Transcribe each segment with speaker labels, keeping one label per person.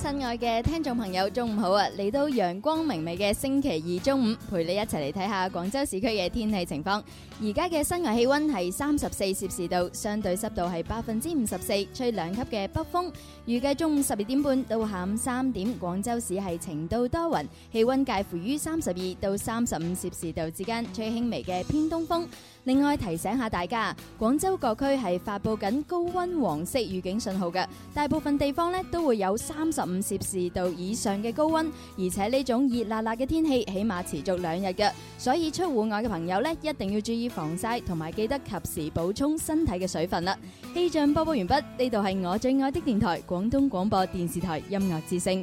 Speaker 1: 親愛嘅聽眾朋友，中午好啊！嚟到陽光明媚嘅星期二中午，陪你一齊嚟睇下廣州市區嘅天氣情況。而家嘅室外氣溫係三十四攝氏度，相對濕度係百分之五十四，吹兩級嘅北風。預計中午十二點半到下午三點，廣州市係晴到多雲，氣溫介乎於三十二到三十五攝氏度之間，吹輕微嘅偏東風。另外提醒下大家，廣州各區係發布緊高溫黃色預警信號嘅，大部分地方呢都會有三十五攝氏度以上嘅高溫，而且呢種熱辣辣嘅天氣起碼持續兩日嘅，所以出戶外嘅朋友呢，一定要注意防曬，同埋記得及時補充身體嘅水分啦。氣象播報完畢，呢度係我最愛的電台廣東廣播電視台音樂之聲。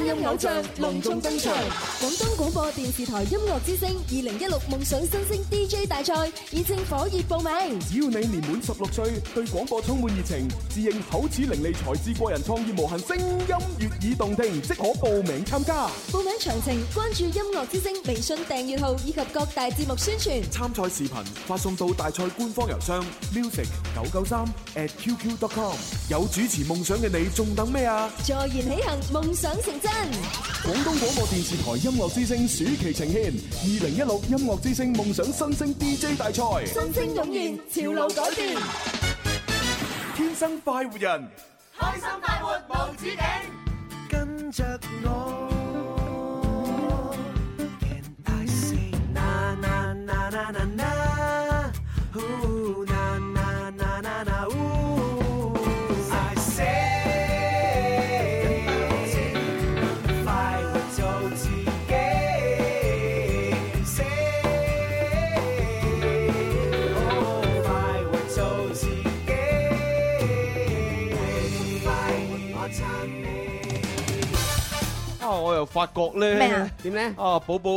Speaker 2: 音偶像隆重登場，廣東廣播電視台音樂之聲二零一六夢想新星 DJ 大賽現正火熱報名。
Speaker 3: 只要你年滿十六歲，對廣播充滿熱情，自認口齒伶俐、才智過人、創意無限，聲音悅耳動聽，即可報名參加。
Speaker 2: 報名詳情關注音樂之聲微信訂閱號以及各大節目宣傳。
Speaker 3: 參賽視頻發送到大賽官方郵箱 music 九九三 at qq dot com。有主持夢想嘅你，仲等咩啊？
Speaker 2: 坐言起行，夢想成真。
Speaker 3: 廣東廣播電視台音樂之聲暑期呈現二零一六音樂之聲夢想新星 DJ 大賽，
Speaker 2: 新星湧現，潮流改變。
Speaker 3: 天生快活人，
Speaker 4: 開心快活無止境，
Speaker 5: 跟着我。Can I say na na na na na na? Ooh, na na na na na ooh. I say，快活做自己。Say，哦快活做自己。快活我撐你。
Speaker 6: 啊！我又發覺咧，
Speaker 7: 咩啊
Speaker 6: 點咧？啊，寶寶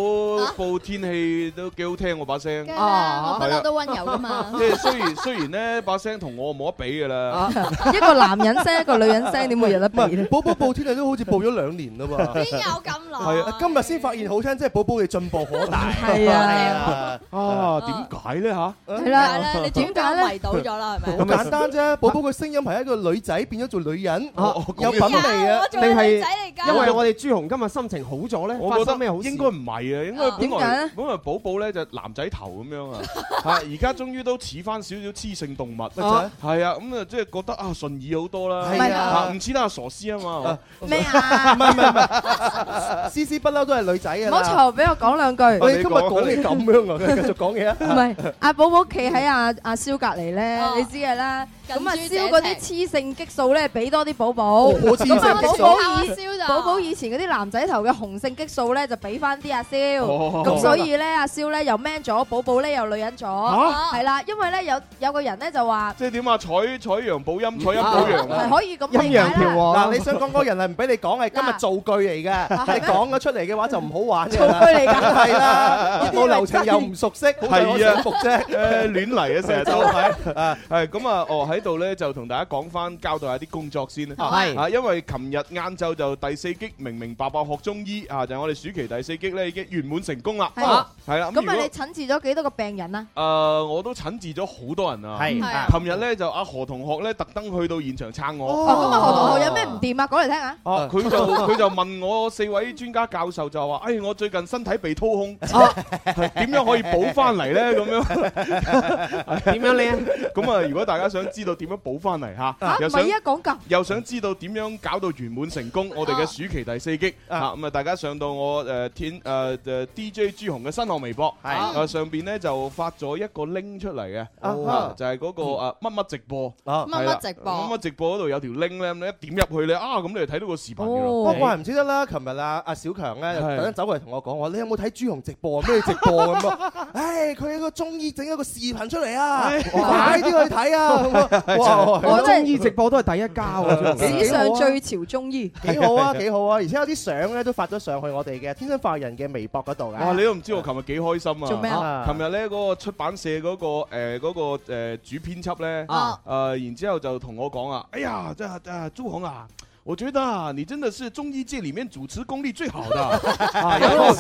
Speaker 6: 報天氣都幾好聽我把聲。
Speaker 1: 梗係啦我不嬲都
Speaker 6: 係啊
Speaker 1: 温柔噶嘛
Speaker 6: 即係雖然雖然咧，把聲同我冇得比㗎啦。
Speaker 7: 一個男人聲，一個女人聲，點會有得比咧？
Speaker 8: 寶寶報天氣都好似報咗兩年啦 喎，
Speaker 7: 邊有咁耐
Speaker 8: 係啊，今日先發現好聽，即係寶寶嘅進步可大。
Speaker 7: 係
Speaker 6: 啊，啊點解咧嚇？
Speaker 8: 係啦
Speaker 1: 係咧你點解咧？圍到咗啦，係咪？
Speaker 8: 好簡單啫，寶寶嘅聲音係一個女仔變咗做女人，有品味啊！
Speaker 1: 定係
Speaker 9: 因為我哋朱紅今日心情好咗 咧，
Speaker 6: 我覺
Speaker 9: 發生
Speaker 6: 得
Speaker 9: 咩好事？
Speaker 6: 應該唔係啊，應該本
Speaker 9: 點解
Speaker 6: 來
Speaker 9: 咧
Speaker 6: 本來寶寶咧就男仔頭咁樣 啊，係而家終於都似翻少少雌性動物，係
Speaker 8: 啊
Speaker 6: 啊，咁啊即係覺得啊順耳好多啦，
Speaker 8: 係啊
Speaker 6: 唔似得阿傻師啊嘛，
Speaker 7: 咩啊？
Speaker 8: 唔係唔係唔係， 思思不嬲都係女仔啊！
Speaker 7: 唔好嘈，俾我講兩句。
Speaker 8: 我哋今日講嘢咁樣啊， 繼續講嘢啊！
Speaker 7: 唔係，阿寶寶企喺阿阿蕭隔離咧，你知嘅啦。咁啊，蕭嗰啲雌性激素咧，俾多啲寶寶。
Speaker 8: 我雌性
Speaker 7: 咁啊，
Speaker 8: 激
Speaker 7: 寶
Speaker 8: 素
Speaker 7: 寶
Speaker 1: 蕭
Speaker 7: 以
Speaker 1: 就
Speaker 7: 寶寶以前嗰啲男仔頭嘅雄性激素咧，就俾翻啲阿蕭。
Speaker 8: 哦
Speaker 7: 咁所以咧，阿蕭咧又 man 咗，寶寶咧又女人咗。
Speaker 6: 嚇
Speaker 7: 係啦，因為咧有有個人咧就話
Speaker 6: 即係點啊？採採陽補陰，採陰補陽
Speaker 7: 係
Speaker 6: 啊！
Speaker 7: 可以咁理解啦。
Speaker 8: 嗱，你想講嗰個人係唔俾你講，係今日造句嚟嘅。你講咗出嚟嘅話就唔好玩嘅。
Speaker 7: 造句嚟㗎
Speaker 8: 係啦，冇流程又唔熟悉，好在我
Speaker 6: 係啊
Speaker 8: 醒目啫。
Speaker 6: 誒亂嚟啊！成日都 係啊，係咁啊！哦喺度咧就同大家講翻交代下啲工作先啦。
Speaker 9: 係
Speaker 6: 啊，因為琴日晏晝就第四擊明明白白學中醫啊，就係我哋暑期第四擊咧已經圓滿成功啦。
Speaker 7: 係啊
Speaker 6: 係啦，如
Speaker 7: 咁啊，
Speaker 6: 果
Speaker 7: 你診治咗幾多個病人啊？
Speaker 6: 誒、我都診治咗好多人啊！
Speaker 9: 係
Speaker 1: 係啊
Speaker 6: 琴日咧就阿何同學咧特登去到現場撐我。
Speaker 7: 哦，咁啊，何同學有咩唔掂啊？講嚟聽下。
Speaker 6: 哦， 佢就佢就問我四位專家教授就話：，誒、我最近身體被掏空，
Speaker 9: 啊
Speaker 6: 係點樣可以補翻 嚟咧？咁樣
Speaker 9: 點樣你啊？
Speaker 6: 咁啊！如果大家想知道點樣補翻嚟嚇，
Speaker 7: 嚇，
Speaker 6: 又
Speaker 7: 啊唔
Speaker 6: 想
Speaker 7: 係依家講㗎。
Speaker 6: 又想知道點樣搞到圓滿成功，我哋嘅暑期第四擊啊！咁啊，大家上到我誒天呃誒誒 DJ 朱紅嘅新浪微博，
Speaker 9: 係
Speaker 6: 啊上邊咧就發咗一個 link 出嚟嘅，啊就係嗰個誒乜乜直播。
Speaker 8: 啊，
Speaker 1: 乜乜直播
Speaker 6: 咁啊直播嗰度有條 link 咧，你一點入去咧啊，咁你就睇到個視頻嘅咯。
Speaker 8: 不
Speaker 7: 哦
Speaker 8: 過係唔知得啦。琴日啊，阿小強咧，突
Speaker 6: 係
Speaker 8: 然走過嚟同我講話：，你有冇睇朱紅直播啊？咩直 播啊咁啊？唉，佢喺個中醫整一個視頻出嚟啊！快啲去睇啊！咁啊哇
Speaker 9: 我中醫直播都係第一家喎，
Speaker 8: 幾
Speaker 7: 史 上最潮中醫，
Speaker 8: 幾好啊，幾好啊！而且有啲相咧都發咗上去我哋嘅天生化人嘅微博嗰度
Speaker 6: 哇！
Speaker 8: 啊
Speaker 6: 你。都唔知我琴日幾開心啊！
Speaker 8: 做咩啊
Speaker 6: 琴日咧嗰個出版社嗰個誒嗰個誒主編輯咧，
Speaker 7: 哦
Speaker 8: 啊
Speaker 6: 誒然之後就同我講啊，哎呀，真係啊，朱紅啊！我覺得啊，你真的是中醫界裡面主持功力最好的， 啊，然後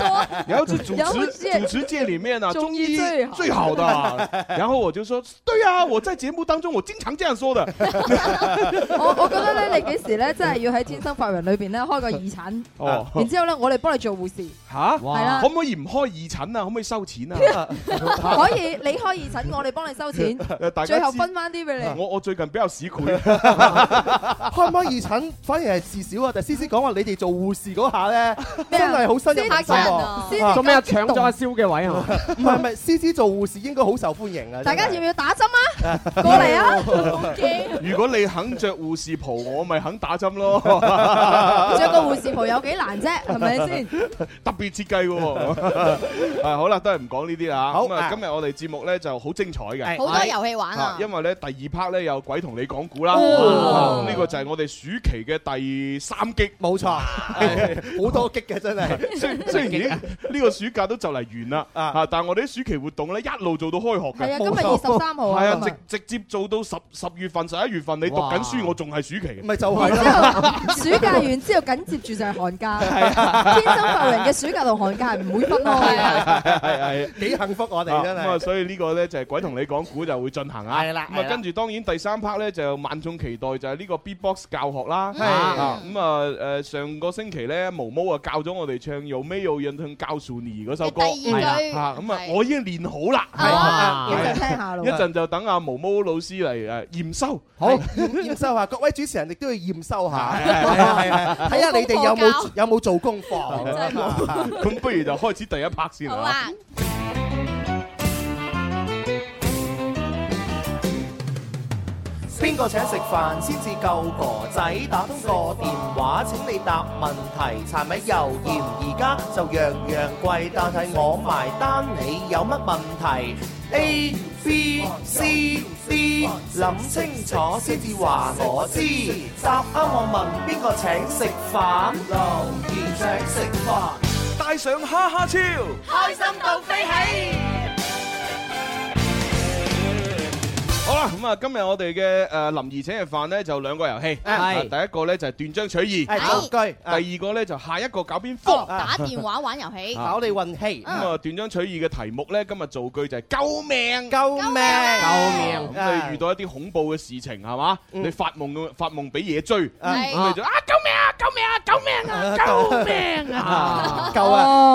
Speaker 6: 然後是主
Speaker 10: 然後
Speaker 6: 持
Speaker 10: 界
Speaker 6: 主持界裡面啊，中
Speaker 10: 中
Speaker 6: 醫
Speaker 10: 醫最好
Speaker 6: 最好的 啊。然後我就說，對啊，我在節目當中我經常這樣說 的。
Speaker 7: 我我覺得咧，你幾時咧，真係要喺天生發人裏邊咧開個義診，
Speaker 6: 哦
Speaker 7: 然之後咧，我哋幫你做護士，
Speaker 6: 吓，
Speaker 7: 係啦
Speaker 6: 可唔可以唔開義診啊？可唔可以收錢啊？
Speaker 7: 可以你開義診，我哋幫你收錢
Speaker 6: 誒 大，家
Speaker 7: 最後
Speaker 6: 知
Speaker 7: 分翻啲俾你。
Speaker 6: 我我最近比較市儈。
Speaker 8: 開唔開義診反而係事少啊，但係思思講話你哋做護士嗰下咧，真係好新入民心
Speaker 7: 先
Speaker 8: 喎。
Speaker 7: 嚇
Speaker 9: 做咩啊？
Speaker 8: 咁激
Speaker 9: 搶
Speaker 8: 動
Speaker 9: 咗阿蕭嘅位啊？
Speaker 8: 唔係唔係，思思做護士應該好受歡迎啊！
Speaker 7: 大家
Speaker 8: 真係
Speaker 7: 要唔要打針啊？過 嚟啊！
Speaker 6: 如果你肯着護士袍，我咪肯打針咯。
Speaker 7: 着個護士袍有幾難啫？係咪先？
Speaker 6: 特別設計 喎。啊，好啦，都係唔講呢啲啦。
Speaker 8: 好
Speaker 6: 咁啊
Speaker 8: 啊，
Speaker 6: 今日我哋節目咧就好精彩嘅，
Speaker 1: 好多遊戲玩啊
Speaker 6: 因為咧第二 part 咧有鬼同你講故啦。
Speaker 8: 哦
Speaker 6: 啊呢個就係我哋暑期嘅第三擊。
Speaker 8: 冇錯，好多激嘅真係。
Speaker 6: 雖雖然已經
Speaker 8: 啊
Speaker 6: 呢個暑假都就嚟完啦，啊！但係我哋啲暑期活動咧一路做到開學嘅。
Speaker 7: 係啊今日23號啊
Speaker 6: 係
Speaker 7: 今日
Speaker 6: 啊，直直接做到十十月份、十一月份，你讀緊書，我仲 係暑期。
Speaker 8: 咪就係
Speaker 7: 然之後暑假完之後緊接住就係寒假，天生發人嘅暑假同寒假係唔會分開嘅。
Speaker 6: 係係
Speaker 8: 幾幸福我哋真係
Speaker 6: 咁啊，所以呢個咧就係鬼同你講古就會進行啊。
Speaker 8: 係啦
Speaker 6: 咁
Speaker 8: 係
Speaker 6: 啊
Speaker 8: 啦
Speaker 6: 跟住當然第三 part 咧就萬眾期待就係呢個 beatbox 教學啦。
Speaker 8: 係
Speaker 6: 啊咁啊誒上個星期咧毛毛啊教咗我哋唱有咩有印象教數年嗰首歌。
Speaker 1: 第二句
Speaker 6: 係啊咁啊我已經練好啦。
Speaker 8: 啊
Speaker 6: 係啊
Speaker 8: 一陣聽下咯
Speaker 6: 一陣就等阿毛毛老師嚟誒驗收。
Speaker 8: 好驗驗收下，各位主持人亦都要驗收下，
Speaker 6: 係係係
Speaker 8: 係
Speaker 6: 係
Speaker 8: 係 睇下你哋有冇有冇做功課。
Speaker 6: 咁不如就開始第一 part 先
Speaker 1: 好
Speaker 6: 啦。
Speaker 1: 啊，
Speaker 8: 邊個請食飯先至夠哥仔？打通個電話請你答問題，柴米油鹽而家就樣樣貴，但係我埋單，你有乜問題？A B C D，諗清楚先至話我知。答啱我問邊個請食飯？留言請食飯，
Speaker 6: 帶上哈哈超。
Speaker 5: 開心到飛起。
Speaker 6: 好啦，咁啊，今日我哋嘅誒林兒請嘅飯咧就兩個遊戲，啊第一個咧就係斷章取義，
Speaker 8: 係造句
Speaker 6: 啊第二個咧就下一個搞邊科，
Speaker 1: 打 電話玩遊 戲，
Speaker 6: 搞
Speaker 8: 你運氣
Speaker 6: 咁啊，斷章取義嘅題目咧，今日造句就係救命，
Speaker 8: 救命，救
Speaker 6: 咁你遇到一啲恐怖嘅事情係嘛，你發夢發夢俾嘢追，咁
Speaker 8: 係
Speaker 6: 你就啊救命啊救命啊 救命啊救命啊！
Speaker 8: 救
Speaker 6: 哦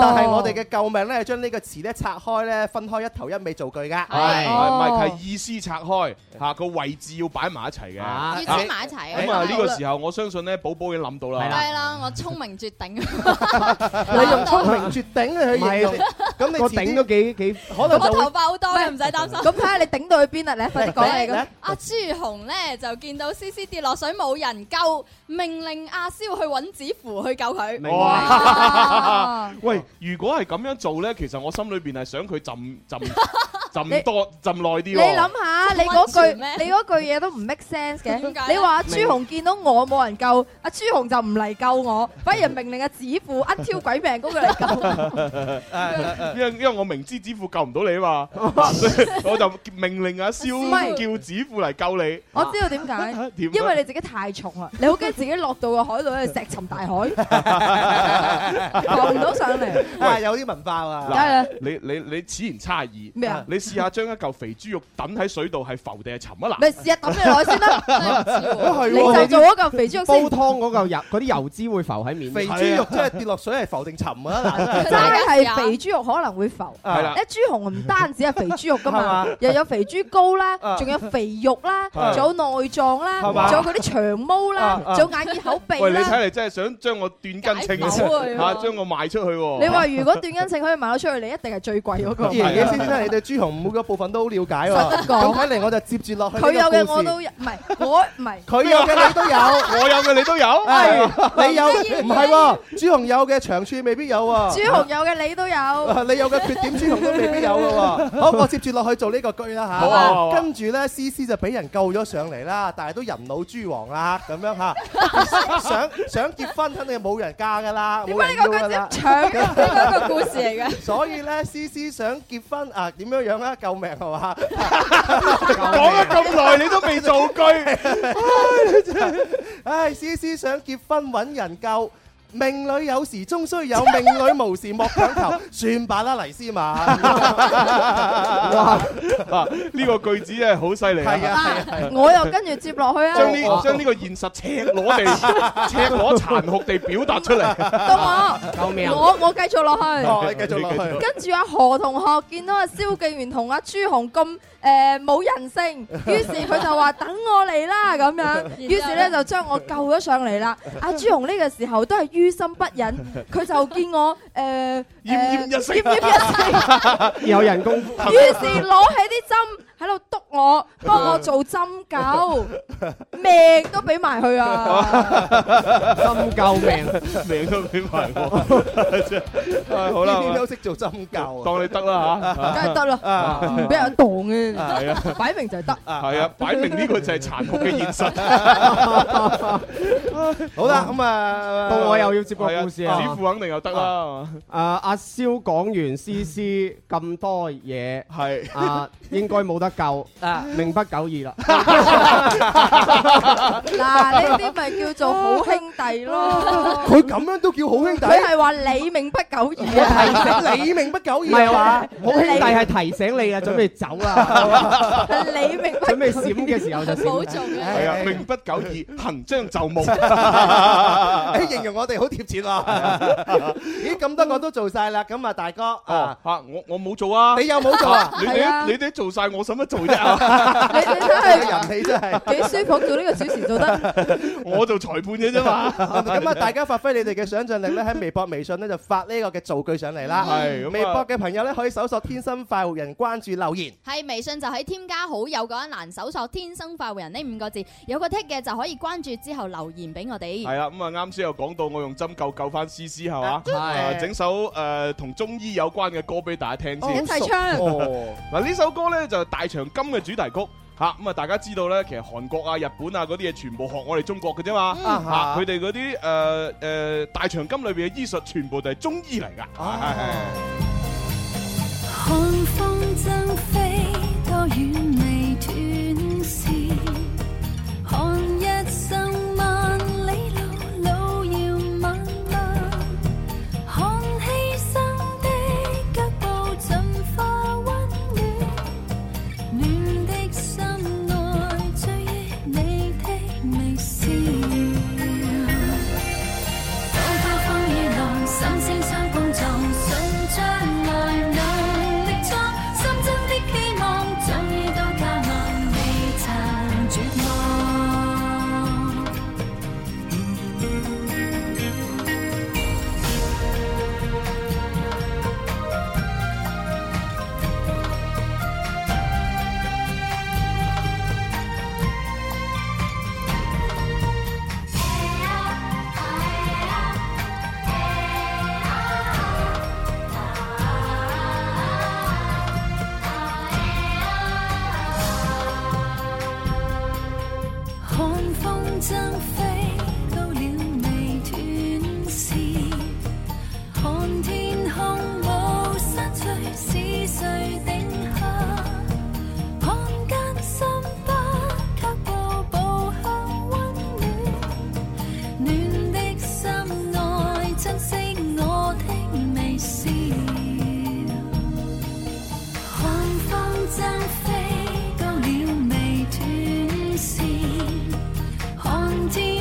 Speaker 8: 啊！但係我哋嘅救命咧，將呢個詞咧拆開咧，分開一頭一尾造句噶。
Speaker 6: 係，唔係佢係
Speaker 8: 係
Speaker 6: 意思拆開嚇個位置要擺埋一齊嘅，
Speaker 8: 啊
Speaker 1: 要黐埋一齊啊
Speaker 6: 咁啊呢個時候我相信咧，寶寶已經諗到啦。
Speaker 1: 梗係啦，我聰明絕 頂，
Speaker 8: 你用聰明絕頂去形容
Speaker 9: 唔係，
Speaker 8: 咁你
Speaker 9: 我
Speaker 8: 遲啲
Speaker 9: 頂都幾幾，
Speaker 8: 可
Speaker 1: 我
Speaker 8: 能就會
Speaker 1: 頭髮好多嘅，唔使擔心。
Speaker 7: 咁睇下你頂到去邊啊！你快啲講你
Speaker 1: 嚟
Speaker 7: 咁。
Speaker 1: 阿朱紅咧就見到思思跌落水冇人救，命令阿蕭去揾紙符去救佢。
Speaker 6: 哇！ 喂，如果係咁樣做咧，其實我心裏邊係想佢浸 浸浸多浸耐啲
Speaker 7: 你
Speaker 6: 喎。
Speaker 7: 諗 下，你嗰句 你嗰句嘢都唔 make sense 嘅。
Speaker 1: 點解咧啊
Speaker 7: 你話阿朱紅見到我冇人救，阿朱紅就唔嚟救我， 反而命令阿子父一挑鬼命嗰個嚟 救。
Speaker 6: 因為因為我明知子父救唔到你 嘛，所以我就命令阿
Speaker 7: 唔
Speaker 6: 蕭
Speaker 7: 係
Speaker 6: 叫子父嚟救你。，
Speaker 7: 我知道點解
Speaker 6: 點啊
Speaker 7: 因為你自己太重 啦，你好驚自己落到個海度咧石沉大海，浮 唔到上嚟。
Speaker 8: 哇，有啲文化喎。
Speaker 7: 梗係啦，
Speaker 6: 你你你此言差矣。
Speaker 7: 咩啊
Speaker 6: 你試下將一嚿肥豬肉揼喺水度，係浮定係沉啊？
Speaker 7: 你
Speaker 6: 嗱，
Speaker 7: 試下抌你落去先啦，
Speaker 8: 係
Speaker 7: 你
Speaker 8: 喎
Speaker 7: 就做嗰嚿肥豬肉
Speaker 9: 煲湯。
Speaker 7: 先
Speaker 9: 嗰嚿油嗰啲油脂會浮喺面。
Speaker 8: 肥豬肉真係跌落水係浮定沉啊！ 嗱
Speaker 7: 齋
Speaker 1: 啊
Speaker 7: 係肥豬肉可能會浮，
Speaker 8: 係啦
Speaker 7: 咧豬紅唔單止係肥豬肉噶
Speaker 8: 係
Speaker 7: 嘛
Speaker 8: 嘛，
Speaker 7: 又有肥豬 膏啦
Speaker 8: 啊，
Speaker 7: 仲有肥肉啦，
Speaker 6: 係
Speaker 7: 仲有內臟啦，
Speaker 6: 係嘛
Speaker 7: 仲有嗰啲長毛啦
Speaker 6: 啊，啊
Speaker 7: 仲有眼耳口鼻
Speaker 6: 喂，你睇
Speaker 7: 啦。
Speaker 6: 嚟真係想將我斷筋稱
Speaker 7: 解 剖啊
Speaker 6: 嚇，將我賣出去喎。
Speaker 7: 你話如果斷根性可以賣到出去，你一定係最貴嗰個。
Speaker 8: 爺爺先生，你對朱紅同每個部分都好了解
Speaker 7: 實得
Speaker 8: 喎。
Speaker 7: 講
Speaker 8: 咁睇嚟我就接住落去呢個
Speaker 7: 佢有嘅
Speaker 8: 故
Speaker 7: 我
Speaker 8: 事
Speaker 7: 都有，唔係我唔係
Speaker 8: 佢有嘅你都有， À, 係你有唔係喎？朱紅有嘅長處未必有喎。
Speaker 7: 朱紅有嘅你都有，
Speaker 8: 啊你有嘅缺點，朱紅都未必有嘅喎。好，我接住落去做呢個居啦嚇。
Speaker 7: 好啊好
Speaker 6: 啊
Speaker 8: 跟住咧，C C 就俾人救咗上嚟啦，但係都人老珠黃啦， 咁樣嚇。 想想結婚肯定冇人嫁噶啦，冇人要噶啦。
Speaker 7: 搶呢個係一個故事嚟嘅
Speaker 8: 所以咧，C C 想結婚啊，點樣樣啊？救命係嘛？
Speaker 6: 講咗咁耐，你都未造句。
Speaker 8: 唉，C C 想結婚揾人救。命裏有時終須有，命裏無時莫強 求。算吧啦，黎思曼。
Speaker 6: 嗱，呢個句子真係好犀利。
Speaker 8: 係啊係啊係啊
Speaker 7: 我又跟住接落去啊。
Speaker 6: 將呢將呢個現實赤裸 地、赤裸殘酷地表達出嚟。
Speaker 7: 到我，
Speaker 6: 救命
Speaker 7: 我我繼續落去，
Speaker 6: 哦你繼續 落去
Speaker 7: 跟住阿何同學見到阿蕭敬元同阿朱紅咁誒冇 人性，於是佢就話等我 嚟啦咁 樣，於是咧就將我救咗上嚟啦。阿朱紅呢個時候都係於心不忍，佢就見我 誒奄奄
Speaker 6: 一息，
Speaker 7: 奄 奄一息。
Speaker 9: 有人工，
Speaker 7: 於是攞起啲針喺度督我，幫我做針 灸，命都俾埋佢啊！
Speaker 9: 心救 命，
Speaker 6: 命都俾埋我。 真係唉好啦，
Speaker 8: 呢啲都識做針灸啊
Speaker 6: 當你得 啦嚇，
Speaker 7: 梗係得啦，唔俾人當
Speaker 6: 係啊
Speaker 7: 嘅，擺明就係得。
Speaker 6: 係啊，擺明呢個就係殘酷嘅 現實。
Speaker 8: 好啦，咁啊，
Speaker 9: 到我又要接個故事啊
Speaker 6: 係指父肯定又得啦。
Speaker 9: 啊！阿蕭講完 C C 咁多嘢，
Speaker 6: 係
Speaker 9: 啊，應該冇得救，命不久矣啦。
Speaker 7: 嗱，呢啲咪叫做 好兄弟咯。
Speaker 8: 佢 咁樣都叫好兄弟？
Speaker 7: 佢係話你命不久矣啊！
Speaker 8: 你命不久
Speaker 9: 唔
Speaker 8: 矣
Speaker 9: 係
Speaker 8: 係
Speaker 9: 話
Speaker 8: 嘛？
Speaker 9: 好兄弟係提醒 你啊，準備走 啦，
Speaker 7: 你明
Speaker 9: 準備閃嘅時候就閃。
Speaker 7: 冇做嘅
Speaker 6: 係啊，命不久矣，行將就 木。
Speaker 8: 誒形容我哋好貼切啊！咦，咁多我都做晒啦，咁啊大哥
Speaker 6: 哦
Speaker 8: 啊，
Speaker 6: 嚇！我我冇做啊，
Speaker 8: 你有冇做啊
Speaker 6: 你
Speaker 8: 係啊
Speaker 6: 哋你哋做晒，我使乜做 啫啊？
Speaker 7: 你你 睇下
Speaker 8: 人你真係
Speaker 7: 幾舒服，做呢個主持做得。
Speaker 6: 我做裁判嘅啫嘛。
Speaker 8: 咁啊，大家發揮你哋嘅想像力咧，喺微博、微信咧就發呢個嘅造句上嚟啦。
Speaker 6: 係咁啊
Speaker 8: 微博嘅朋友咧可以搜索「天生快活人」，關注留言。
Speaker 1: 係微信就喺添加好友嗰一欄搜索「天生快活人」呢五個字，有個 tick 嘅就可以關注之後留言俾我哋。
Speaker 6: 係啦，咁啊啱先又講到我用針灸救翻思思係嘛，
Speaker 1: 係
Speaker 6: 啊整首誒同中醫有關嘅歌俾大家聽
Speaker 7: 哦
Speaker 6: 先。
Speaker 7: 一齊唱
Speaker 8: 哦
Speaker 6: 嗱呢首歌呢就係大長今嘅主題曲。嚇咁啊！大家知道呢，其實韓國啊、日本啊嗰啲嘢全部學我哋中國嘅啫嘛。
Speaker 8: 嗯
Speaker 6: 嚇佢哋嗰啲誒誒大長今裏邊嘅醫術全部就係中醫嚟㗎。係係
Speaker 11: 寒風爭飛，多遠未斷線。看一生萬里路，路遙漫漫。看犧牲的腳步，盡化溫暖。暖的心內，追憶你的微笑。到暴風雨浪，心聲相碰撞，信將來能力壯，心中的希望終於都靠岸，未曾絕望。寒風爭飛，到了未斷線。看天空無山翠，是誰定下？看艱辛不卻步，步向溫暖。暖的心內，珍惜我的微笑。寒風爭飛，到了未斷線。看天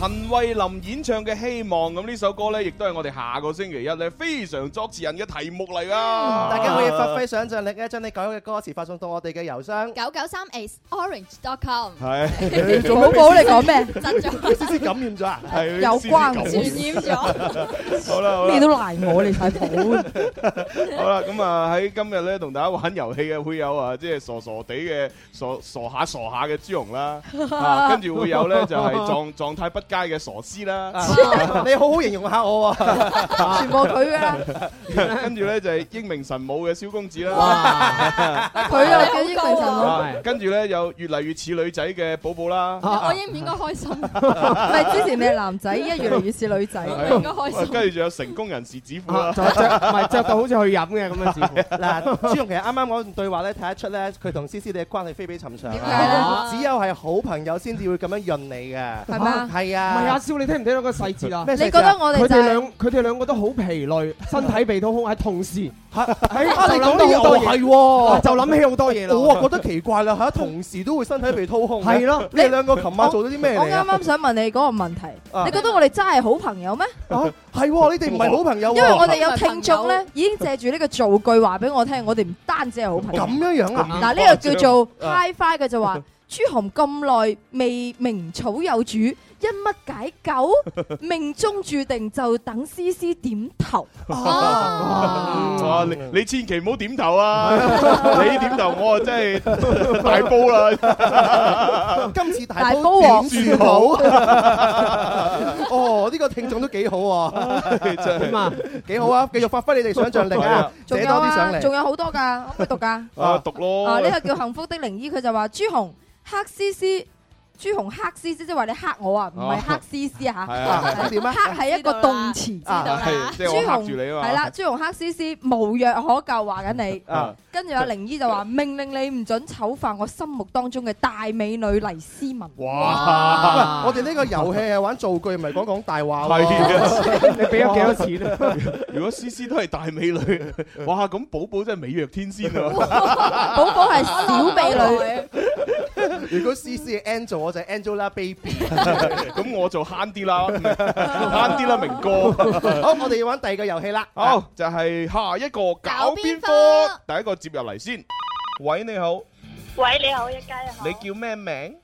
Speaker 6: 陳慧琳演唱嘅《希望》咁呢首歌咧，亦都係我哋下個星期一咧非常作詞人嘅題目嚟噶。
Speaker 8: 嗯大家可以發揮想像力咧，將你改嘅歌詞發送到我哋嘅郵箱。
Speaker 1: 九九三 is orange dot com。
Speaker 6: 係
Speaker 7: 寶寶你講咩
Speaker 1: 窒咗
Speaker 8: 思思感染咗啊？
Speaker 6: 係
Speaker 7: 有關
Speaker 6: 思思
Speaker 1: 傳染咗。
Speaker 6: 好啦，好啦
Speaker 7: 咩都賴我，你睇 譜。
Speaker 6: 好啦，咁啊喺今日咧同大家玩遊戲嘅會有啊，即係傻傻地嘅傻傻下傻下嘅朱紅啦，啊 跟住會有咧就係 狀狀態不佳嘅傻師啦，
Speaker 8: 你好好形容下我喎，
Speaker 7: 全部佢㗎啦。
Speaker 6: 跟住咧就係英明神武嘅蕭公子啦，
Speaker 7: 佢又叫英明神武
Speaker 6: 啊跟住咧有越嚟越似女仔嘅寶寶啦，
Speaker 7: 哦
Speaker 1: 我應唔應該開 心？
Speaker 7: 唔係之前你係男仔，依家越嚟越似女仔。
Speaker 6: 係跟住仲有成功人士指父啦，
Speaker 9: 就係啊着唔係着到好似去飲嘅咁嘅似乎。
Speaker 8: 啊 嗱，朱容其實啱啱嗰段對話咧，睇得出咧，佢同思思你嘅關係非比尋常。 點
Speaker 9: 解
Speaker 8: 咧？只有係好朋友先至會咁樣潤你嘅，
Speaker 9: 係咪 啊
Speaker 8: 係
Speaker 9: 唔係啊，
Speaker 8: 啊。
Speaker 9: 蕭，你聽唔聽到個細節啊？
Speaker 8: 咩細節啊你覺得
Speaker 7: 我哋
Speaker 9: 佢
Speaker 7: 就係
Speaker 9: 哋兩佢哋兩個都好疲 累，身體被掏空，係同時喺
Speaker 8: 啊！
Speaker 9: 就
Speaker 8: 你
Speaker 9: 諗
Speaker 8: 講
Speaker 9: 到
Speaker 8: 啲
Speaker 9: 好多
Speaker 8: 又係
Speaker 9: 嘢，哦
Speaker 8: 喎，
Speaker 9: 就諗起好多嘢啦。
Speaker 8: 我啊覺得奇怪啦嚇，同時都會身體被掏空。
Speaker 9: 係咯
Speaker 8: 你哋兩個琴晚做咗啲咩
Speaker 7: 我
Speaker 8: 嚟
Speaker 7: 啱
Speaker 8: 啊？
Speaker 7: 啱想問你嗰個問題，
Speaker 8: 啊
Speaker 7: 你覺得我哋真係好朋友咩？
Speaker 8: 啊係喎，你哋唔係好朋友喎。
Speaker 7: 因為我哋有聽眾咧，已經借住呢個造句話俾我聽，我哋唔單止係好朋友。
Speaker 8: 咁樣樣啊？
Speaker 7: 嗱，呢個叫做
Speaker 8: 啊
Speaker 7: high five 嘅就話，朱紅咁耐未名草有主，因乜解 救？命中注定就等思思點 頭。
Speaker 8: 啊
Speaker 7: 啊
Speaker 9: Ờ.
Speaker 6: 哇！你你千祈唔好點 頭啊！你點頭我啊真係 大煲啦。
Speaker 8: 今次大
Speaker 7: 大
Speaker 8: 煲
Speaker 7: 煲王
Speaker 8: 點算好？ 哦，呢個聽眾都幾好 喎，
Speaker 6: 真
Speaker 9: 係
Speaker 8: 幾好啊！繼續發揮你哋想像力
Speaker 6: 係啊
Speaker 8: 啊，
Speaker 7: 仲
Speaker 8: 寫
Speaker 7: 有
Speaker 8: 多啲上
Speaker 7: 啊，
Speaker 8: 嚟。
Speaker 7: 仲有好多㗎，可唔可以讀㗎？
Speaker 6: 啊，讀咯。
Speaker 7: 啊！呢個叫幸福的靈醫，佢就話朱紅黑絲絲，朱紅黑絲絲，即係話你黑我啊，唔係
Speaker 6: 哦
Speaker 7: 黑絲絲嚇。
Speaker 6: 係啊
Speaker 7: 係
Speaker 8: 點啊
Speaker 7: 黑係一個動詞，知
Speaker 6: 道啦係即係我嚇住你啊嘛
Speaker 7: 係啦，朱紅黑絲絲無藥可救，話緊你。
Speaker 6: 啊
Speaker 7: 跟住阿靈醫就話命令你唔准醜化我心目當中嘅大美女黎思文。
Speaker 8: 喂
Speaker 6: 哇！
Speaker 8: 我哋呢個遊戲係玩造句，唔係講講大話
Speaker 6: 係啊
Speaker 8: 喎。
Speaker 9: 你俾咗幾多錢啊？
Speaker 6: 如果思思都係大美 女，哇！咁寶寶真係美若天仙啊！
Speaker 7: 寶寶係小美 女，
Speaker 8: 如果 C C 係 Angel，我就係 Angelababy。
Speaker 6: 咁我就慳 啲啦，慳啲啦，明哥。
Speaker 8: 好，我哋要玩第二個遊戲啦。
Speaker 6: 好，就係下一個搞邊科，第一個接入嚟先。喂，你好，
Speaker 12: 喂，你好，一家人好，
Speaker 6: 你叫咩名？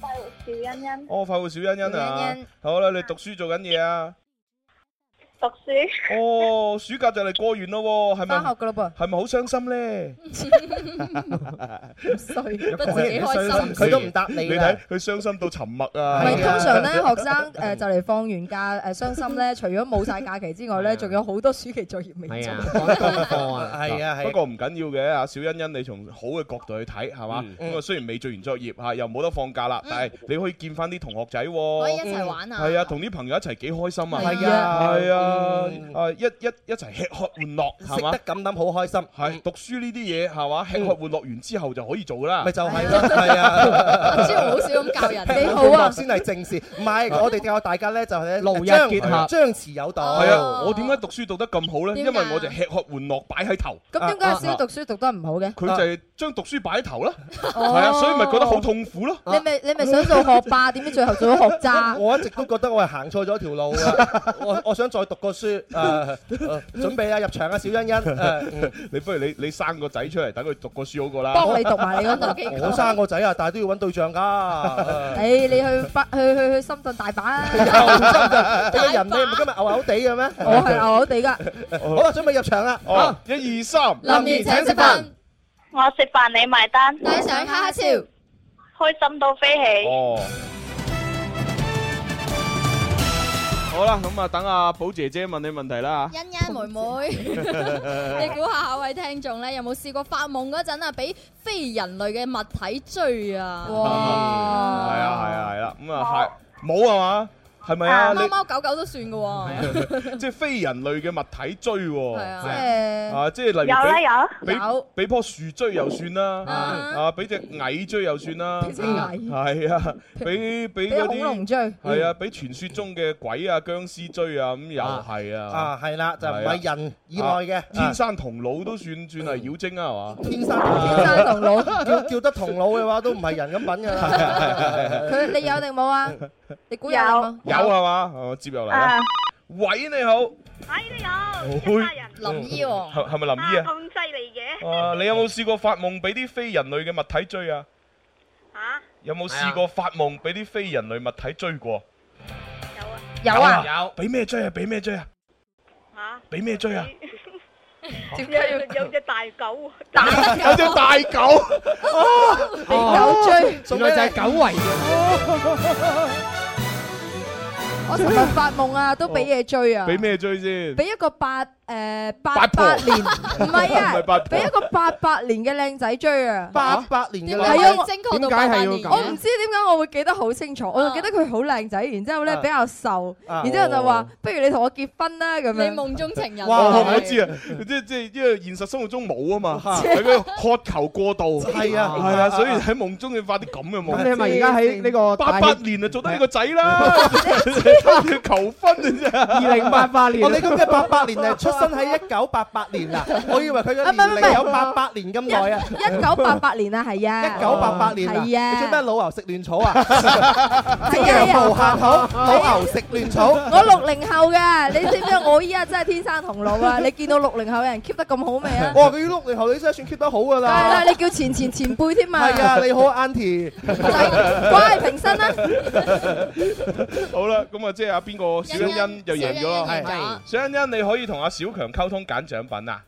Speaker 12: 快活邵欣欣，
Speaker 6: 哦，快活小欣欣
Speaker 12: 小
Speaker 6: 啊
Speaker 12: 欣欣！
Speaker 6: 好啦，你讀書做緊嘢啊？
Speaker 12: 讀書，
Speaker 6: 哦，暑假就嚟過完咯喎，係咪？
Speaker 7: 翻學噶咯
Speaker 6: 係咪好傷心咧？
Speaker 7: 衰，
Speaker 12: 不自己開心。
Speaker 8: 佢都唔答你
Speaker 6: 你
Speaker 8: 啦
Speaker 6: 睇佢傷心到沉默
Speaker 7: 唔
Speaker 6: 啊！
Speaker 7: 係通常咧，學生誒就嚟放完假誒傷心咧，除咗冇晒假期之外咧，仲有好多暑期作業未做。
Speaker 8: 係啊係啊
Speaker 6: 不過唔緊要嘅啊，小欣欣你從好嘅角度去睇係嘛？咁啊雖然未做完作業嚇，又冇得放假啦，但係你可以見翻啲同學仔喎，
Speaker 1: 可以一齊玩啊
Speaker 6: 係啊，同啲朋友一齊幾開心啊！
Speaker 8: 係啊
Speaker 6: 係啊，啊一一一齊吃喝玩樂係
Speaker 8: 食
Speaker 6: 嘛
Speaker 8: 得？咁諗好開心，
Speaker 6: 係讀書呢啲嘢係嘛？吃喝玩樂完之後就可以做啦。
Speaker 8: 咪就係 咯，係啊。
Speaker 1: 朱紅好少咁 教人。
Speaker 7: 你好啊
Speaker 8: 先係正事。唔係，我哋教大家咧就係咧
Speaker 9: 勞逸
Speaker 8: 張
Speaker 9: 結合
Speaker 8: 張弛有度。
Speaker 6: 係啊，我點解讀書讀得咁好呢？因
Speaker 7: 點
Speaker 6: 為
Speaker 7: 解
Speaker 6: 我就吃喝玩樂擺喺頭。啊
Speaker 7: 咁點解阿蕭讀書讀得唔好嘅？
Speaker 6: 佢就
Speaker 8: 啊
Speaker 6: 係將讀書擺喺頭啦，
Speaker 7: 哦
Speaker 6: 係啊，所以咪覺得好痛苦咯。
Speaker 7: 你咪你咪想做學霸，點知最後做咗學渣？
Speaker 8: 啊我一直都覺得我係行錯咗條路啊！我我想再讀個書，誒、呃，準備啊入場啊，小欣欣，誒嗯
Speaker 6: 你不如你你生個仔出嚟，等佢讀個書好過啦。
Speaker 7: 幫你讀埋你嗰度。
Speaker 8: 我生個仔啊，但係都要揾對象㗎。 呃
Speaker 7: 誒，你去北去去去深圳大 阪啊！
Speaker 8: 你個人你唔係今日牛牛地嘅咩？
Speaker 7: 我係牛牛地噶，
Speaker 8: 好啦，準備入場啦！
Speaker 6: 哦，一二三，
Speaker 8: 林怡請食飯。
Speaker 12: 我食飯你埋單，
Speaker 1: 帶上哈哈笑，
Speaker 12: 開心到飛起。
Speaker 6: 哦。好啦，咁啊，等阿寶姐姐問你問題啦
Speaker 1: 欣欣妹 妹， 你估下下位聽眾咧有冇試過發夢嗰陣啊，俾非人類嘅物體追啊？
Speaker 6: 吓。係
Speaker 7: 哇！
Speaker 6: 啊，係啊，係啦，咁啊，係冇啊嘛？係咪啊？
Speaker 13: 貓
Speaker 6: 你
Speaker 13: 貓狗狗都算嘅喎。
Speaker 6: 即係非人類嘅物體追喎，
Speaker 13: 係啊
Speaker 6: 係
Speaker 13: 誒
Speaker 6: 啊，即係例如
Speaker 13: 有啦
Speaker 6: 俾
Speaker 13: 有
Speaker 6: 俾
Speaker 13: 有
Speaker 6: 俾棵樹追又算啦，啊，俾只蟻追又算啦，
Speaker 7: 俾隻蟻
Speaker 6: 係啊，俾俾
Speaker 7: 俾
Speaker 6: 嗰
Speaker 7: 恐
Speaker 6: 啲
Speaker 7: 龍追
Speaker 6: 係啊，俾傳說中嘅鬼啊、僵屍追啊，咁又係啊，
Speaker 8: 啊係啦就唔係
Speaker 6: 係啊
Speaker 8: 人以外嘅
Speaker 6: 啊天生童姥都算算係妖精啊，係嘛？
Speaker 8: 天生天生同老， 叫叫得同老嘅話都唔係人咁品㗎啦。
Speaker 7: 佢你有定冇啊？你估有定 冇？
Speaker 6: 有啊係嘛？我接入嚟啦
Speaker 7: 啊。
Speaker 6: 喂，你好。喂，你好。
Speaker 13: 林姨喎
Speaker 6: 係係咪林姨啊？
Speaker 14: 咁犀利嘅，
Speaker 6: 啊！你有冇試過發夢俾啲非人類嘅物體追啊？有冇試過發夢俾啲非人類物體追過？
Speaker 7: 有啊，
Speaker 6: 有。俾咩追啊？俾咩追啊？俾咩追啊？
Speaker 14: 有有隻大狗啊，
Speaker 6: 有隻大 狗。
Speaker 14: 俾
Speaker 7: 哦
Speaker 14: 狗追
Speaker 9: 原來就係狗圍嘅。
Speaker 7: 我尋日發夢啊，都俾嘢追啊。
Speaker 6: 俾咩追先？
Speaker 7: 俾一個八誒八
Speaker 6: 八婆
Speaker 7: 八年，唔係
Speaker 6: 唔係八婆
Speaker 7: 啊，俾一個八八年嘅靚仔追啊！
Speaker 8: 八八年嘅
Speaker 7: 係啊，我
Speaker 8: 點解係要咁
Speaker 7: 我唔知點解我會記得好清楚，我
Speaker 13: 啊
Speaker 7: 就記得佢好靚仔，然之後咧
Speaker 6: 啊
Speaker 7: 比較瘦，
Speaker 6: 啊
Speaker 7: 然之後就話
Speaker 6: 哦
Speaker 7: 不如你同我結婚啦咁樣。
Speaker 13: 你夢中情人
Speaker 6: 哇！我知啊，即即因為現實生活中冇 啊嘛，係佢渴求過度，係
Speaker 9: 啊
Speaker 6: 係啊，所以喺夢中要發啲咁嘅夢。
Speaker 9: 咁你係咪而家喺呢個
Speaker 6: 八八年啊做得呢個仔啦， 要求婚啊！
Speaker 9: 二零八八年
Speaker 8: 哦，你咁嘅八八年係出生喺一九八八 年啊！我以為佢嘅
Speaker 7: 啊唔係唔係
Speaker 8: 年齡有八八年咁耐啊！
Speaker 7: 一九八八年啊，係啊，
Speaker 8: 九八八年啊！
Speaker 7: 係啊
Speaker 8: 你做咩老牛食嫩草啊？羊毛行好，老牛食嫩草。
Speaker 7: 啊我六零後嘅，你知唔知我依家真係天生同路 啊？你見到六零後嘅人 keep 得咁好未啊？
Speaker 8: 哇！佢六零後你真係算 keep 得好噶
Speaker 7: 梗係
Speaker 8: 啦。
Speaker 7: 啦，你叫前前前輩添啊！
Speaker 8: 係啊，你好，Auntie。
Speaker 7: 乖平身啦。
Speaker 6: 好啦，咁啊，即係阿邊個小欣欣就贏咗咯，
Speaker 13: 小欣欣贏咗
Speaker 6: 小欣欣，你可以同阿小強溝通揀獎品啊！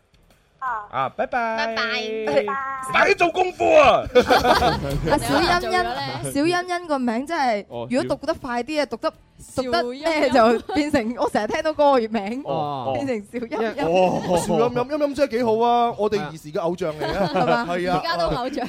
Speaker 6: 啊，拜拜，
Speaker 13: 拜
Speaker 6: 快啲做功課 啊！
Speaker 7: 阿小欣欣，小欣欣個名真係，
Speaker 6: 哦
Speaker 7: 如果讀得快啲啊，讀得讀得
Speaker 13: 欣欣
Speaker 7: 咩就變成， 我成日聽到嗰個名
Speaker 8: 哦，
Speaker 7: 變成小
Speaker 1: Dạ.
Speaker 7: 欣欣。
Speaker 6: 哦
Speaker 8: 邵音音音音真係幾好啊！
Speaker 12: ờ,
Speaker 8: 我哋兒時嘅偶像嚟嘅，
Speaker 6: Dạ.
Speaker 8: 係啊，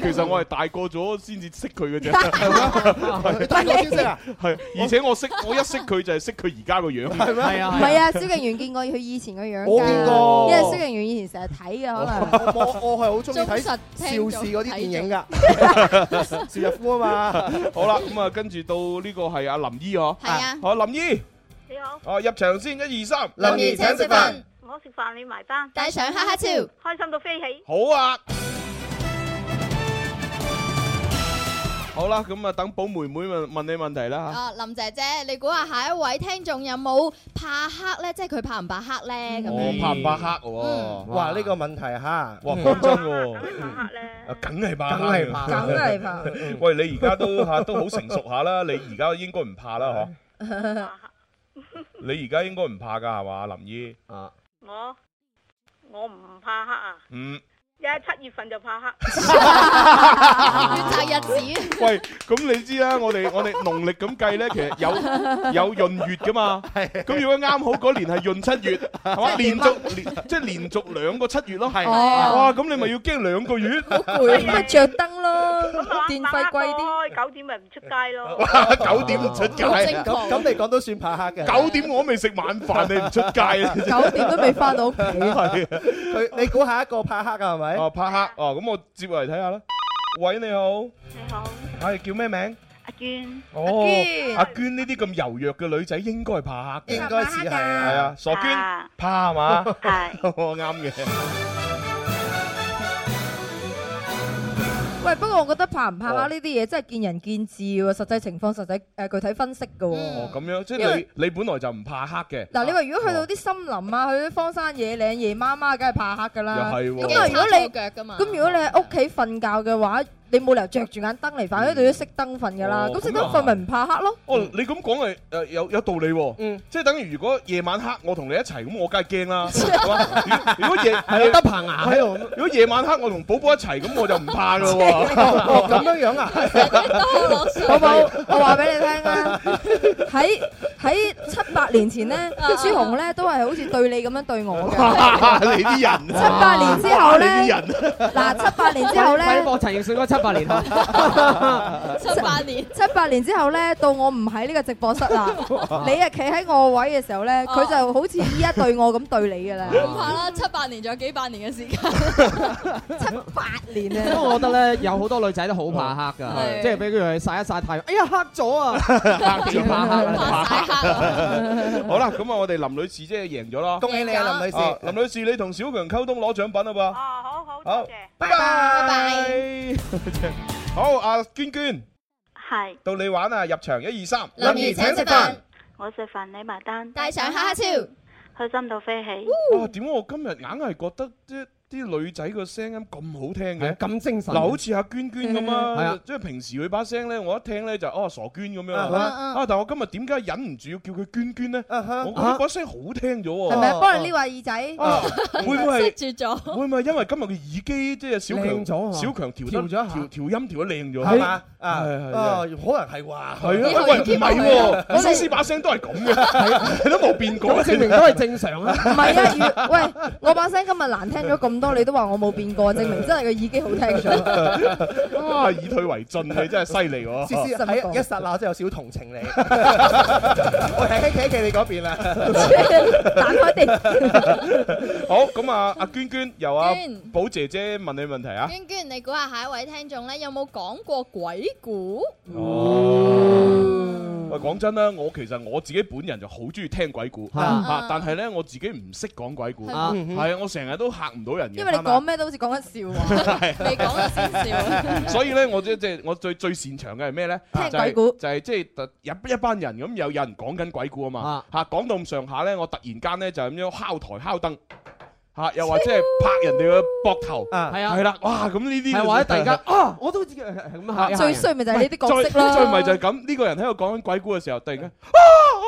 Speaker 6: 其實我係大個咗先至識佢嘅啫，
Speaker 8: 你大個先識啊！
Speaker 6: 係，而且我識我一識佢就係識佢而家個樣，
Speaker 8: 係咩係
Speaker 7: 唔係 啊，蕭敬元見過佢以前個樣㗎，
Speaker 6: 我見過
Speaker 7: 因為蕭敬元以前成日睇啊嘅可能。
Speaker 8: 我我係好中意睇
Speaker 7: 忠實聽眾
Speaker 8: 邵氏嗰啲電影㗎。
Speaker 6: 邵逸夫啊嘛。好啦，咁啊，跟住到呢個係阿林姨嗬。係啊。好，林姨。
Speaker 14: 你好，
Speaker 6: 哦，入場先，一二三。
Speaker 14: 林兒請食飯。我食飯你埋單，
Speaker 1: 帶上哈哈超
Speaker 14: 開心到飛 起。
Speaker 6: 好啊。好啦，咁啊，等寶妹妹問問你問題啦
Speaker 1: 啊，林姐姐，你估下下一位聽眾有冇怕黑咧？即係佢怕唔怕黑咧？咁
Speaker 6: 嚇。
Speaker 1: 樣。
Speaker 6: 怕唔怕黑喎？
Speaker 8: 哇！呢個問題嚇，
Speaker 6: 哇，講真喎，啊梗係怕黑，
Speaker 8: 梗係怕梗係怕。
Speaker 6: 喂，你而家都嚇都好成熟下啦，你而家應該唔怕啦，嗬？你而家應該唔怕㗎係嘛，林姨？啊，
Speaker 14: 我我唔怕黑啊，
Speaker 6: 嗯。
Speaker 14: 一七月份就怕黑。
Speaker 1: 擇日子。
Speaker 6: 喂，咁你知啦，我哋我哋農曆咁計咧，其實有有闰月噶嘛。咁如果啱好嗰年係闰七月，係嘛？連續連即係連續兩個七月咯。係
Speaker 7: 哦
Speaker 6: 哇，咁你咪要驚兩個月。好
Speaker 7: 攰啊咪着 燈咯
Speaker 14: 咁啊，
Speaker 7: 電費貴啲
Speaker 14: 晚黑開九點咪唔出街咯。
Speaker 6: 九點唔出街，
Speaker 7: Dạ.
Speaker 8: 咁咁你講都算怕黑嘅。
Speaker 6: 九點我未食晚飯，你唔出街啊？
Speaker 7: 九點都未翻到屋企
Speaker 6: 係啊
Speaker 8: 佢你估下一個怕黑啊？係咪？
Speaker 6: 哦，怕黑哦，咁我接落嚟睇下啦。喂，你好，
Speaker 14: 你好，
Speaker 6: 係叫咩名？
Speaker 14: 阿娟。
Speaker 6: 哦
Speaker 14: 娟，
Speaker 6: 阿娟呢啲咁柔弱嘅女仔應該係怕黑嘅，
Speaker 8: 應該似係啊
Speaker 6: 係啊，傻娟
Speaker 14: 啊
Speaker 6: 怕係嘛？
Speaker 14: 係，
Speaker 6: 我啱嘅。
Speaker 7: 喂，不過我覺得怕唔怕啊黑呢啲嘢真係見仁見智喎，實際情況實際誒具體分析嘅喎。
Speaker 8: 嗯
Speaker 6: 哦，咁樣即
Speaker 7: 因
Speaker 6: 係
Speaker 7: 為
Speaker 6: 你你本來就唔怕黑嘅。
Speaker 7: 嗱，你話如果
Speaker 6: 哦
Speaker 7: 去到啲森林啊，去啲荒山野嶺、夜媽媽，梗係怕黑㗎啦。
Speaker 6: 又係喎
Speaker 7: 咁啊，如果
Speaker 1: 驚叉
Speaker 7: 你
Speaker 1: 錯腳㗎嘛
Speaker 7: 咁如果你喺屋企瞓覺嘅話，你冇理由着住眼燈嚟瞓，一定要熄燈瞓㗎啦。
Speaker 6: 嗯哦
Speaker 7: 咁熄
Speaker 6: 咁啊
Speaker 7: 燈瞓咪唔怕黑咯？
Speaker 6: 哦，
Speaker 14: 嗯
Speaker 6: 你咁講係誒有有道理喎。即係等於如果夜晚黑我同你一齊，咁我梗係驚 啦。係嘛如果如果夜係啊
Speaker 8: 得棚牙喺度。
Speaker 6: 如果夜晚黑我同寶寶一齊，咁我就唔怕 噶
Speaker 8: 哦
Speaker 6: 喎。
Speaker 8: 咁樣樣啊？
Speaker 7: 寶寶，我話俾你聽啊，喺喺七八年 前咧，
Speaker 1: 啊
Speaker 7: 啲朱紅咧都係好似對你咁樣對我
Speaker 6: 哇
Speaker 7: 嘅。
Speaker 6: 你啲人，
Speaker 7: 七八年之後咧
Speaker 9: 啊
Speaker 6: 哇你啲人，
Speaker 7: 嗱，七八年之後咧
Speaker 9: 快啲，播陳奕迅嗰七八年啊！
Speaker 7: 七
Speaker 1: 七八年，
Speaker 7: 七八年之後咧，到我唔喺呢個直播室 啦，你啊企喺我位嘅時候咧，佢就好似依家對我咁對你噶啦。
Speaker 1: 唔怕啦，七八年仲有幾百年嘅時間。
Speaker 7: 年
Speaker 8: 因為我覺得咧，有好多女仔都好怕黑㗎，
Speaker 1: 係
Speaker 8: 即係俾佢哋曬一曬 太陽，哎呀黑咗啊，黑點怕黑啊？
Speaker 6: 好啦，咁啊，我哋林女士即係贏咗啦，
Speaker 12: 恭喜你啊林女士
Speaker 6: 啊林女士，你同小強溝通攞獎品啊噃。
Speaker 14: 哦，好好，
Speaker 6: 好
Speaker 14: 多謝。
Speaker 6: 拜拜。 好，阿娟娟，
Speaker 14: 係
Speaker 6: 到你玩啊！入場一二三，
Speaker 14: 林怡請食飯，我食飯你埋單，帶上哈哈超，開心到飛起。
Speaker 6: 哇，點解我今日硬係覺得啲啲女仔個聲音咁好聽嘅，
Speaker 8: 啊咁精神
Speaker 6: 嗱，好似阿娟娟咁
Speaker 8: 係啊
Speaker 6: 啊，即係平時佢把聲咧，我一聽咧就哦傻娟咁樣啦
Speaker 8: 啊
Speaker 6: 啊，但我今日點解忍唔住要叫佢娟娟咧？我覺得把聲好聽咗喎，
Speaker 8: 啊
Speaker 7: 係咪幫你呢個耳 仔？
Speaker 6: 啊會唔會
Speaker 7: 係？住咗。
Speaker 6: 會唔會因為今日嘅耳機即係小強
Speaker 8: 靚咗啊
Speaker 6: 小強調得
Speaker 8: 調咗一下
Speaker 6: 調調音調得靚咗
Speaker 12: 係嘛
Speaker 6: 係
Speaker 12: 啊
Speaker 6: 係係
Speaker 12: 啊，可能係話
Speaker 6: 係啊，喂，唔係喎，
Speaker 7: 我哋
Speaker 6: 蘇斯把聲都係咁
Speaker 9: 啊
Speaker 6: 嘅，你都冇變
Speaker 8: 咁
Speaker 6: 過，
Speaker 8: 證明都係正常啊。
Speaker 7: 唔係啊，如喂，我把聲今日難聽咗咁多，你都話我冇變過，證明真係個耳機好 聽咗。
Speaker 6: 啊，以退為進，你真係犀利喎！
Speaker 12: 思思
Speaker 8: 啊
Speaker 12: 喺一剎那真係有少少同情你，我係企喺企你嗰邊
Speaker 6: 啊
Speaker 12: 啦。
Speaker 7: 彈開地，
Speaker 6: 好，咁啊，阿娟娟由阿
Speaker 1: 娟
Speaker 6: 寶姐姐問你問題啊。
Speaker 1: 娟娟，你估下下一位聽眾咧有冇講過鬼故？
Speaker 7: 嗯
Speaker 6: 喂，講真啦，我其實我自己本人就好中意聽鬼故，
Speaker 8: 係啊
Speaker 6: 啊但係咧我自己唔識講鬼故，
Speaker 7: 係嘛嗯
Speaker 6: 係啊，我成日都嚇唔到人嘅。
Speaker 7: 因為你講咩都好似講緊笑話，
Speaker 1: 未講就先笑。
Speaker 6: 所以咧，我即即係我最最擅長嘅係咩咧？
Speaker 7: 聽
Speaker 6: 就係
Speaker 7: 鬼故
Speaker 6: 就係即係突一一班人咁有有人講緊鬼故啊嘛嚇，講到咁上下咧，我突然間咧就咁樣敲台敲凳。嚇，又或者係拍人哋嘅膊頭，
Speaker 8: 係啊
Speaker 6: 係啦，哇！咁呢啲
Speaker 8: 係
Speaker 6: 就
Speaker 8: 或者突 然間啊，我都知係咁嚇一下人。
Speaker 7: 最衰咪就係呢啲角色
Speaker 6: 再再唔係就
Speaker 7: 啦。
Speaker 6: 係咁，呢個人喺度講緊鬼故嘅時候，突然間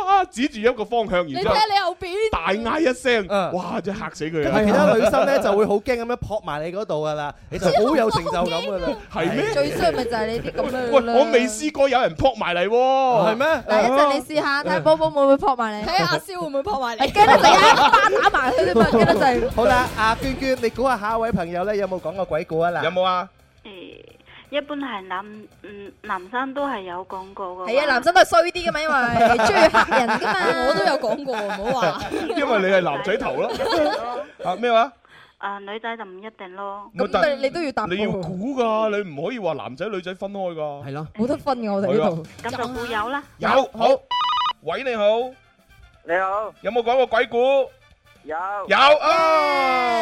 Speaker 6: 啊指住一個方向，
Speaker 1: 你
Speaker 6: 然
Speaker 1: 睇
Speaker 6: 之後
Speaker 1: 下你後邊，
Speaker 6: 大嗌一聲，哇！真係嚇死佢啊！
Speaker 12: 其他女生咧就會好驚咁樣撲埋你嗰度噶啦，你就 好有成就
Speaker 7: Dạ.
Speaker 12: 感噶啦。
Speaker 6: 係咩？
Speaker 7: 最衰咪就係呢啲咁
Speaker 6: 喂，
Speaker 7: 樣啦
Speaker 6: 我未試過有人撲埋嚟喎，
Speaker 12: 係咩？
Speaker 7: 嗱，一陣你試下睇下寶寶會唔會撲埋你？
Speaker 1: 睇下阿蕭會唔會撲埋你？
Speaker 7: 驚得滯啊！一巴打埋佢啫嘛，驚得滯。
Speaker 12: 好啦，阿娟娟，你估下下一位朋友咧有冇講過鬼故啊？嗱，
Speaker 6: 有冇啊？
Speaker 14: 誒，一般係男嗯男生都係有講過嘅。
Speaker 7: 係啊，男生都係衰啲噶嘛，因 為中意嚇人 噶嘛。
Speaker 1: 我都有講過，唔好話。
Speaker 6: 因為你係男仔頭 咯。啊咩話？
Speaker 14: 啊女仔就唔一定咯。
Speaker 7: 咁你你都要答
Speaker 6: 你要
Speaker 7: 我，
Speaker 6: 估噶，你唔可以話男仔女仔分開噶。
Speaker 8: 係咯，
Speaker 7: 冇得分嘅我哋呢度。
Speaker 14: 咁就固有啦。
Speaker 6: 有好，喂你好，
Speaker 15: 你好，
Speaker 6: 有冇講過鬼故？
Speaker 15: 有
Speaker 6: 有啊。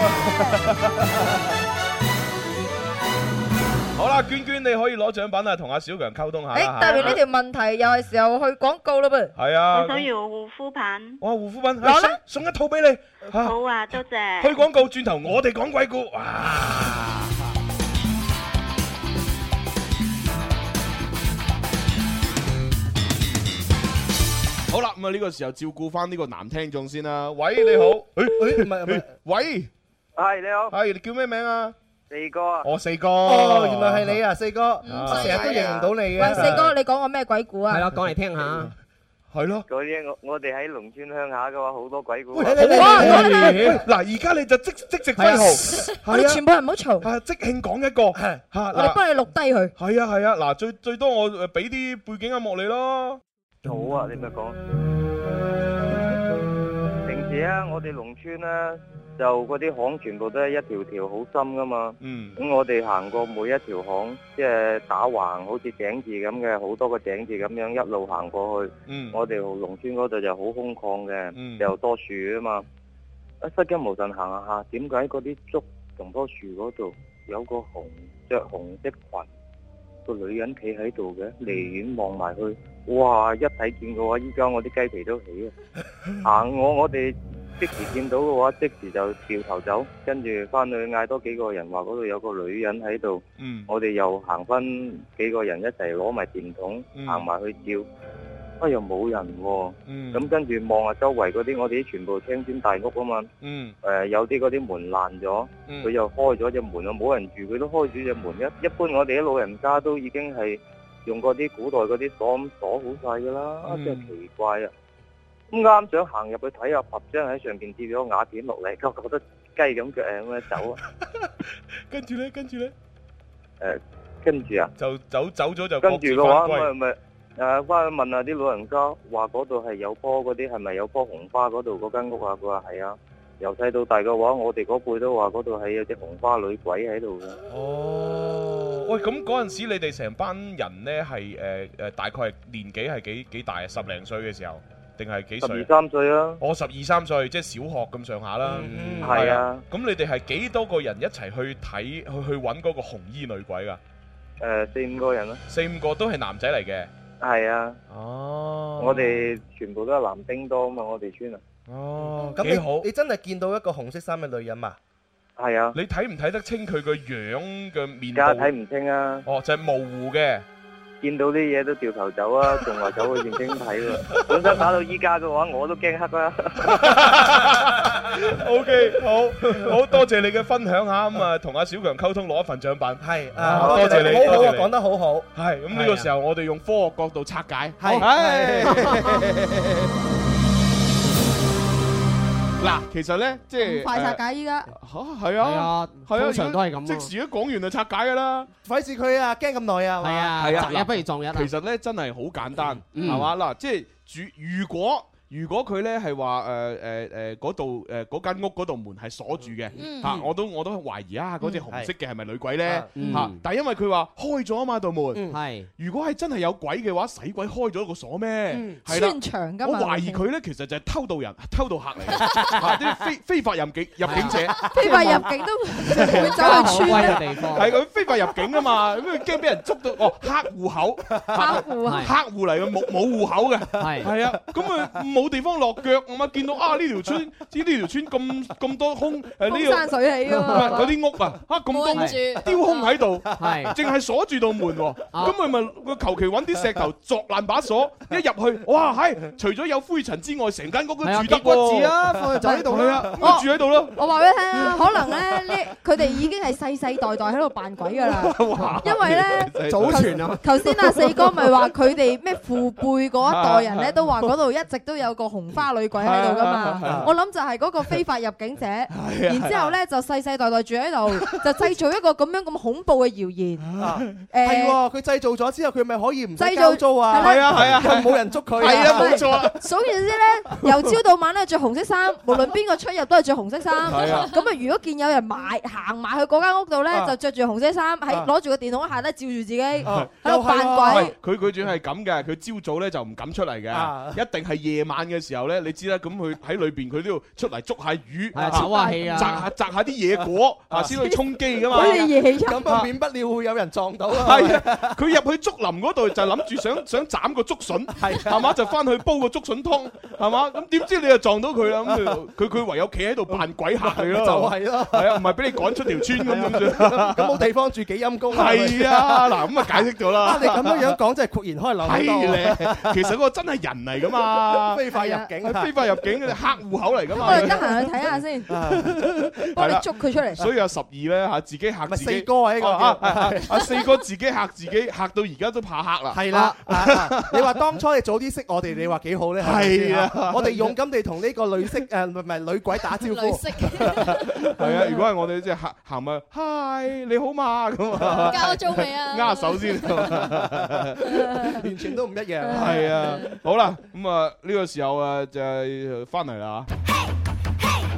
Speaker 6: 好啦，娟娟你可以攞獎品啊，同阿小強溝通下
Speaker 7: 誒，
Speaker 6: 啦。
Speaker 7: 答完呢條問題又係時候去廣告啦噃。
Speaker 6: 係啊
Speaker 14: 我，需要護膚品。
Speaker 6: 哇護膚品，
Speaker 7: 攞啦
Speaker 6: 哎送送一套俾你。嚇
Speaker 14: 好啊，多謝。
Speaker 6: 去廣告，轉頭我哋講鬼故。哇！好啦，咁啊呢個時候照顧翻呢個男聽眾先啦。喂，你好，誒誒，唔係唔係，喂，
Speaker 15: 係你好，
Speaker 6: 係你叫咩名啊？
Speaker 15: 四哥啊，
Speaker 6: 我四哥。Ờ,
Speaker 12: 哦，原來係你啊，
Speaker 8: à,
Speaker 12: 四哥，我成日都
Speaker 7: à?
Speaker 12: 認唔到你
Speaker 7: 喂，
Speaker 12: 嘅。
Speaker 7: 四哥，你講過咩鬼故啊？
Speaker 8: 係啦，講嚟聽下。
Speaker 6: 係咯。
Speaker 15: 嗰啲我我哋喺農村鄉下嘅話，好多鬼故啊。
Speaker 7: 哇講得
Speaker 6: 喂嗱，而家你就即即直揮毫，
Speaker 7: 我哋全部人唔好嘈，
Speaker 6: 啊即興講一個，嚇
Speaker 7: 我哋
Speaker 6: 嗱，
Speaker 7: 幫你錄低佢。
Speaker 6: 係啊係啊，嗱最最多我誒俾啲背景音樂你咯。
Speaker 15: 好啊，你咪講。平時啊，我哋農村咧就嗰啲巷全部都係一條條好深噶嘛。
Speaker 6: 嗯。
Speaker 15: 咁我哋行過每一條巷，即係打橫，好似井字咁嘅，好多個井字咁樣一路行過去。
Speaker 6: 嗯
Speaker 11: 어,
Speaker 15: 我哋農村嗰度就好空曠嘅，
Speaker 6: 嗯
Speaker 15: 又多樹啊嘛。一失驚無神行下下，點解嗰啲竹同棵樹嗰度有個紅着紅色裙個女人企喺度嘅，
Speaker 6: 嗯
Speaker 15: 離遠望埋去，哇！一睇見嘅話，依家我啲雞皮都 起啊！行我我哋即時見到嘅話，即時就掉頭走，跟住翻去嗌多幾個人話嗰度有個女人喺度。
Speaker 6: 嗯
Speaker 11: 어.
Speaker 15: 我哋又行翻幾個人一齊攞埋電筒
Speaker 6: 嗯
Speaker 15: 行埋去照，啊又冇人喎、
Speaker 6: 嗯
Speaker 15: 咁跟住望下周圍嗰啲，我哋啲全部青磚大屋啊嘛，誒、
Speaker 6: 嗯
Speaker 15: 有啲嗰啲門爛咗，
Speaker 6: 嗯
Speaker 15: 佢又開咗隻門啊，冇人住佢都開住隻門，一一般我哋啲老人家都已經係用嗰啲古代嗰啲鎖咁鎖好晒㗎啦，啊真係奇怪啊！咁啱想行入去睇下，白張喺上邊跌咗瓦片落嚟，我覺 得雞咁腳咁樣走啊！
Speaker 6: 跟住咧，跟住咧。
Speaker 15: 誒、跟住啊，
Speaker 6: 就走走咗就
Speaker 15: 跟
Speaker 6: 各
Speaker 15: 住
Speaker 6: 自
Speaker 15: 嘅
Speaker 6: 返
Speaker 15: 話，
Speaker 6: 歸
Speaker 15: 咪咪誒翻去問下啲老人家，話嗰度係有棵嗰啲係咪有棵紅花嗰度嗰間屋啊？佢話係啊。由細到大嘅話，我哋嗰輩都話嗰度係有隻紅花女鬼喺度嘅。
Speaker 6: 哦，喂，咁嗰陣時你哋成班人呢係誒誒，大概係年紀係幾幾大啊？十零歲嘅時候，定係幾
Speaker 15: 十二
Speaker 6: 歲？
Speaker 15: 三歲啊，
Speaker 6: 我十二三歲，即係小學咁上下
Speaker 16: 嗯
Speaker 6: 啦。
Speaker 15: 係啊。
Speaker 6: 咁你哋係幾多個人一齊去睇去去揾嗰個紅衣女鬼㗎？
Speaker 15: 誒四五個人啦。
Speaker 6: 四五個都係男仔嚟嘅。
Speaker 15: 係啊。
Speaker 6: 哦。
Speaker 15: 我哋全部都係男丁多啊嘛，我哋村啊。
Speaker 6: 哦，
Speaker 8: 咁
Speaker 6: 幾好
Speaker 8: 你你真係見到一個紅色衫嘅女人嘛？
Speaker 15: 係啊。
Speaker 6: 你睇唔睇得清佢個樣嘅面部？
Speaker 15: 而家睇唔清啊。
Speaker 6: 哦，就係模糊嘅。
Speaker 15: 見到啲嘢都掉頭走啊，仲話走去認真睇喎。本身打到依家嘅話，我都驚黑啦。
Speaker 6: O K，好好多謝你嘅分享吓，咁啊同阿小強溝通攞一份獎品，
Speaker 8: 係
Speaker 6: 啊，
Speaker 8: 我
Speaker 6: 多
Speaker 8: 覺
Speaker 6: 謝
Speaker 8: 得
Speaker 6: 你，
Speaker 8: 好好啊
Speaker 6: 多謝你
Speaker 8: 講得好好，
Speaker 6: 係咁呢個時候我哋用科學角度拆解，
Speaker 8: 係啊
Speaker 6: 係。 嗱，其實咧，即係
Speaker 7: 快拆解依家。
Speaker 6: 嚇係
Speaker 16: 係啊
Speaker 6: 啊，係啊，
Speaker 16: 通常都係咁啊
Speaker 6: 如果即時一講完就拆解㗎啦。
Speaker 8: 費事佢啊，驚咁耐啊，係嘛
Speaker 6: 係
Speaker 16: 係啊
Speaker 6: 啊，
Speaker 16: 撞日
Speaker 6: 嗱
Speaker 16: 不如撞日啊
Speaker 6: 其實咧真係好簡單，
Speaker 16: 嗯
Speaker 6: 係嘛嗱，即係主如果。如果佢咧係話誒誒誒嗰度誒嗰間屋嗰度門係鎖住嘅
Speaker 16: 嗯
Speaker 6: 嚇，我都我都懷疑啊嗰隻紅色嘅係咪女鬼咧
Speaker 16: 嗯
Speaker 6: 嚇
Speaker 16: 嗯？
Speaker 6: 但係因為佢話開咗啊嘛道門，
Speaker 16: 係
Speaker 6: 如果係真係有鬼嘅話，使鬼開咗個鎖咩？
Speaker 16: 嗯
Speaker 6: 嗯係啦
Speaker 7: 嗯穿。牆㗎
Speaker 6: 我
Speaker 7: 嘛。
Speaker 6: 懷疑佢咧其實就係偷渡人、偷渡客嚟嘅，嚇啲非非法入境入 境者。
Speaker 7: 非法入境都會走去村咧。
Speaker 6: 係佢非法入境啊嘛，咁佢驚俾人捉到哦，黑户口，黑
Speaker 7: 户口
Speaker 6: 黑户嚟嘅，冇冇户口嘅，
Speaker 16: 係
Speaker 6: 係啊，咁啊冇地方落腳，咁啊見到啊呢條村，呢條村咁咁多空誒呢
Speaker 7: 風生
Speaker 6: 度
Speaker 7: 水起㗎嘛
Speaker 6: 唔係嗰啲屋啊，啊咁多
Speaker 7: 冇人住
Speaker 6: 雕空喺度，
Speaker 16: 係
Speaker 6: 淨係鎖住道門喎，咁佢咪佢求其揾啲石頭鑿爛把鎖，一入去，哇係，除咗有灰塵之外，成間屋都
Speaker 16: 係啊
Speaker 6: 住得
Speaker 16: 幾骨
Speaker 6: 喎，
Speaker 16: 子啊放佢就喺度啦
Speaker 6: 係啊，咁佢住喺度咯。
Speaker 7: 我話俾你聽啊，可能咧呢，佢哋已經係世世代代喺度扮鬼㗎啦。因為咧
Speaker 16: 祖傳啊，
Speaker 7: 頭先阿四哥咪話佢哋咩父輩嗰一代人咧，都話嗰度一直都有個紅花女鬼喺度噶
Speaker 16: 係啊係啊
Speaker 7: 嘛。我諗就係嗰個非法入境者，然之後咧就世世代代住喺度，就製造一個咁樣咁恐怖嘅謠
Speaker 8: 啊
Speaker 7: 言。
Speaker 8: 係
Speaker 7: 誒，
Speaker 8: 喎，佢製造咗之後，佢咪可以唔使
Speaker 7: 製造
Speaker 8: 交租啊？
Speaker 7: 係啦
Speaker 6: 係啊係啊
Speaker 8: 又冇人捉佢。
Speaker 6: 係啊冇錯啊
Speaker 7: 所以之咧，由朝到晚咧着 紅色衫，無論邊個出入都係着紅色衫。
Speaker 6: 係
Speaker 7: 咁
Speaker 6: 啊
Speaker 7: 啊，如果見有人買行埋去嗰間屋度咧，
Speaker 6: 啊
Speaker 7: 就着住紅色衫，喺
Speaker 6: 啊
Speaker 7: 攞住個電筒下咧照住自己，哦 喺
Speaker 6: 啊
Speaker 7: 度扮鬼。
Speaker 6: 喂佢佢仲係咁嘅，佢朝早咧就唔敢出嚟嘅，一定係夜晚嘅時候咧，你知啦，咁佢喺裏邊佢都要出嚟捉下魚，
Speaker 16: 係啊唞下氣啊
Speaker 6: 摘下摘下啲野果
Speaker 8: Ờ.
Speaker 6: 啊，先去充饑噶嘛。
Speaker 8: 咁 啊，免不了會有人撞到啊。
Speaker 6: 係啊，佢入去竹林嗰度就諗住想想斬個竹筍，係係嘛，就翻去煲個竹筍湯，係嘛，咁點知你就撞到佢啦，咁佢佢佢唯有企喺度扮鬼嚇你咯，
Speaker 8: 就係咯
Speaker 6: 係啊，唔係俾你趕出條村咁咁
Speaker 8: 咁
Speaker 6: 啫，
Speaker 8: 冇地方住幾陰公
Speaker 6: 係啊，嗱咁啊解釋咗啦。
Speaker 8: 啊，你咁樣樣講真係豁然開朗好
Speaker 6: 係
Speaker 8: 多
Speaker 6: 咧
Speaker 8: 啊。，
Speaker 6: 其實嗰個真係人嚟 噶嘛，
Speaker 8: 非法入
Speaker 7: 啊
Speaker 8: 境
Speaker 6: 係非法入境嘅黑户口嚟噶
Speaker 7: 我
Speaker 6: 嘛。
Speaker 7: 哋得閒去睇下先，幫你捉佢出嚟。
Speaker 6: 所以有十二咧嚇，自己嚇自己。
Speaker 8: 四哥啊呢個
Speaker 6: 哦啊
Speaker 8: 叫
Speaker 6: 啊啊四哥自己嚇自己，嚇到而家都怕黑啦。
Speaker 8: 係啦，啊啊你話當初你早啲識我哋，你話幾好咧？係咪先
Speaker 6: 係啊
Speaker 8: 我哋勇敢地同呢個女色誒，唔係女鬼打招呼。
Speaker 6: 女色係啊！如果係我哋即係行行咪，Hi，你好嘛咁啊？
Speaker 8: 交咗租未啊
Speaker 6: 握手先。
Speaker 8: 完全都唔一樣。
Speaker 6: 係啊，好啦，咁啊呢個時候啊就係翻嚟啦啊嚇。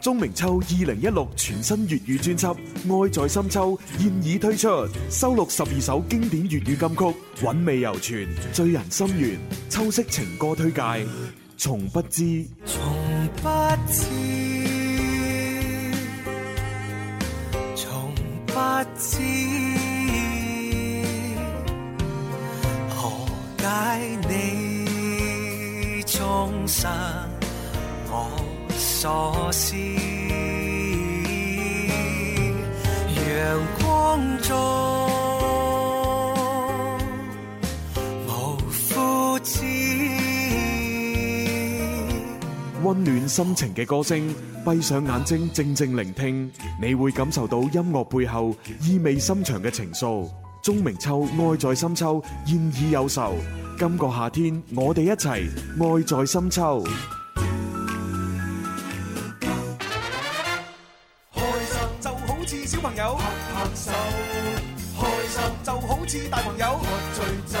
Speaker 11: 钟明秋二零一六全新粵語專輯《愛在深秋》現已推出，收錄十二首經典粵語金曲，韻味猶存，醉人心弦。秋色情歌推介，從不知。
Speaker 5: 不知，從不知，何解你終生我所思？陽光中無枯枝。
Speaker 11: 温暖心情嘅歌聲，閉上眼睛靜靜聆聽，你會感受到音樂背後意味深長嘅情愫。鐘明秋愛在深秋，現已有愁。今個夏天，我哋一齊愛在深秋。
Speaker 5: Hãy subscribe cho kênh Ghiền Mì Gõ Để không bỏ lỡ 好似小朋友拍拍手，開心就好似大朋友喝醉酒。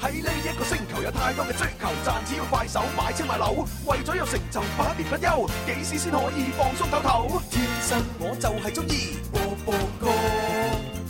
Speaker 5: 喺呢一個星球有太多嘅追求，賺錢要快手，買車買樓，為咗有成就百年不休。幾時先可以放鬆唞唞？天生我就係中意播播歌，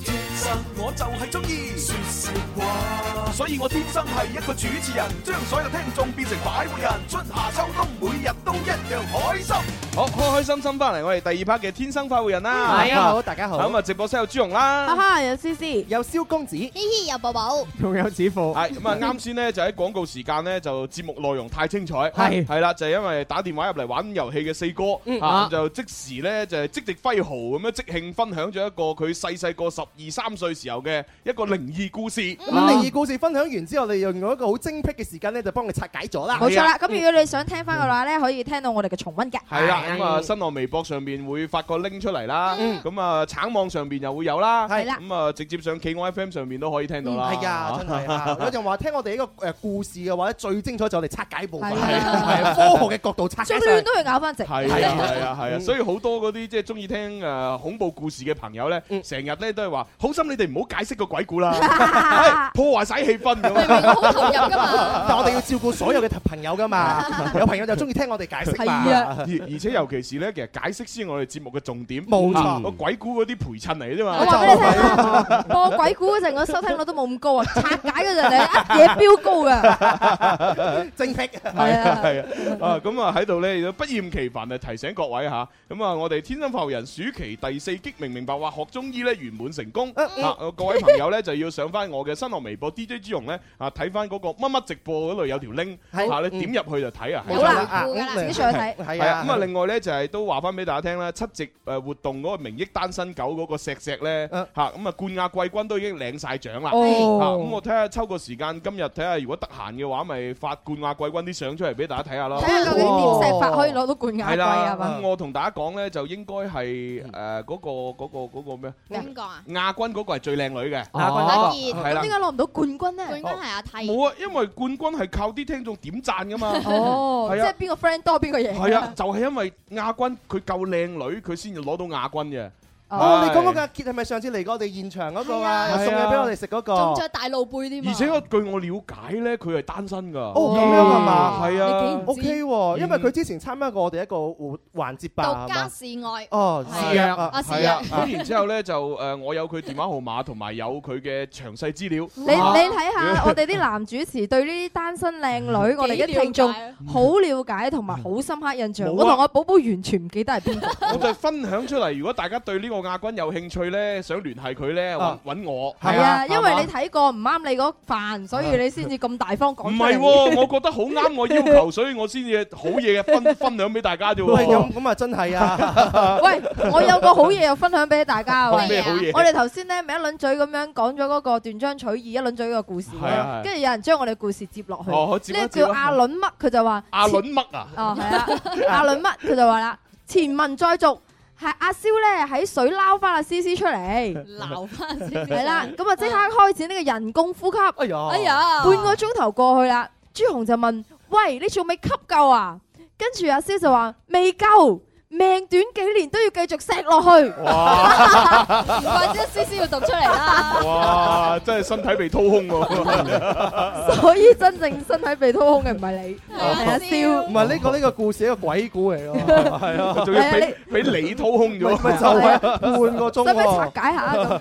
Speaker 5: 天生我就係中意説笑話，所以我天生係一個主持人，將所有聽眾變成擺活人。春夏秋冬，每日都一樣開心。
Speaker 6: 好開開心心翻嚟，我哋第二 part 嘅天生快活人啦！
Speaker 8: 大家好大家好
Speaker 6: 咁啊，直播室有朱紅啦，
Speaker 7: 哈哈，有思思，有
Speaker 8: 蕭公子，嘻
Speaker 1: 嘻，有寶寶。
Speaker 9: 仲有指父，
Speaker 6: 係咁啊！啱先咧就喺廣告時間咧就節目內容太精彩，
Speaker 9: 係
Speaker 6: 係啦，就係因為打電話入嚟玩遊戲嘅四哥
Speaker 9: 嗯
Speaker 6: 啊
Speaker 9: 啊，
Speaker 6: 就即時咧就係即席揮毫咁樣即興分享咗一個佢細細個十二三歲時候嘅一個靈異故事。
Speaker 8: 咁靈異故事分享完之後，你用一個好精闢嘅時間咧，就幫你拆解咗啦。
Speaker 7: 冇錯啦，咁如果你想聽翻嘅話咧，可以聽到我哋嘅重温嘅。
Speaker 6: 係啦，咁啊，新浪微博上面會發個 link 出嚟啦，咁啊，橙網上邊又會有啦，
Speaker 8: 嗯係啦
Speaker 6: 咁啊，直接上企鵝 FM 上面都可以聽到啦。
Speaker 8: 係啊，真係 啊！有人話聽我哋呢個誒故事嘅話咧，最精彩就係我哋拆解部分，
Speaker 7: 係啊
Speaker 8: 係啊科學嘅角度拆解
Speaker 7: 最
Speaker 8: 晒。
Speaker 7: 亂都要咬翻直。
Speaker 6: 係啊係啊
Speaker 8: 嗯
Speaker 6: 係啊，所以好多嗰啲即係中意聽誒恐怖故事嘅朋友咧，
Speaker 8: 嗯
Speaker 6: 成日咧都係話：好心你哋唔好解釋個鬼 故啦，係破壞晒氣氛咁。
Speaker 8: 好投入㗎嘛 但我哋要照顧所有嘅朋友㗎 嘛，有朋友就中意聽我哋解釋嘛。
Speaker 6: 而而且尤其是咧，其實解釋先係我哋節目嘅重點。
Speaker 8: 冇錯
Speaker 6: 啊個鬼故嗰啲陪襯嚟嘅啫嘛。
Speaker 7: 我話俾你聽啦，播鬼故嗰陣，我收聽率都冇咁高啊，拆解嗰陣你一嘢飆高噶。
Speaker 8: 精 辟
Speaker 6: 係啊係啊啊咁啊喺度咧都不厭其煩啊提醒各位吓，咁啊我哋天生浮人暑期第四擊明明白話學中醫咧圓滿成功
Speaker 8: 嗯
Speaker 6: 啊！各位朋友咧就要上翻我嘅新浪微博 DJ 朱容咧啊睇翻嗰個乜乜直播嗰度有條 link
Speaker 8: 係
Speaker 6: 啊你點入去就睇啊！
Speaker 8: 冇啦
Speaker 5: À,
Speaker 8: 啊冇啦自己上去睇
Speaker 6: 係
Speaker 8: 係
Speaker 6: 啊
Speaker 8: 啊
Speaker 6: 咁啊另外咧就係都話翻俾大家聽啦，七夕誒活動嗰個名益單身狗嗰個石石咧嚇咁啊冠亞季軍都已經領晒獎啦
Speaker 8: 哦
Speaker 6: 啊咁我睇下抽個時間今日睇下如果得閒嘅話，咪發冠亞季軍啲相出嚟俾大家睇下咯。哦
Speaker 7: 睇下究竟點石法可以攞到冠亞
Speaker 6: 係
Speaker 7: 季啊
Speaker 6: 啦，
Speaker 7: 嘛
Speaker 6: 咁？我同大家講咧，就應該係誒嗰個嗰個嗰個咩？
Speaker 1: 邊個啊？
Speaker 6: 亞軍嗰個係最靚女嘅，哦
Speaker 7: 阿傑，
Speaker 6: 係
Speaker 7: 咁
Speaker 6: 啦
Speaker 7: 點。解攞唔到冠軍咧？
Speaker 1: 冠軍係阿泰。
Speaker 6: 冇啊，因為冠軍係靠啲聽眾點讚噶嘛。
Speaker 7: 哦，即
Speaker 6: 係
Speaker 7: 係
Speaker 6: 啊。
Speaker 7: 邊個 friend 多邊個贏？
Speaker 6: 係啊，就係因為亞軍佢夠靚女，佢先至攞到亞軍嘅。
Speaker 8: 哦，你
Speaker 6: 係
Speaker 8: 講嗰個阿傑係咪上次嚟過我哋現場嗰個啊？
Speaker 6: 係啊
Speaker 8: 又送嘢俾我哋食嗰個。
Speaker 1: 仲着大露背添啊！
Speaker 6: 而且我據我了解咧，佢係單身㗎。
Speaker 8: 哦，咁樣係嘛？
Speaker 6: 係啊。
Speaker 8: ，O K 喎，因為佢之前參加過我哋一個活環節吧。
Speaker 1: 獨
Speaker 8: 係
Speaker 1: 家
Speaker 8: 嘛
Speaker 1: 示愛。
Speaker 8: 哦，
Speaker 6: 係啊，
Speaker 1: 啊
Speaker 6: 係啊，
Speaker 1: 是啊
Speaker 6: 咁然之後咧就誒，我有佢電話號碼同埋有佢嘅詳細資料。
Speaker 7: 你你
Speaker 8: 啊
Speaker 7: 睇下我哋啲男主持對呢啲單身靚
Speaker 1: 嗯
Speaker 7: 女，我哋
Speaker 1: 啊
Speaker 7: 啲聽眾好了解同埋好深刻印象。
Speaker 6: 冇啊
Speaker 7: 我同我寶寶完全唔記得係 邊個。
Speaker 6: 我就分享出嚟，如果大家對呢個亞軍有興趣咧，想聯繫佢咧，揾
Speaker 8: 啊
Speaker 6: 揾我。
Speaker 7: 係啊，因
Speaker 6: 係
Speaker 7: 為你
Speaker 6: 嘛啊
Speaker 7: 睇過唔啱你嗰飯，所以你先至咁大方講
Speaker 6: 唔
Speaker 7: 出
Speaker 6: 係
Speaker 7: 嚟。
Speaker 6: 喎，我覺得好啱我要求，所以我先至好嘢 分分享俾大家啫
Speaker 8: 喂，咁。
Speaker 6: 喎
Speaker 8: 咁啊，真係啊！
Speaker 7: 喂，我有個好嘢又分享俾 大家啊！
Speaker 6: 咩好嘢
Speaker 7: 我哋頭先咧咪一輪嘴咁樣講咗嗰個斷章取義一輪嘴嘅故事
Speaker 6: 係啊係啊
Speaker 7: 跟住有人將我哋故事接落去。
Speaker 6: 哦接啊
Speaker 7: 呢個
Speaker 6: 接啊
Speaker 7: 叫阿倫乜，佢就
Speaker 5: à,
Speaker 7: 話
Speaker 6: 阿倫乜啊？
Speaker 7: 哦，係啊， 阿倫乜佢就話啦，前文再續，係阿蕭咧喺水撈翻阿思思出嚟，
Speaker 1: 鬧翻先。
Speaker 7: 係啦，咁啊即刻開展呢個人工呼吸，哎
Speaker 8: 呀
Speaker 1: 哎呀
Speaker 7: 半個鐘頭過去啦，朱紅就問：喂，你仲未吸夠啊？跟住阿蕭就話：未夠。命短幾年都要繼續錫落去，
Speaker 1: 唔 怪之得思 思要讀出嚟啦。
Speaker 6: 哇！真係身體被掏空喎。
Speaker 7: 所以真正身體被掏空嘅 唔係你，係阿蕭。
Speaker 8: 唔係呢個呢個故事係一個鬼故嚟咯， 係啊，
Speaker 6: 仲要俾俾你掏空咗。
Speaker 8: 咪就係 半個鐘
Speaker 7: 使唔使
Speaker 8: 喎
Speaker 7: 拆，解下咁？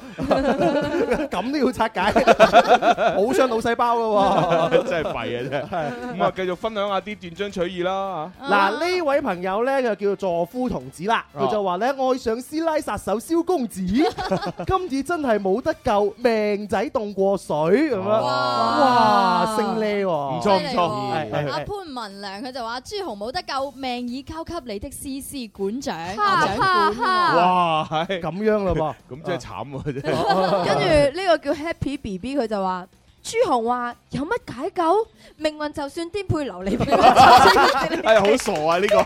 Speaker 8: 咁都要拆 解，好傷腦細胞噶喎。
Speaker 6: 真係弊啊！真係。咁啊，繼續分享下啲斷章取義啦。啊
Speaker 8: 嗱，呢位朋友咧就叫做助夫童子啦，
Speaker 6: 哦
Speaker 8: 佢就話咧愛上師奶殺手蕭公 子，今次真係冇得救，命仔凍過水咁樣，
Speaker 1: 哇
Speaker 8: 哇，勝利喎，唔
Speaker 6: 錯唔錯
Speaker 8: 係係
Speaker 1: 阿
Speaker 8: 係
Speaker 1: 潘文良佢就話朱紅冇得救，命已交給你的思思館長，
Speaker 7: 哈
Speaker 1: 長管
Speaker 7: 哈
Speaker 1: 喎。
Speaker 6: 哇，係
Speaker 8: 咁樣啦
Speaker 6: 噃，咁真係慘喎！真
Speaker 7: 跟
Speaker 6: 係。
Speaker 7: 住呢個叫 Happy B B 佢就話。朱紅話：有乜解救？命運就算顛沛流離，俾我
Speaker 6: 哎呀，好傻啊！呢個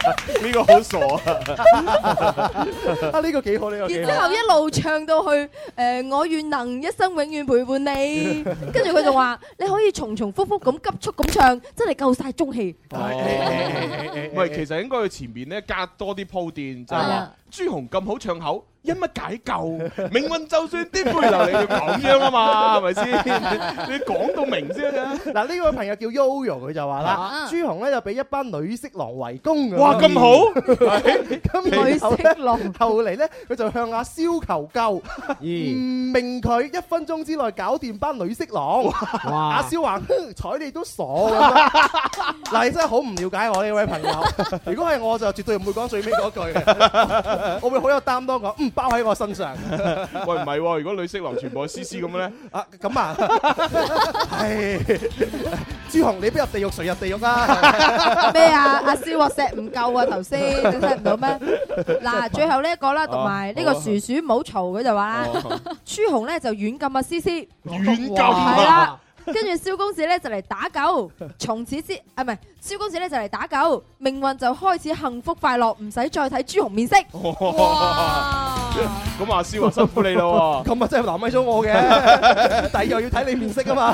Speaker 6: 呢個好傻 啊！
Speaker 8: 啊呢個幾好呢個幾
Speaker 7: 然
Speaker 8: 好
Speaker 7: 之。後一路唱到去誒、呃我願能一生永遠陪伴 你。跟住佢就話：你可以重重複複咁急速咁唱，真係夠晒中 氣。
Speaker 6: 唔係，其實應該佢前面咧加多啲鋪墊，就係
Speaker 7: 係啊
Speaker 6: 話朱紅咁好唱口，因乜解救？ 命運就算顛沛流離，咁樣啊嘛，係咪 先？ 你講到明先啊！
Speaker 8: 嗱，呢位朋友叫 Yoyo，佢就話啦，
Speaker 6: 啊
Speaker 8: 朱紅咧就俾一班女色狼圍攻㗎
Speaker 6: 哇咁好
Speaker 8: 咁然後
Speaker 7: 女色
Speaker 8: 咧，後嚟咧，佢就向阿蕭求救，唔明佢一分鐘之內搞掂班女色狼。
Speaker 9: 哇
Speaker 8: 阿蕭話：哼睬你都傻咁樣 嗱，你真係好唔了解我呢位朋 友。如果係我就絕對唔會講最尾嗰句嘅，我會好有擔當講，嗯，包喺我身 上。
Speaker 6: 喂，唔係喎，如果女色狼全部係 C C 咁咧，
Speaker 8: 啊咁 啊， 係朱紅，你不入地獄誰入地獄啊？
Speaker 7: 咩啊？阿蕭話錫唔夠啊，頭先你聽唔到咩？嗱，最後呢一個啦，同埋呢個薯薯唔好嘈，佢就話
Speaker 6: 哦
Speaker 7: 朱紅咧就軟禁阿思思，
Speaker 6: 軟禁啊
Speaker 7: 係啦。跟住蕭公子咧就嚟打狗，從此之啊唔係蕭公子咧就嚟打狗，命運就開始幸福快樂，唔使再睇朱紅面色。
Speaker 6: 哇！咁阿蕭啊，辛苦你咯 喎！
Speaker 8: 咁啊真係難為咗我 嘅，第二又要睇你面色啊嘛，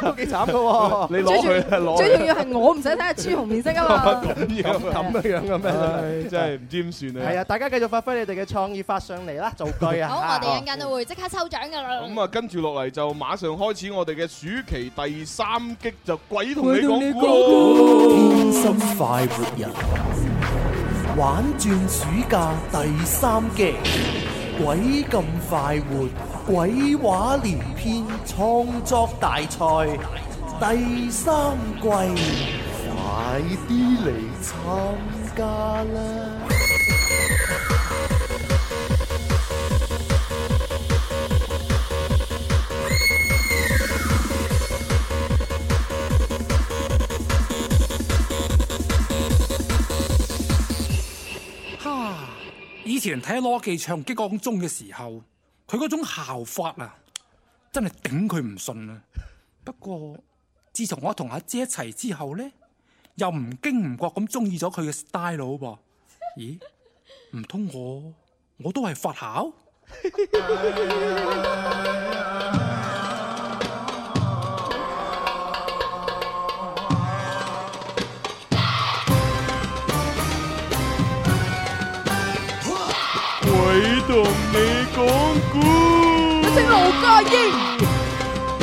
Speaker 8: 都幾慘噶喎。
Speaker 6: 你攞佢啦攞佢
Speaker 7: 最重要係我唔使睇下朱紅面色 啊嘛。
Speaker 6: 咁樣
Speaker 8: 咁嘅樣嘅咩
Speaker 6: 唉真係唔知點算啊！
Speaker 8: 係啊，大家繼續發揮你哋嘅創意，發上嚟啦，造句啊！
Speaker 1: 好，我哋一陣間都會即刻抽獎噶啦。
Speaker 6: 咁啊，跟住落嚟就馬上開始我哋嘅暑期第三擊，就鬼同你講古咯。
Speaker 12: 天生快活人，玩轉暑假第三季，鬼咁快活，鬼話連篇創作大賽第三季，快啲嚟參加啦！
Speaker 17: 哈！以前睇羅記唱激光中嘅時候，佢嗰種效法啊，真係頂佢唔順啊！不過自從我同阿姐一齊之後呢，又唔經唔覺咁中意咗佢嘅 style 噃。咦？唔通我我都係發姣？
Speaker 6: 鬼同你講古，
Speaker 7: 我稱盧家英。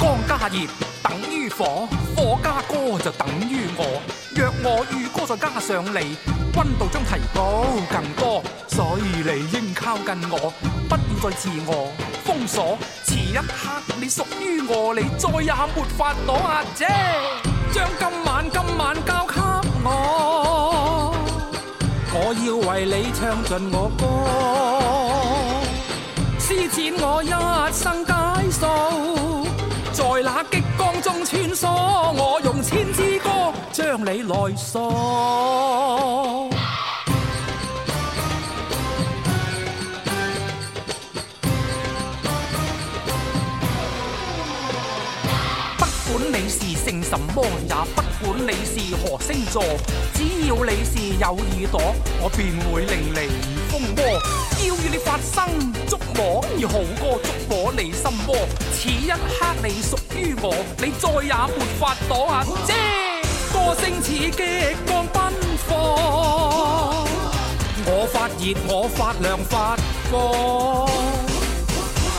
Speaker 17: 江加熱等於火，火加歌就等於我。若我與歌再加上你，温度將提高更多，所以你應靠近我，不要再自我封鎖。遲一刻你屬於我，你再也沒法攞阿姐，將今晚今晚交給我，我要為你唱盡我歌。施展我一生解數，在那激光中穿梭，我用千支歌將你來掃。不管你是姓什麼，也不管你是何星座，只要你是有耳朵，我便會令你瘋魔，要與你發生觸摸，而豪歌觸摸你心窩。此一刻你屬於我，你再也沒法躲啊！姐，歌聲似激光奔放，我發熱，我發亮，發光。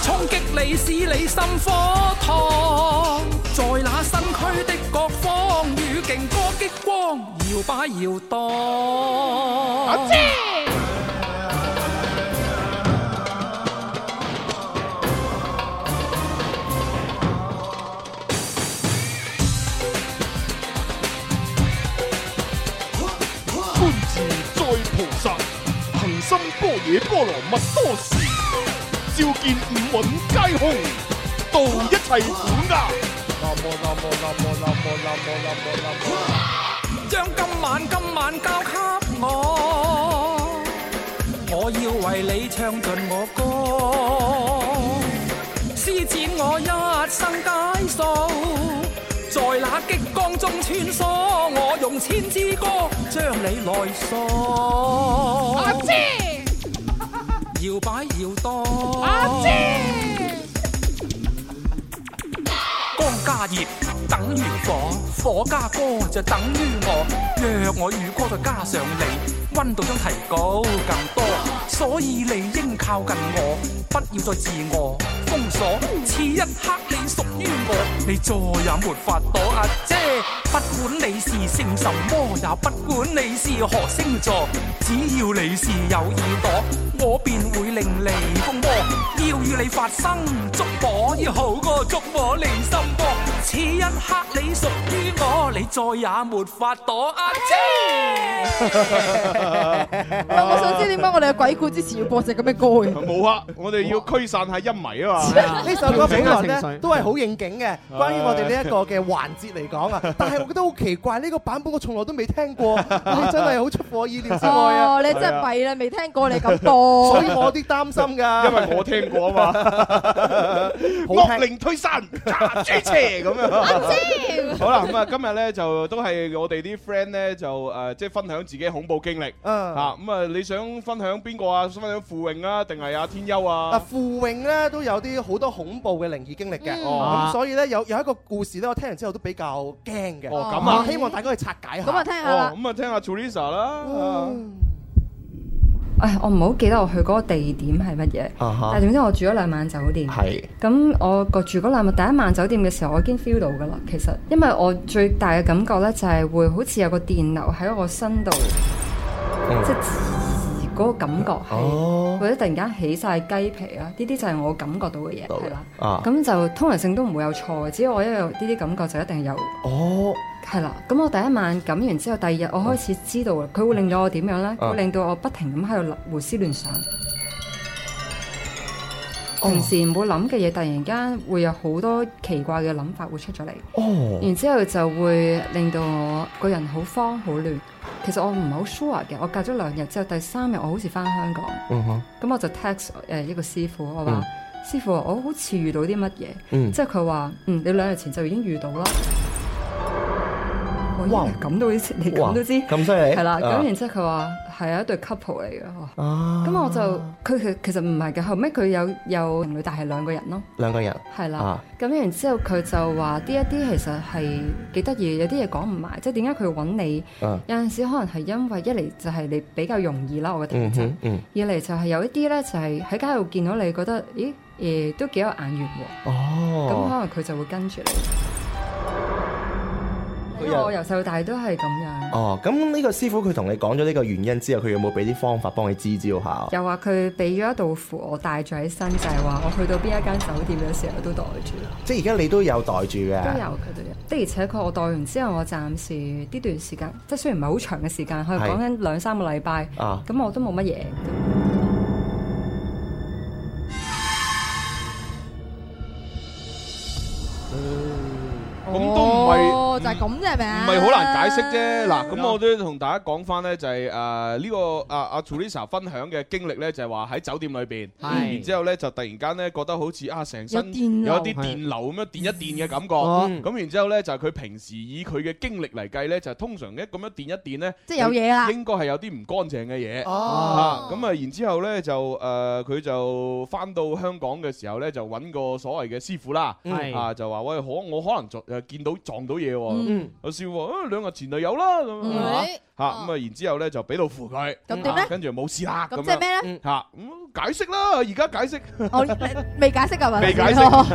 Speaker 17: 衝擊你使你心火燙，在那身軀的各方，與勁歌激光搖擺搖蕩。
Speaker 11: 아,
Speaker 17: 我知。
Speaker 5: 觀自在菩薩，恒心般若波羅蜜多時，照見五蘊皆空，度一切苦厄。南無南無南無南無南無南無南無。
Speaker 17: 將今晚今晚交給我，我要為你唱盡我歌，施展我一生解數，在那激光中穿梭，我用千支歌將你來鎖。阿姐，搖擺搖蕩。阿姐。江加加熱等於火，火加歌就等於我。若我與歌再加上你，温度將提高更多。所以你應靠近我，不要再自我封鎖。此一刻你屬於我，你再也沒法躲阿姐。不管你是姓什麼，也不管你是何星座，只要你是有耳朵，我便會令你風波。要與你發生觸摸，要好過觸摸你心窩。此一刻你屬於我，你再也沒法躲阿姐。
Speaker 7: 我想知點解我哋嘅鬼故之前要播只咁嘅歌嘅？
Speaker 6: 冇啊，我哋要驅散下陰霾啊 嘛。
Speaker 8: 呢首歌本來咧都係好
Speaker 6: 型。
Speaker 8: 應景嘅，關於我哋呢一個嘅環節嚟講 啊，但係我覺得好奇怪，呢個版本我從來都未聽過，唉真係好出乎我意料之外啊！
Speaker 7: 哦，你真係弊啦，未聽過你咁多，
Speaker 8: 所以我有啲擔心㗎，
Speaker 6: 因為我聽過啊嘛，惡靈推山，揸豬車咁樣。好啦，咁啊，今日咧就都係我哋啲 friend 咧就誒，即係分享自己恐怖經歷啊。咁啊，你想分享邊個啊？分享傅穎啊，定係阿天優
Speaker 8: 嗱，
Speaker 6: 啊？
Speaker 8: 傅穎咧都有啲好多恐怖嘅靈異經歷嘅，
Speaker 6: 嗯
Speaker 8: 咁所以咧有有一個故事咧，我聽完之後都比較驚嘅。
Speaker 6: 哦咁啊
Speaker 8: 希望大家去拆解下。
Speaker 7: 咁啊聽下啦
Speaker 6: 哦咁啊，聽下 Teresa 啦。
Speaker 8: 嗯
Speaker 18: 唉，我唔好記得我去嗰個地點係乜嘢，
Speaker 8: 啊哈
Speaker 18: 但係總之我住咗兩晚酒店。
Speaker 8: 係
Speaker 18: 咁我個住嗰兩晚第一晚酒店嘅時候，我已經 feel 到噶啦。其實因為我最大嘅感覺咧，就係會好似有個電流喺我身度，
Speaker 8: 哦
Speaker 18: 即係嗰個感覺係，
Speaker 8: 哦
Speaker 18: 或者突然間起晒雞皮啦，呢啲就係我感覺到嘅嘢係啦。
Speaker 11: 啊
Speaker 18: 咁就通常性都唔會有錯，只要我一有呢啲感覺就一定係有。
Speaker 8: 哦，
Speaker 18: 係啦。咁我第一晚感完之後，第二日我開始知道啦，佢會令到我點樣呢？
Speaker 11: 啊
Speaker 18: 會令到我不停咁喺度胡思亂想。
Speaker 11: 哦
Speaker 18: 平時唔會諗嘅嘢，突然間會有好多奇怪嘅諗法會出咗嚟。
Speaker 11: 哦
Speaker 18: 然之後就會令到我個人好慌好亂。其實我唔係好 sure 嘅，我隔咗兩日之後，第三日我好似翻香港。
Speaker 11: 嗯哼
Speaker 18: 咁我就 text 誒一個師傅，我話、
Speaker 11: 嗯
Speaker 18: 師傅，我好似遇到啲乜嘢，
Speaker 11: 嗯
Speaker 18: 即係佢話嗯，你兩日前就已經遇到啦。 哇！咁都知，你
Speaker 11: 哇
Speaker 18: 咁都知，
Speaker 11: 咁犀利
Speaker 18: 係啦，
Speaker 11: 啊
Speaker 18: 咁然之後佢話係一對 couple 嚟嘅，我話
Speaker 6: 哦
Speaker 11: 啊
Speaker 18: 咁我就佢其其實唔係嘅，後尾佢有有情侶，但係兩個人咯。
Speaker 8: 兩個人
Speaker 18: 係啦
Speaker 11: 啊，
Speaker 18: 咁然之後佢就話呢一啲其實係幾得意，有啲嘢講唔埋，即係點解佢揾你？
Speaker 11: 啊
Speaker 18: 有陣時可能係因為一嚟就係你比較容易啦，我覺得
Speaker 11: 嗯哼嗯
Speaker 18: 二嚟就係有一啲咧，就係喺街度見到你覺得，咦，誒都幾有眼緣喎。咁可
Speaker 11: 哦
Speaker 18: 能佢就會跟住你。因為
Speaker 8: 有
Speaker 18: 我由細到大都係咁樣。
Speaker 8: 哦，
Speaker 12: 咁呢個師傅佢同你講咗呢個原因之後，佢有冇俾啲方法幫你支招下？
Speaker 18: 又話佢俾咗一道符我帶咗喺身，就係話我去到邊一間酒店嘅時候都袋住。
Speaker 12: 即係而家你都有袋住嘅，
Speaker 18: 都有佢都有。的而且確，我代完之後，我暫時呢段時間，即係雖然唔係好長嘅時間，可能
Speaker 12: 係
Speaker 18: 講緊兩三個禮拜，
Speaker 12: 啊
Speaker 18: 咁我都冇乜嘢。
Speaker 6: 哦咁都唔係。
Speaker 7: 哦就係咁啫，係咪啊？
Speaker 6: 唔係好難解釋啫。嗱，咁我都同大家講翻咧，就係誒呢個啊阿 Teresa 分享嘅經歷咧，就係話喺酒店裏邊，
Speaker 8: 係
Speaker 6: 然之後咧就突然間咧覺得好似啊成
Speaker 8: 有
Speaker 6: 身
Speaker 8: 電流
Speaker 6: 有一啲電流咁樣電一電嘅感覺。
Speaker 8: 哦
Speaker 7: 嗯
Speaker 6: 咁然之後咧就係佢平時以佢嘅經歷嚟計咧，就通常一咁樣電一電咧，
Speaker 7: 即係有嘢啦
Speaker 6: 應該係有啲唔乾淨嘅嘢。
Speaker 7: 哦
Speaker 6: 啊咁啊，然之後咧就誒佢就翻到香港嘅時候咧，就揾個所謂嘅師傅啦，
Speaker 7: 嗯
Speaker 8: 係
Speaker 6: 啊就話喂可我可能撞誒見到撞到嘢喎。
Speaker 8: 嗯
Speaker 6: 有笑喎，啊兩日前就有啦咁
Speaker 8: 嗯
Speaker 6: 嚇嚇咁啊，然之後咧就俾到符佢，
Speaker 7: 哦咁點咧
Speaker 6: 啊跟住冇事啦。
Speaker 7: 咁即係咩哦
Speaker 6: 咧？嚇咁解釋啦，而家解釋，
Speaker 7: 我未解釋係 咪？
Speaker 6: 未解 釋，
Speaker 7: 哦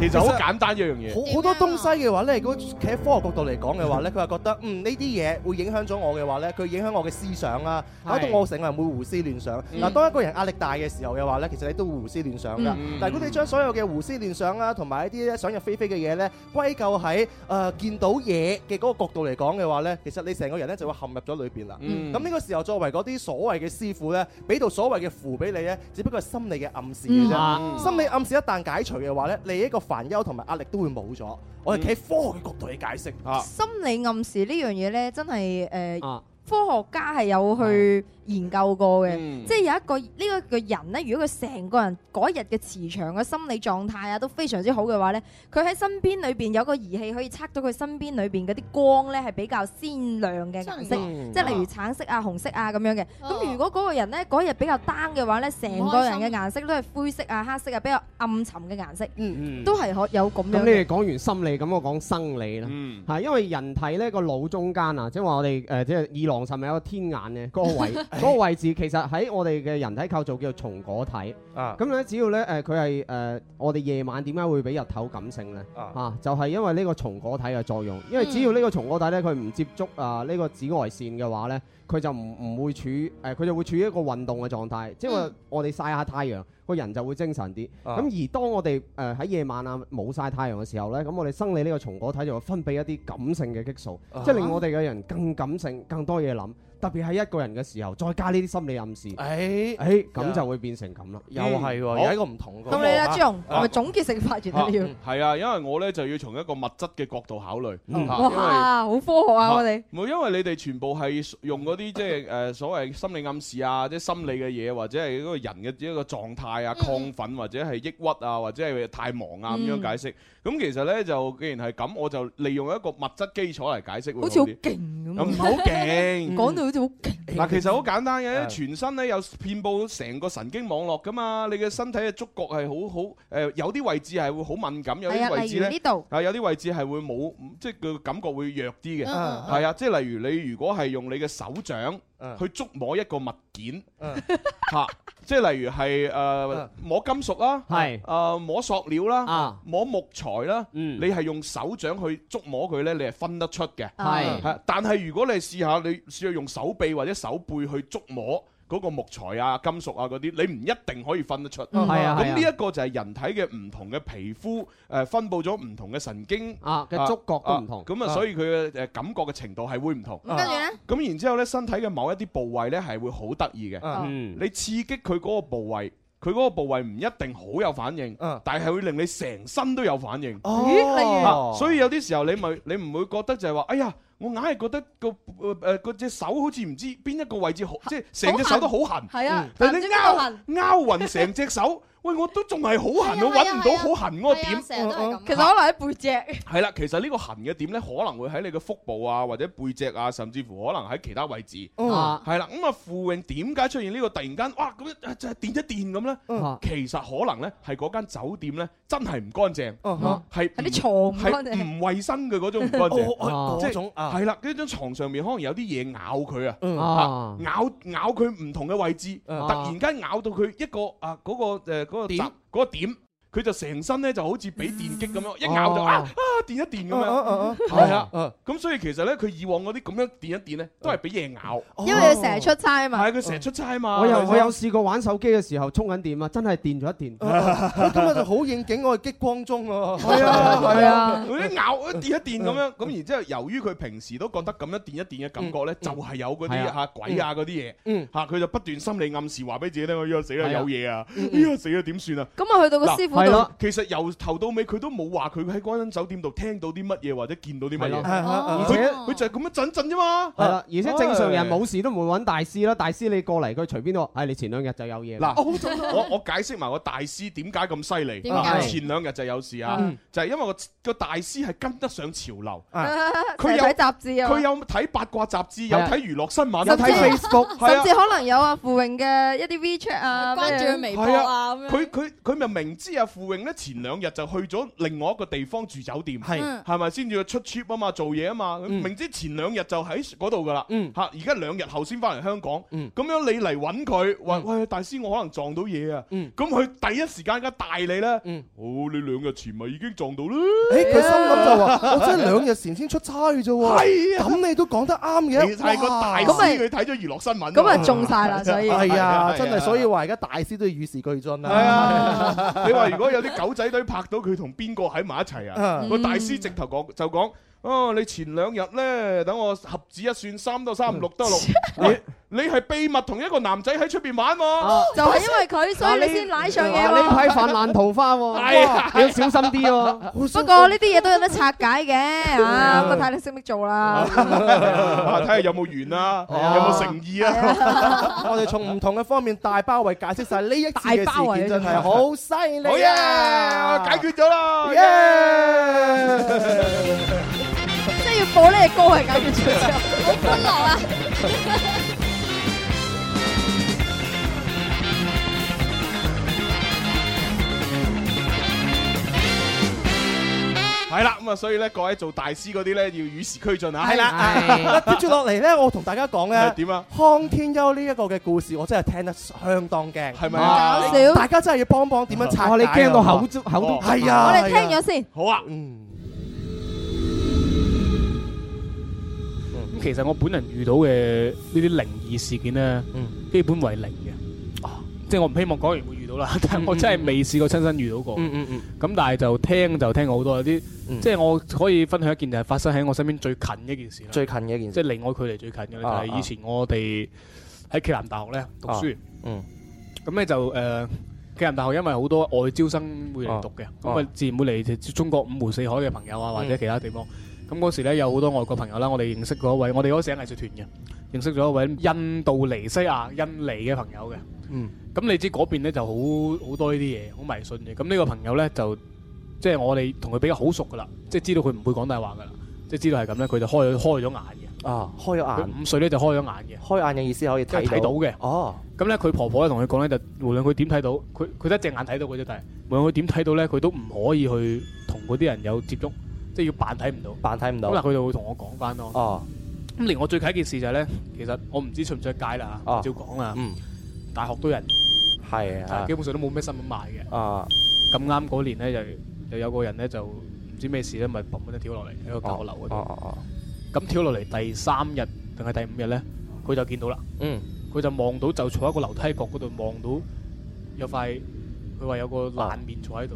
Speaker 6: 其實好簡單一樣嘢。
Speaker 8: 好好多東西嘅話咧，如果企喺科學角度嚟講嘅話咧，佢係覺得嗯呢啲嘢會影響咗我嘅話咧，佢影響我嘅思想啦，
Speaker 12: 係
Speaker 8: 搞到我成個人會胡思亂想。
Speaker 12: 嗯
Speaker 8: 嗱，當一個人壓力大嘅時候嘅話咧，其實你都會胡思亂想㗎
Speaker 12: 嗯。
Speaker 8: 但係如果你將所有嘅胡思亂想啊啦，同埋一啲咧想入非非嘅嘢咧，歸咎喺誒見到嘢嘅嗰個角度嚟講嘅話咧，其實你成個人咧就會陷入咗裏邊啦。
Speaker 12: 嗯
Speaker 8: 咁呢個時候，作為嗰啲所謂嘅師傅咧，俾到所謂嘅符俾你咧，只不過係心理嘅暗示嘅
Speaker 12: 嗯啊
Speaker 8: 啫。心理暗示一旦解除嘅話咧，你一個煩憂同埋壓力都會冇咗。我哋企喺科學嘅角度去解釋。
Speaker 6: 嗯啊
Speaker 7: 心理暗示呢樣嘢咧，真係誒呃
Speaker 8: 啊
Speaker 7: 科學家係有去研究過嘅，
Speaker 6: 嗯
Speaker 7: 即係有一個呢個嘅人咧，如果佢成個人嗰日嘅磁場嘅心理狀態啊都非常之好嘅話咧，佢喺身邊裏邊有個儀器可以測到佢身邊裏邊嗰啲光咧係比較鮮亮嘅顏色，
Speaker 18: 真㗎
Speaker 7: 即係例如橙色啊、紅色啊咁樣嘅。咁如果嗰個人咧嗰日比較 down 嘅話咧，成
Speaker 18: 唔
Speaker 7: 個
Speaker 18: 開心
Speaker 7: 人嘅顏色都係灰色啊、黑色啊，比較暗沉嘅顏色，
Speaker 9: 嗯
Speaker 7: 都係可有咁嗯
Speaker 9: 咁
Speaker 7: 樣
Speaker 9: 你
Speaker 7: 嘅
Speaker 9: 哋。講完心理，咁我講生理啦，係因為人體咧個腦中間啊，即係話我哋誒即係二郎神咪有個天眼嘅嗰個位， 嗰個位置其實喺我哋嘅人體構造叫做松果體。
Speaker 6: 啊
Speaker 9: 咁咧只要咧誒佢係誒我哋夜晚點解會比日頭感性咧？啊，就係因為呢個松果體嘅作用，因為只要呢個松果體咧佢唔接觸啊呢個紫外線嘅話咧。佢就唔唔會處誒，佢就會處於一個運動嘅狀態，即係話
Speaker 6: 嗯
Speaker 9: 我哋曬下太陽，個人就會精神啲。咁、
Speaker 6: 啊
Speaker 9: 而當我哋誒喺夜晚啊冇曬太陽嘅時候呢，咁我哋生理呢個松果體就會分泌一啲感性嘅激素，
Speaker 6: 啊
Speaker 9: 即係令我哋嘅人更感性、更多嘢諗。特別喺一個人嘅時候，再加呢啲心理暗示，
Speaker 8: 誒
Speaker 9: 誒咁就會變成咁啦。
Speaker 8: 哎又係喎
Speaker 6: 嗯
Speaker 8: 有一個唔同
Speaker 7: 到你啦，朱紅，係
Speaker 6: 啊
Speaker 7: 咪總結性發言啊？要
Speaker 6: 係啊，因為我咧就要從一個物質嘅角度考慮。
Speaker 8: 嗯
Speaker 6: 嚇因為
Speaker 7: 哇，好科學啊！我哋。
Speaker 6: 冇，因為你哋全部係用嗰啲即係誒所謂心理暗示啊，即係心理嘅嘢，或者係嗰個人嘅一個狀態
Speaker 7: 嗯
Speaker 6: 啊、亢奮或者係抑鬱啊，或者係太忙啊咁樣解釋。咁其實呢，就既然係咁，我就利用一個物質基礎嚟解釋會
Speaker 7: 好似好
Speaker 6: 啲
Speaker 7: 勁咁
Speaker 6: 咁唔嗯好勁，
Speaker 7: 講到好似好勁。
Speaker 6: 嗱，其實好簡單嘅，
Speaker 7: 係
Speaker 6: 全身咧有遍佈成個神經網絡噶嘛，你嘅身體嘅觸覺係好好誒，有啲位置係會好敏感，有
Speaker 7: 係啊
Speaker 6: 啲位置
Speaker 7: 例如
Speaker 6: 咧
Speaker 7: 呢度
Speaker 6: 啊，有啲位置係會冇，即係個感覺會弱啲嘅，
Speaker 7: 嗯嗯
Speaker 6: 係啊，即係例如你如果係用你嘅手掌去觸摸一個物件， 嚇，即係例如係誒摸金屬啦，
Speaker 9: 係
Speaker 6: 誒摸塑料啦，摸木材啦，你係用手掌去觸摸佢咧，你係分得出嘅，
Speaker 9: 係
Speaker 6: 係但係如果你試下你試下用手臂或者手背去觸摸。嗰個木材啊、金屬啊嗰啲，你唔一定可以分得出。
Speaker 9: 嗯係啊
Speaker 6: 咁
Speaker 9: 係啊
Speaker 6: 呢一個就係人體嘅唔同嘅皮膚誒分佈咗唔同嘅神經
Speaker 9: 啊嘅觸覺都唔同
Speaker 6: 啊咁啊，
Speaker 9: 啊
Speaker 6: 所以佢嘅誒感覺嘅程度係會唔同。
Speaker 9: 咁
Speaker 6: 啊
Speaker 9: 跟住呢
Speaker 6: 咁然之後咧，身體嘅某一啲部位咧係會好得意嘅。
Speaker 9: 嗯
Speaker 6: 你刺激佢嗰個部位。佢嗰個部位唔一定好有反應，但係會令你成身都有反應。
Speaker 8: 哦咦例如
Speaker 6: 啊所以有啲時候你咪你唔會覺得就係話，哎呀，我硬係覺得個誒誒隻手好似唔知邊一個位置好，即係成隻手都好痕。
Speaker 7: 係啊
Speaker 6: 嗯但係
Speaker 7: 唔
Speaker 6: 你
Speaker 7: 知邊
Speaker 6: 拗
Speaker 7: 度痕
Speaker 6: 拗暈成隻手，喂，我都仲係好痕，我揾唔到好痕嗰個
Speaker 7: 啊
Speaker 6: 點。
Speaker 7: 其實可能喺背脊。
Speaker 6: 係啦，其實呢個痕嘅點呢，可能會喺你嘅腹部啊，或者背脊啊，甚至乎可能喺其他位置。
Speaker 9: 哦
Speaker 6: 係啦，咁啊，傅泳點解出現呢個突然間哇咁樣就係電一電咁呢？其實可能呢，係嗰間酒店呢，真係唔乾淨，係
Speaker 7: 係啲床唔乾淨
Speaker 6: 係唔衞生嘅嗰種唔乾
Speaker 8: 哦哦哦
Speaker 6: 淨，
Speaker 8: 嗰種啊
Speaker 6: 係啦，呢張床上面可能有啲嘢咬佢
Speaker 8: 嗯
Speaker 6: 啊，啊咬咬佢唔同嘅位置，突然間咬到佢一個啊嗰個誒嗰個閘嗰個點。佢就成身咧就好似俾電擊咁樣，一咬就
Speaker 8: 哦
Speaker 5: À,
Speaker 6: 啊啊電一電咁
Speaker 8: 哦哦
Speaker 6: 樣
Speaker 8: 哦，
Speaker 6: 係啊
Speaker 8: 哦，
Speaker 6: 咁所以其實咧佢以往嗰啲咁樣電一電咧，
Speaker 9: 哦
Speaker 6: 都係俾嘢咬，
Speaker 7: 因為佢成日出差嘛。
Speaker 6: 係佢成日出差嘛。
Speaker 9: 我有
Speaker 8: 啊
Speaker 6: 係咪
Speaker 9: 我 有試過玩手機嘅時候充緊電啊，真係電咗一電。
Speaker 8: 啊 我今日就好應景，我係激光中喎。
Speaker 6: 係啊係
Speaker 9: 係
Speaker 6: 啊
Speaker 9: 啊，嗯
Speaker 6: 佢一咬一電一電咁樣，咁然之後由於佢平時都覺得咁一電一電嘅感覺咧，就係有嗰
Speaker 9: 嗯係
Speaker 6: 啲
Speaker 9: 啊
Speaker 6: 嚇鬼啊嗰啲嘢
Speaker 9: 嗯，
Speaker 6: 嚇佢就不斷心理暗示話俾自己聽：哎呀死
Speaker 9: 係
Speaker 6: 啦
Speaker 9: 啊
Speaker 6: 有嘢啊，哎呀死啦點算啊！
Speaker 7: 咁啊去到個
Speaker 6: 嗱
Speaker 7: 師傅度
Speaker 6: 係咯其實由頭到尾佢都冇話佢喺嗰間酒店度聽到啲乜嘢或者見到啲乜嘢，
Speaker 9: 係咯哦而
Speaker 6: 佢
Speaker 9: 且
Speaker 6: 佢就係咁樣震震啫 嘛。哎
Speaker 8: 啊
Speaker 9: 係啦，而
Speaker 8: 哎
Speaker 9: 且正常人冇事都唔會揾大師啦，大師你過嚟佢隨便都話，哎唉，你前兩日就有嘢啦。
Speaker 6: 嗱，我我解釋埋個大師點解咁犀利。
Speaker 9: 點
Speaker 6: 啊
Speaker 9: 解
Speaker 6: 前兩日就有事啊
Speaker 9: 嗯，
Speaker 6: 就係因為個個大師係跟得上潮流，
Speaker 7: 佢啊有睇雜誌啊。
Speaker 6: 佢有睇八卦雜誌，有睇娛樂新聞，
Speaker 7: 甚至
Speaker 6: 係啊
Speaker 7: 甚至可能有啊傅穎嘅一啲 WeChat 啊，
Speaker 13: 關注佢微博
Speaker 6: 係
Speaker 13: 啊咁樣。
Speaker 6: 佢佢佢咪明知阿傅穎咧前兩日就去咗另外一個地方住酒店，
Speaker 8: 係嗯
Speaker 6: 係咪先至出 trip 啊嘛，做嘢啊嘛，明知前兩日就喺嗰度噶啦，嚇而家兩日後先翻嚟香港，
Speaker 8: 嗯
Speaker 6: 咁樣你嚟揾佢，話喂大師我可能撞到嘢啊，
Speaker 8: 嗯
Speaker 6: 咁佢第一時間梗係帶你咧，哦你兩日前咪已經撞到啦，
Speaker 8: 誒佢心諗就 話：我真係兩日前先出差嘅啫喎，咁你都講得啱嘅。
Speaker 6: 啊其實係個大
Speaker 8: 哇
Speaker 6: 師佢睇咗娛樂新聞啊嘛，
Speaker 8: 咁咪中晒
Speaker 7: 啦所以
Speaker 8: 係啊，真
Speaker 6: 係
Speaker 8: 係所以話而家大師都要與時俱進啦。哦
Speaker 6: 係啊 啊，你話如果有啲狗仔隊拍到佢同邊個喺埋一齊啊，
Speaker 8: 嗯
Speaker 6: 個大師直頭講就講。哦，你前兩日咧，等我合指一算，三得三，六得 六。喂你係秘密同一個男仔喺出邊玩喎，
Speaker 7: 哦就係因為佢，所以
Speaker 9: 嗱
Speaker 7: 你
Speaker 9: 啊你
Speaker 7: 先舐上嘢
Speaker 9: 嗱呢
Speaker 7: 喎。
Speaker 9: 批泛濫桃花
Speaker 6: 係啊
Speaker 9: 喎，你要小心啲喎。
Speaker 7: 不過呢啲嘢都有得拆解嘅，啊，不過睇你識唔識做啦。
Speaker 6: 啊睇下有冇緣啊，有
Speaker 9: 哦
Speaker 6: 冇誠意 啊？
Speaker 8: 我哋從唔同嘅方面大包圍解釋晒呢一次嘅
Speaker 6: 大包圍
Speaker 8: 事件，真係
Speaker 6: 啊
Speaker 8: 好犀利。
Speaker 6: 好嘢，我解決咗啦！
Speaker 7: 即係要播呢只歌係解決咗之後，好歡樂啊！
Speaker 6: 係啦，咁啊，所以咧，各位做大師嗰啲咧，要與時俱進 啊！
Speaker 8: 係啦，嗱接住落嚟咧，我同大家講咧，
Speaker 6: 係點啊？
Speaker 8: 康天庥呢一個嘅故事，我真係聽得相當驚，係
Speaker 6: 咪啊
Speaker 7: 搞笑哦
Speaker 8: 大家真係要幫幫點樣拆解啊？
Speaker 9: 哇你驚到口
Speaker 16: 哦
Speaker 9: 都口都
Speaker 8: 係啊！
Speaker 7: 我
Speaker 8: 係
Speaker 7: 哋
Speaker 8: 啊
Speaker 7: 聽咗先。
Speaker 6: 好啊，
Speaker 16: 咁其實我本人遇到嘅呢啲靈異事件咧，基本為零嘅。即係我唔希望講完會遇到啦， 但係
Speaker 19: 嗯
Speaker 16: 我真係未試過親身遇到過。
Speaker 8: 嗯嗯嗯
Speaker 16: 咁但係就聽就聽過好多有啲，即係我可以分享一件就係發生喺我身邊最近嘅一件事啦。
Speaker 8: 最近嘅一件事
Speaker 16: 即係離我距離最近嘅咧，就
Speaker 8: 啊
Speaker 16: 係以前我哋喺暨南大學咧讀書
Speaker 8: 啊。嗯。
Speaker 16: 咁咧就誒，暨南大學因為好多外招生會嚟讀嘅，
Speaker 8: 哦
Speaker 16: 咁啊啊自然會嚟中國五湖四海嘅朋友啊，或者嗯其他地方。咁嗰時咧有好多外國朋友啦，我哋認識嗰位，我哋嗰時係藝術團嘅，認識咗一位印度尼西亞印尼嘅朋友嘅。
Speaker 8: 嗯
Speaker 11: 음.
Speaker 16: 咁你知嗰邊咧就好好多呢啲嘢，好迷信嘅。咁呢個朋友咧就即係我哋同佢比較好熟噶啦，即係知道佢唔會講大話噶啦，即係知道係咁咧，佢就開咗開咗眼嘅。
Speaker 8: 啊，開咗眼，
Speaker 16: 佢五歲咧就開咗眼嘅。
Speaker 8: 開眼嘅意思可以
Speaker 16: 即係
Speaker 8: 睇
Speaker 16: 睇到嘅。
Speaker 8: 哦，
Speaker 16: 咁咧佢婆婆咧同佢講咧，就無論佢點睇到，佢佢得一隻眼睇到嘅啫，但係無論佢點睇到咧，佢都唔可以去同嗰啲人有接觸，即係要扮睇唔到。
Speaker 8: 扮睇唔到
Speaker 16: 咁嗱，佢就會同我講翻咯。
Speaker 8: 哦，
Speaker 16: 咁連我最近一件事就係咧，其實我唔知出唔出得街啦嚇，
Speaker 8: 哦
Speaker 16: 照講啦。
Speaker 8: 嗯，
Speaker 16: 大學都有人，
Speaker 8: 係
Speaker 16: 但
Speaker 8: 啊
Speaker 16: 係基，本上都冇咩新聞賣嘅。
Speaker 8: 啊，
Speaker 16: 咁啱嗰年咧，就就有個人咧就唔知咩事咧，咪砰一聲跳落嚟喺個教樓嗰
Speaker 8: 哦哦
Speaker 16: 度。咁跳落嚟第三日定係第五日咧，佢就見到啦。
Speaker 8: 嗯，
Speaker 16: 佢就望到就坐喺個樓梯角嗰度望到有塊，佢話有個爛面坐喺度。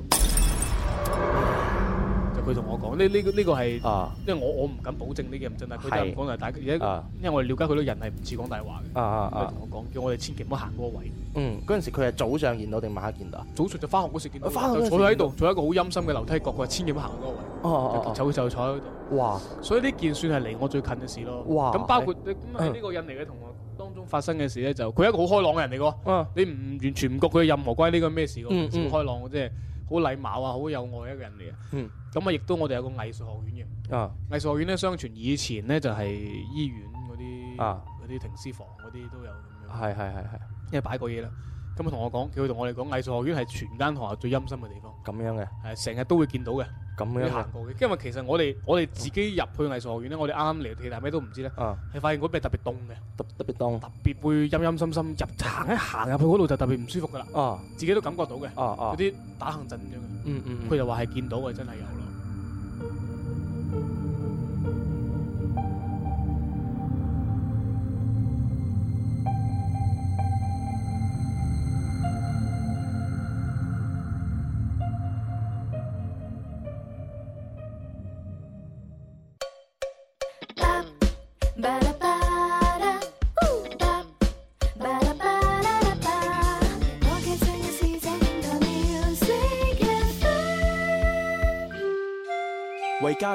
Speaker 16: 就佢同我講呢呢個呢個係，
Speaker 8: 啊
Speaker 16: 因為我我唔敢保證呢啲嘢唔真啦，佢係就唔講大大，而家
Speaker 8: 啊
Speaker 16: 因為我哋了解佢啲人係唔似講大話
Speaker 8: 啊啊
Speaker 16: 嘅，佢
Speaker 8: 啊
Speaker 16: 同，我講叫我哋千祈唔好行嗰個位。
Speaker 8: 嗯，嗰陣時佢係早上見到定晚黑見到啊？
Speaker 16: 早上就翻學嗰時見到，
Speaker 8: 返學嗰
Speaker 16: 就
Speaker 8: 時
Speaker 16: 坐喺度，坐喺一個好陰森嘅樓梯角，佢話千祈唔好行嗰個位。
Speaker 8: 哦哦哦
Speaker 16: 就就坐喺度。
Speaker 8: 哇！
Speaker 16: 所以呢件算係離我最近嘅事咯。
Speaker 8: 哇嗯
Speaker 16: 咁包括咁喺呢個印尼嘅同學當中發生嘅事咧，就佢係一個好開朗嘅人嚟
Speaker 8: 㗎。
Speaker 16: 你唔完全唔覺佢任何關於呢個咩事㗎，
Speaker 8: 啊嗯嗯
Speaker 16: 好開朗嘅，即係好禮貌啊，好有愛一個人嚟嘅。
Speaker 8: 嗯，
Speaker 16: 咁啊，亦都我哋有個藝術學院
Speaker 8: 啊
Speaker 16: 嘅。藝術學院咧，相傳以前咧就係醫院嗰啲
Speaker 8: 啊
Speaker 16: 嗰啲停屍房嗰啲都有咁樣。
Speaker 8: 係係係係
Speaker 16: 因為擺過嘢啦。咁佢同我講，佢同我哋講，藝術學院係全間學校最陰森嘅地方，
Speaker 8: 咁樣嘅，
Speaker 16: 係成日都會見到嘅。
Speaker 8: 咁樣
Speaker 16: 會
Speaker 8: 嘅
Speaker 16: 行過嘅，因為其實我哋我哋自己入去藝術學院咧，我哋啱啱嚟到地，但咩都唔知咧，
Speaker 8: 啊
Speaker 16: 係發現嗰邊係特別凍嘅，
Speaker 8: 特特別凍，特
Speaker 16: 別會陰陰森森入行一行入去嗰度就特別唔舒服噶啦，
Speaker 8: 啊
Speaker 16: 自己都感覺到嘅，
Speaker 8: 啊啊
Speaker 16: 嗰啲打冷震咁樣嘅，
Speaker 8: 嗯嗯嗯
Speaker 16: 佢就話係見到嘅，真係有咯。
Speaker 20: 为家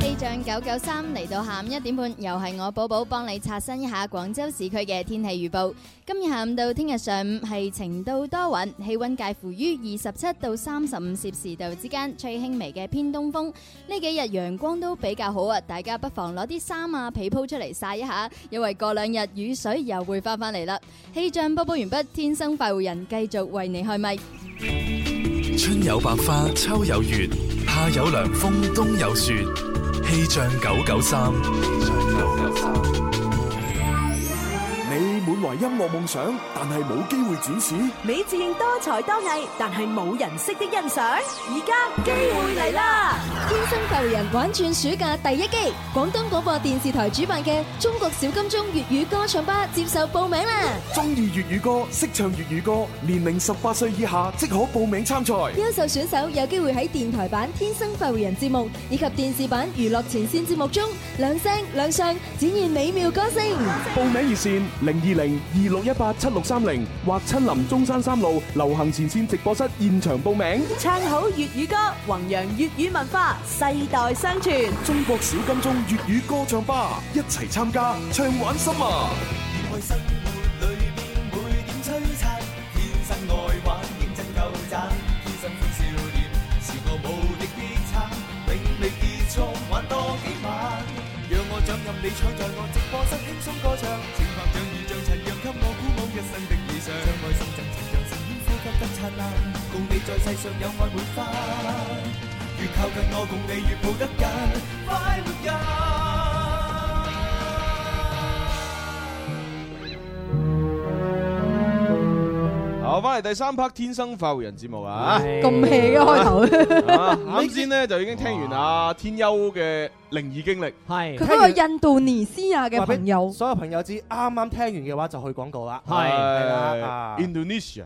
Speaker 1: 氣象九九三嚟到下午一點半，又係我寶寶幫你刷新一下廣州市區嘅天氣預報。今日下午到聽日上午係晴到多雲，氣温介乎於二十七到三十五攝氏度之間，吹輕微嘅偏東風。呢幾日陽光都比較好啊，大家不妨攞啲衫啊被鋪出嚟晒一下，因為過兩日雨水又會翻返嚟啦。氣象播報完畢，天生快活人繼續為你開咪。
Speaker 6: 嗯
Speaker 19: 春有百花，秋有月，夏有涼風，冬有雪。氣象九九三。
Speaker 21: 你
Speaker 5: 滿懷音樂夢想，但係冇機會展示？
Speaker 2: 你自認多才多藝，但係冇人識得欣賞。而家機會嚟啦！
Speaker 22: 天生快活人玩轉暑假第一季，廣東廣播電視台主辦嘅中國小金鐘粵語歌唱吧接受報名啦！
Speaker 5: 中意粵語歌，識唱粵語歌，年齡十八歲以下即可報名參賽。
Speaker 22: 優秀選手有機會喺電台版《天生快活人》節目以及電視版《娛樂前線》節目中亮聲亮相，展現美妙歌聲。
Speaker 3: 報名熱線零二零二六一八七六三零或親臨中山三路流行前線直播室現場報名。
Speaker 2: 唱好粵語歌，弘揚粵語文化，世代相傳。
Speaker 5: 中國小金鐘粵語歌唱吧，一齊參加，唱玩心啊！
Speaker 4: 熱愛生活裏邊每點璀璨，天生愛玩認真夠讚，天生歡笑臉是個無敵必撐，永未結束玩多幾晚，讓我掌任你搶在我直播室輕鬆歌唱，情拍像雨像塵，讓給我鼓舞一生的理想，將愛心贈情像神煙呼吸得燦爛，共你在世上有愛滿花，越靠近我共你越抱得緊，快活家。
Speaker 6: 好，翻嚟第三 part《天生快活人》節目啊！
Speaker 7: 咁 hea 嘅開頭
Speaker 6: 啊啱先咧就已經聽完阿天優嘅靈異經歷，
Speaker 9: 係
Speaker 7: 佢嗰個印度尼西亞嘅朋友，
Speaker 8: 所有朋友知啱啱聽完嘅話就去廣告啦。
Speaker 6: 係 Indonesia。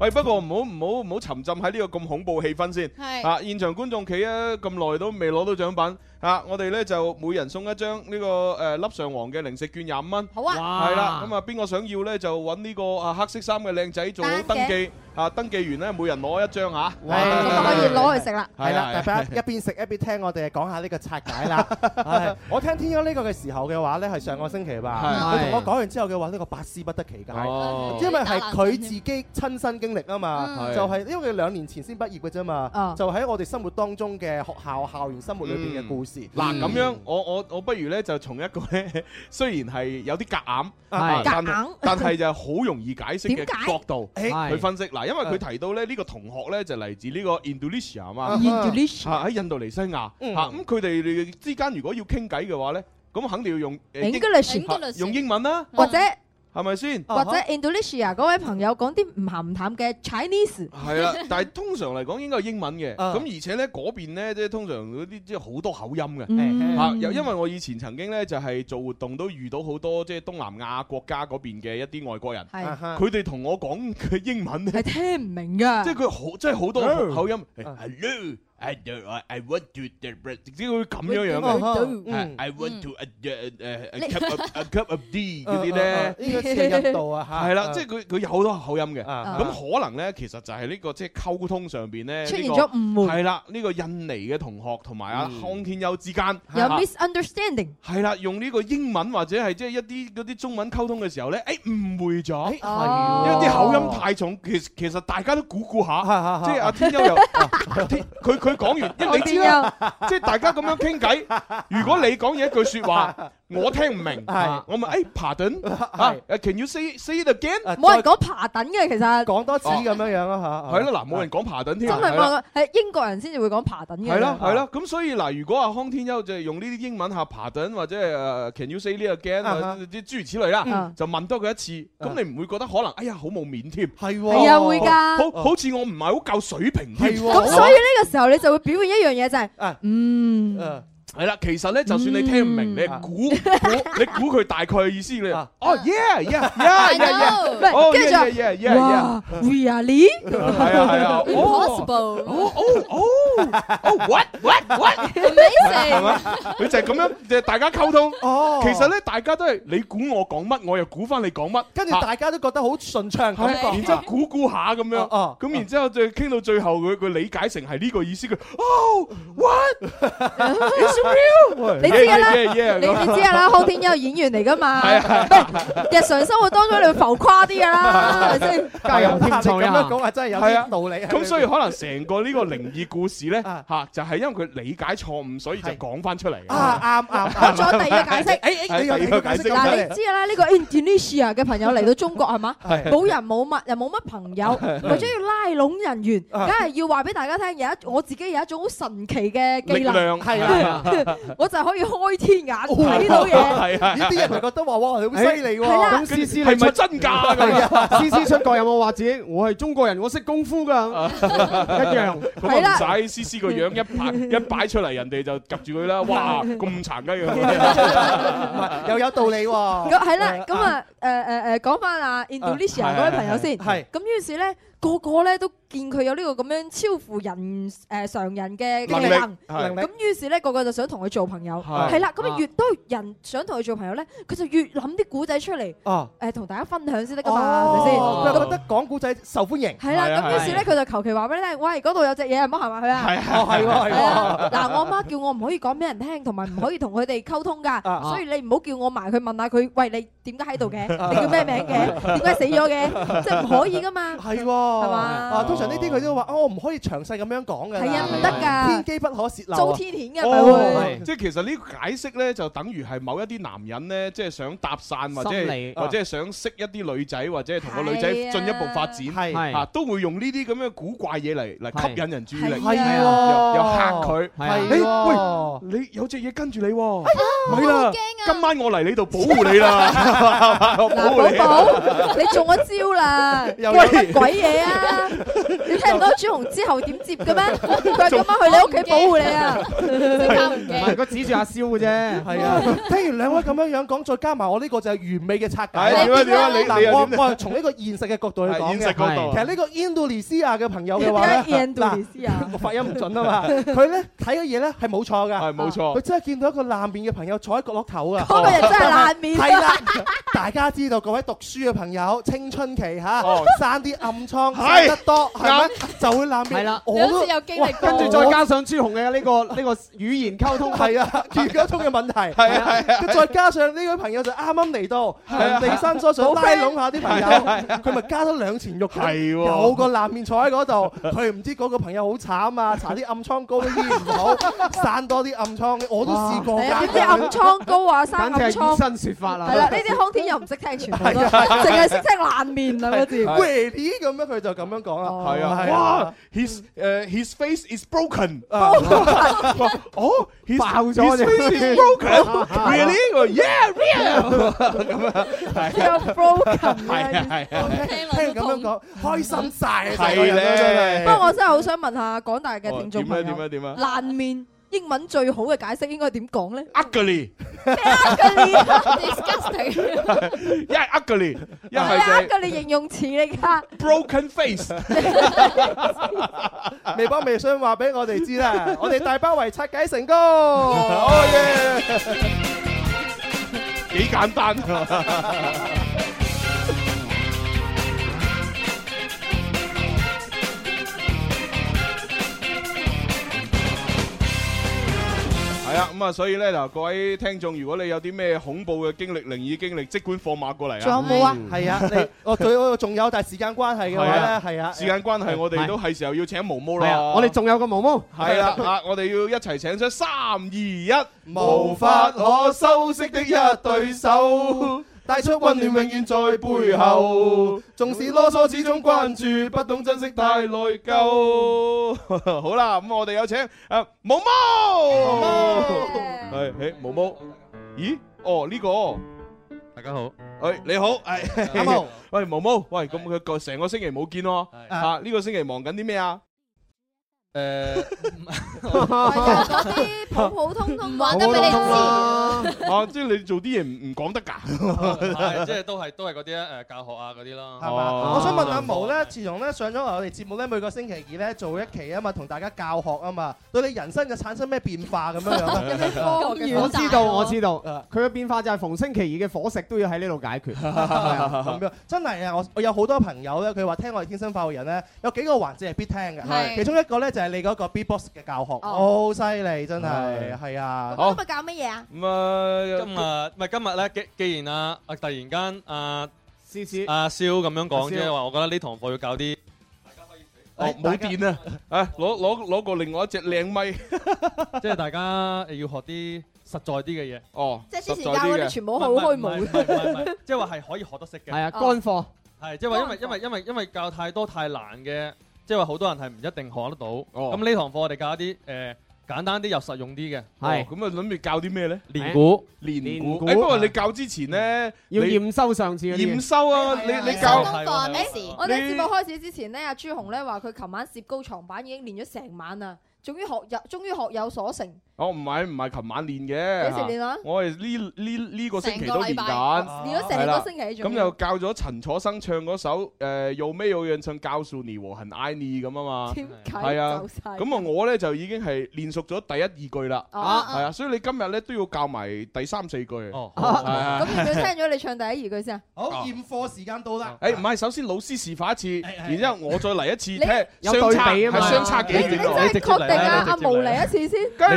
Speaker 6: 喂，
Speaker 7: 嗯
Speaker 6: 不過唔好唔好唔好沉浸喺呢個咁恐怖氣氛先。
Speaker 8: 係
Speaker 6: 啊，現場觀眾企咗咁耐都未攞到獎品啊！我哋咧就每人送一張呢個誒粒上皇嘅零食券廿五蚊。
Speaker 7: 好啊哇
Speaker 6: 係啦，咁啊邊個想要咧就揾呢個啊黑色衫嘅靚仔做好登記啊！登記完咧每人攞一張嚇。
Speaker 7: 咁啊可以攞去食啦。
Speaker 8: 係啦，
Speaker 6: 係
Speaker 8: 大家一邊食一邊聽我哋講下呢個拆解啦。係我聽天優呢個嘅時候嘅話呢，係上個星期吧。
Speaker 6: 係
Speaker 8: 佢同我講完之後嘅話，呢個百思不得其解，
Speaker 6: 哦
Speaker 8: 因為係佢自己親身經歷啊嘛。
Speaker 6: 嗯
Speaker 8: 就係因為佢兩年前先畢業嘅啫嘛
Speaker 7: 哦
Speaker 6: 啊，
Speaker 8: 就喺我哋生活當中嘅學校校園生活裏邊嘅故事。
Speaker 6: 嗯嗱
Speaker 7: 嗯
Speaker 6: 咁樣，我我我不如咧就從一個咧， 雖然係有啲夾硬，啊但
Speaker 8: 夾硬
Speaker 6: 但係就係好容易解釋嘅
Speaker 8: 點解
Speaker 6: 角度
Speaker 8: 誒啊
Speaker 6: 去分析。嗱，因為佢提到咧呢個同學咧就嚟自呢個 Indonesia 啊嘛
Speaker 7: Indonesia
Speaker 6: 啊喺印度尼西亞嚇，
Speaker 7: 嗯
Speaker 6: 咁佢哋之間如果要傾偈嘅話咧，咁肯定要用誒英
Speaker 7: English 哦
Speaker 6: 啊用英文啦，
Speaker 7: 或者
Speaker 6: 係咪先？
Speaker 7: 或者 Indonesia 嗰位朋友講啲唔鹹唔淡嘅 Chinese，
Speaker 6: 係啦，但係通常嚟講應該係英文嘅，
Speaker 7: 啊
Speaker 6: 咁而且咧嗰邊咧即係通常嗰啲即係好多口音嘅，
Speaker 7: 嗯
Speaker 6: 嚇又因為我以前曾經咧就係做活動都遇到好多即係東南亞國家嗰邊嘅一啲外國人，
Speaker 7: 係啊哈
Speaker 6: 佢哋同我講嘅英文咧，
Speaker 7: 係聽唔明㗎。
Speaker 6: 即係佢好即係好多口音係，hello。I do, I I want to the bread，直接會咁樣樣嘅係
Speaker 7: 嗯
Speaker 6: ，I want to a a a cup of a cup of tea 嗰啲咧
Speaker 8: 嗯嗯，嗯呢個似係印度啊嚇
Speaker 6: 係啦，即係佢佢有好多口音嘅，
Speaker 8: 啊
Speaker 6: 咁可能咧其實就係呢個即係溝通上邊咧
Speaker 7: 出現
Speaker 6: 呢個
Speaker 7: 咗誤會
Speaker 6: 係啦，呢個印尼嘅同學同埋阿康天庥之間
Speaker 7: 有
Speaker 6: 啊
Speaker 7: misunderstanding。
Speaker 6: 係啦，用呢個英文或者係即係一啲嗰啲中文溝通嘅時候咧，誒誤會咗，
Speaker 7: 哦
Speaker 6: 因為啲口音太重，其實其實大家都估估下，
Speaker 8: 係
Speaker 6: 即係阿天優 又啊天佢佢講完，因為你知啦，即係大家咁樣 傾偈，如果你講嘢一句説話，我聽唔明
Speaker 8: 係，
Speaker 6: 我咪誒 pardon 啊，can you say say it again？
Speaker 7: 冇人講爬等嘅，其實
Speaker 8: 講多次咁樣樣啊嚇。
Speaker 6: 係啦，嗱，冇人講 pardon 添
Speaker 7: 真
Speaker 6: 啊，
Speaker 7: 係
Speaker 6: 係啦
Speaker 7: 冇人講，係英國人先至會講爬等嘅。
Speaker 6: 係啦，係啦，咁所以嗱，如果阿康天庥就係用呢啲英文嚇爬等或者係誒 Can you say this again
Speaker 8: 啊哈
Speaker 6: 啊啲諸如此類啦
Speaker 8: 嗯，
Speaker 6: 就問多佢一次，咁你唔會覺得可能哎呀好冇面添？
Speaker 8: 係
Speaker 7: 係啊會㗎
Speaker 6: 好好似我唔係好夠水平添。
Speaker 7: 咁所以呢個時候你就會表現一樣嘢就係
Speaker 6: 啊，
Speaker 7: 嗯，
Speaker 6: 係啦，其實咧，就算你聽唔明，你估估，
Speaker 8: 嗯
Speaker 6: 你估佢大概嘅意思，你
Speaker 8: 啊
Speaker 6: 話哦，yeah Oh, yeah yeah yeah yeah，哦
Speaker 7: 跟住就
Speaker 6: Oh, yeah yeah yeah yeah
Speaker 7: 哇 really
Speaker 6: 係啊係啊哦
Speaker 7: impossible，
Speaker 6: 哦哦哦哦 what what what 係嘛？佢就係咁樣，就係大家溝通。
Speaker 8: 哦
Speaker 6: 其實咧，大家都係你估我講乜，我又估翻你講乜，
Speaker 8: 跟住
Speaker 6: 啊
Speaker 8: 大家都覺得好順暢
Speaker 6: 係
Speaker 8: 感覺。哦
Speaker 6: 然之後估估下咁樣，咁然之後就傾到最後，佢佢理解成係呢個意思，佢 哦，what，it's real，
Speaker 7: 你知㗎啦，
Speaker 6: Yeah, yeah, yeah，
Speaker 7: 你
Speaker 6: 咁啊
Speaker 7: 你知㗎 啦，康天庥演員嚟㗎嘛，
Speaker 6: 係啊
Speaker 7: 喂日常生活當中你會浮誇啲
Speaker 6: à.
Speaker 7: 㗎啦，係咪先？
Speaker 6: 加油添醋
Speaker 8: 你咁
Speaker 6: 呀
Speaker 8: 樣講話真係有
Speaker 6: 啊係啊
Speaker 8: 啲道理喺啊裏邊。
Speaker 6: 咁所以可能成個呢個靈異故事 咧，嚇就係因為佢理解錯誤，所以就講翻出嚟。
Speaker 8: 啊啱啱。
Speaker 7: 再第二個解
Speaker 6: 誒
Speaker 7: 釋，
Speaker 6: 誒你有第二個解釋
Speaker 7: 嗱，你知㗎啦，呢個 Indonesia 嘅朋友嚟到中國係嘛，
Speaker 6: 係
Speaker 7: 冇人冇物又冇乜朋友，
Speaker 6: 係
Speaker 7: 為咗要拉攏人緣，
Speaker 6: 啊
Speaker 7: 梗係要話俾大家聽，有一我自己有一種好神奇嘅技
Speaker 6: 力量
Speaker 7: 能，
Speaker 6: 係啦
Speaker 7: 我就可以開天眼睇到嘢。
Speaker 6: 係啊。
Speaker 8: 咦，啲人咪覺得話，哇，你好犀利喎。
Speaker 9: 係啦。
Speaker 8: 咁
Speaker 9: 咁
Speaker 8: CC
Speaker 9: 你
Speaker 8: 哎係咪
Speaker 9: 出-
Speaker 8: 真㗎？咁樣。
Speaker 9: 係啊，CC 出國有冇話自己，我係中國人，我識功夫㗎？一樣。
Speaker 6: 咁啊唔使 C C 個樣一擺 一擺出嚟，人哋就及住佢啦。哇，咁殘雞嘅，
Speaker 8: 嗯又有道理喎。
Speaker 7: 咁係啦，咁啊誒誒誒講翻啊 Indonesia
Speaker 6: 係
Speaker 7: 嗰位朋友先，
Speaker 8: 係
Speaker 7: 咁於是咧個個咧都見佢有呢個咁樣超乎人誒常人嘅
Speaker 8: 能力
Speaker 7: 能，
Speaker 8: 係
Speaker 7: 咁於是咧個個就想同佢做朋友，
Speaker 8: 係
Speaker 7: 係啦，咁啊
Speaker 8: 啊
Speaker 7: 越多人想同佢做朋友咧，佢就越諗啲古仔出嚟
Speaker 8: 啊，
Speaker 7: 誒同大家分享先得㗎嘛，
Speaker 8: 哦
Speaker 7: 係咪先？咁
Speaker 8: 佢覺得講古仔受歡迎。
Speaker 7: 係啊啦，咁於是咧佢就求其話俾你聽，喂嗰度有隻嘢，唔好行埋去啊！
Speaker 8: 係啊哦係喎係喎
Speaker 7: 係 啊嗱，我媽叫我唔可以講俾人聽，同埋唔可以同佢哋溝通
Speaker 8: 啊
Speaker 7: 㗎，所以你唔好叫我埋去問下佢，喂你點解 喺度嘅？你叫咩名嘅？點解死咗嘅？即係唔可以㗎嘛？
Speaker 8: 係喎。
Speaker 7: 係嘛？
Speaker 8: 啊，通常呢啲佢都話，啊，我唔可以詳細咁樣講㗎啦。
Speaker 7: 係啊，唔得㗎。
Speaker 8: 天機不可泄漏啊。
Speaker 7: 遭天譴嘅咪
Speaker 8: 哦，
Speaker 7: 會。
Speaker 6: 即係其實呢個解釋咧，就等於係某一啲男人咧，即係想搭訕或者啊
Speaker 9: 心理
Speaker 6: 係或者係想識一啲女仔，或者係同個女仔
Speaker 9: 係啊
Speaker 6: 進一步發展，
Speaker 9: 係
Speaker 6: 啊都會用呢啲咁嘅古怪嘢嚟嚟吸引人注意力，
Speaker 9: 係啊
Speaker 6: 又又嚇佢。
Speaker 9: 係啊哦哎
Speaker 6: 誒喂，你有隻嘢跟住你喎，咪啦，
Speaker 9: 啊
Speaker 6: 今晚我嚟你度保護 你啦，我 保
Speaker 7: 嗱，
Speaker 6: 護你。
Speaker 7: 寶寶，你中咗招啦！
Speaker 6: 又
Speaker 7: 有乜
Speaker 6: 嚟
Speaker 7: 鬼嘢啊？你聽唔到朱紅之後點接嘅咩？佢係咁樣去你屋企保護 你啊！
Speaker 9: 唔係，佢指住阿蕭嘅啫。
Speaker 8: 係啊，聽完兩位咁樣樣講，再加埋我呢個就係完美嘅拆解。
Speaker 9: 係，點啊，點啊，你-
Speaker 8: 嗱，
Speaker 9: 你又
Speaker 8: 我-
Speaker 9: 點咧？
Speaker 8: 我係從呢個現實嘅角度去
Speaker 9: 係，
Speaker 8: 講嘅。
Speaker 9: 現實角度啊。
Speaker 8: 其實呢個Indonesia嘅朋友嘅話咧，嗱，我發音唔準啊嘛。 佢咧睇嘅嘢咧係冇錯㗎。
Speaker 6: 係，冇錯。
Speaker 8: 佢真係見到一個爛面嘅朋友坐喺角落頭啊。
Speaker 7: 嗰個人真係爛面。
Speaker 8: 係啦，大家知道各位讀書嘅朋友，青春期嚇，
Speaker 6: 哦。
Speaker 8: 生啲暗瘡，
Speaker 9: 係，
Speaker 8: 生得多，係咪？
Speaker 9: 啱。
Speaker 8: 就會爛面。我都-哇，
Speaker 9: 跟住再加上朱紅嘅呢個-呢個語言溝通不-
Speaker 8: 係啊，而家通嘅問題。
Speaker 9: 係啊，係啊，係啊。
Speaker 8: 佢再加上呢位朋友就啱啱嚟到，人哋山疏想拉攏下啲朋友，
Speaker 9: 係啊，係啊。
Speaker 8: 佢咪加多兩錢肉緊，
Speaker 9: 係喎。
Speaker 8: 有個爛面坐喺嗰度，佢唔知嗰個朋友好慘啊，搽啲暗瘡膏都醫唔好， 散多啲暗瘡，我都試過㗎。
Speaker 7: 係啊，點知暗瘡膏啊，生暗
Speaker 8: 簡直係
Speaker 7: 瘡
Speaker 8: 醫生說法啦
Speaker 7: 係啦，呢啲康天又唔識聽全部都，
Speaker 8: 係啊
Speaker 7: 淨係識啊聽爛面兩個字。
Speaker 8: 喂，咦，咁樣佢就咁樣講啦。呃
Speaker 6: 係啊，
Speaker 8: 係啊。
Speaker 6: 哇！His 誒 his face is broken，
Speaker 8: Broken。
Speaker 6: 哦，his
Speaker 8: 爆咗
Speaker 6: his
Speaker 8: 啫
Speaker 6: face is broken，really？Yeah，real。
Speaker 8: 有
Speaker 7: broken
Speaker 6: 係啊係啊。
Speaker 8: 聽咁樣講，開心晒
Speaker 6: 係
Speaker 8: 成個人都真
Speaker 6: 咧
Speaker 7: 不過我真係好想問下廣大嘅
Speaker 6: 哦
Speaker 7: 聽眾
Speaker 6: 點咧
Speaker 7: 朋友，
Speaker 6: 點咧點啊咧
Speaker 7: 爛面英文最好嘅解釋應該點講咧？
Speaker 6: 啊 Ugly，一係 ugly，一
Speaker 7: 係啊，
Speaker 6: 係
Speaker 7: 一個你形容詞嚟㗎。
Speaker 6: 就 broken face。
Speaker 8: 微博、微信話俾我哋知啦，我哋大包圍拆解成功。
Speaker 6: 哦耶！幾簡單
Speaker 11: 아,
Speaker 6: 啊！係啊，咁啊，所以咧嗱，各位聽眾，如果你有啲咩恐怖嘅經歷、靈異經歷，即管放馬過嚟啊！
Speaker 8: 仲有冇啊係 啊你 我對我仲有，但係時間關係嘅話咧，係啊，
Speaker 6: 時間關係，我哋都係時候要請毛毛啦。
Speaker 9: 係啊，我哋仲有個毛毛。
Speaker 6: 係啦， 啊，我哋要一齊請出三二一，
Speaker 8: 無法可修飾的一對手，帶出温暖永遠在背後。縱使囉嗦，始終關注，不懂珍惜太內疚。
Speaker 6: 好啦，咁我哋有請啊毛毛，係誒毛毛，咦？哦呢個，大家好，誒你好，係
Speaker 8: 阿毛，
Speaker 6: 喂毛毛，喂咁佢個成個星期冇見喎，啊呢個星期忙緊啲咩啊？誒，
Speaker 7: 普普通通玩
Speaker 6: 得
Speaker 7: 得
Speaker 6: 俾你
Speaker 7: 俾你
Speaker 6: 知
Speaker 7: 知，
Speaker 6: 啊即係你做啲嘢唔唔講得㗎，
Speaker 14: 哦即係都係都係嗰啲誒教學啊嗰啲啦。
Speaker 6: 係
Speaker 8: 嘛我想問阿毛咧，自從咧上咗嚟我哋節目咧，每個星期二咧做一期啊嘛，同大家教學啊嘛，對你人生就產生咩變化咁樣樣啊咧？
Speaker 9: 啊我知道， 我知道，佢嘅變化就係逢星期二嘅伙食都要喺呢度解決。
Speaker 8: 咁樣 真係啊！我我有好多朋友啊咧，佢話聽我哋天生快活人咧，有幾個環節係必聽嘅，
Speaker 7: 係
Speaker 8: 其中一個咧就係你嗰個 B-box 嘅教學，好
Speaker 7: 哦
Speaker 8: 犀利真係，
Speaker 14: 係
Speaker 8: 係啊！
Speaker 14: 好
Speaker 7: 今日教乜嘢啊？
Speaker 6: 咁啊，
Speaker 14: 今日唔係今日咧，既既然啊啊突然間啊
Speaker 9: 思思
Speaker 14: 阿蕭咁樣
Speaker 6: 阿蕭
Speaker 14: 講，即係話我覺得呢堂課要教啲
Speaker 6: 哦冇電 啊，啊攞攞攞個另外一隻靚咪，
Speaker 14: 即係大家要學啲實在啲嘅嘢。
Speaker 6: 哦
Speaker 7: 即係之前教嗰啲全部好虛無
Speaker 14: 嘅，即係話係可以學得識嘅。
Speaker 9: 係啊，乾貨。
Speaker 14: 係，即係話因為因為因為因為教太多太難嘅，即係話好多人係唔一定學得到。咁呢堂課我哋教一啲誒簡單啲又實用啲嘅。
Speaker 6: 係
Speaker 14: 哦咁啊，諗住教啲咩咧？
Speaker 6: 連
Speaker 14: 鼓，
Speaker 6: 連
Speaker 14: 鼓
Speaker 6: 鼓。哦誒，不過你教之前咧，
Speaker 9: 要
Speaker 6: 你
Speaker 9: 驗收上次嗰啲嘢
Speaker 6: 驗收啊！你你教
Speaker 7: 收工
Speaker 9: 課啊
Speaker 7: 誒我哋節目開始之前呢，阿朱紅咧話佢琴晚攝高床板已經練咗成晚啦，終於學有，終於學有所成。
Speaker 6: 我哦唔係唔係，琴晚練嘅。
Speaker 7: 幾時練啊
Speaker 6: 我係呢呢呢個星期都練
Speaker 7: 成個禮拜哦
Speaker 6: 緊，
Speaker 7: 練咗成個
Speaker 6: 係啦
Speaker 7: 星期仲
Speaker 6: 咁
Speaker 7: 要
Speaker 6: 又教咗陳楚生唱嗰首誒《有咩有人唱教訴你和很愛你》咁啊嘛。
Speaker 11: 네.
Speaker 7: 點解
Speaker 6: 係啊
Speaker 7: 走晒，
Speaker 11: 뭐
Speaker 6: 咁啊我咧就已經係練熟咗第一二句啦。
Speaker 7: 哦啊
Speaker 6: 係啊，所以你今日咧都要教埋第三四句。哦，
Speaker 7: 咁要唔要聽咗你唱第一二句先啊？
Speaker 6: 好驗
Speaker 7: 課時間到啦。
Speaker 6: 誒唔係，首先老師示範一次，然之後我再嚟一次，
Speaker 7: 你
Speaker 6: 睇下
Speaker 14: 有
Speaker 6: 相差
Speaker 14: 對比啊嘛
Speaker 6: 係相差幾
Speaker 14: 你
Speaker 6: 遠
Speaker 14: 你真
Speaker 6: 喎
Speaker 14: 係
Speaker 7: 確定啊，阿毛嚟一次先。梗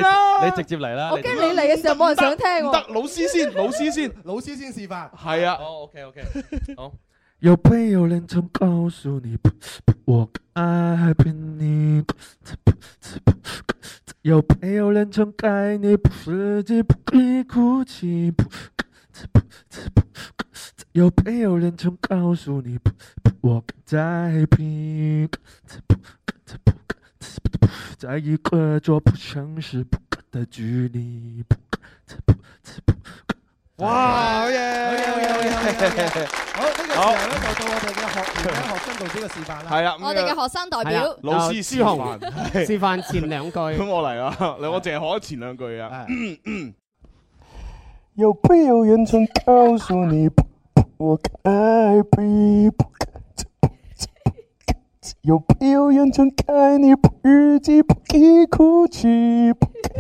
Speaker 14: 你直接嚟啦。
Speaker 7: 我驚你嚟嘅時候冇人想
Speaker 6: 唔
Speaker 7: 聽喎。
Speaker 6: 得，老師 先，老師先，
Speaker 8: 老師先示範。
Speaker 6: 係啊。
Speaker 14: 哦，OK OK，好。
Speaker 23: 有没有人曾告诉你，我爱你？有没有人曾爱你，自己不可以哭泣？有没有人曾告诉你，我在拼？在一个做不诚实不可的距离。
Speaker 8: 哇！好嘢，好嘢，好嘢，好嘢，好嘢！好呢個時候咧，就到
Speaker 6: 好
Speaker 8: 我哋嘅學 員咧、學生導師嘅示範啦。
Speaker 6: 係啊啦咁
Speaker 1: 我哋嘅學生代
Speaker 6: 係
Speaker 1: 表
Speaker 6: 啊老師
Speaker 9: 朱紅
Speaker 6: 紅
Speaker 9: 示範前兩句。
Speaker 6: 咁我嚟啦，我淨係學咗前兩句啊。
Speaker 23: 有没有人曾告诉你，我爱你？有没有人曾爱你，日记不必哭泣？
Speaker 7: 啊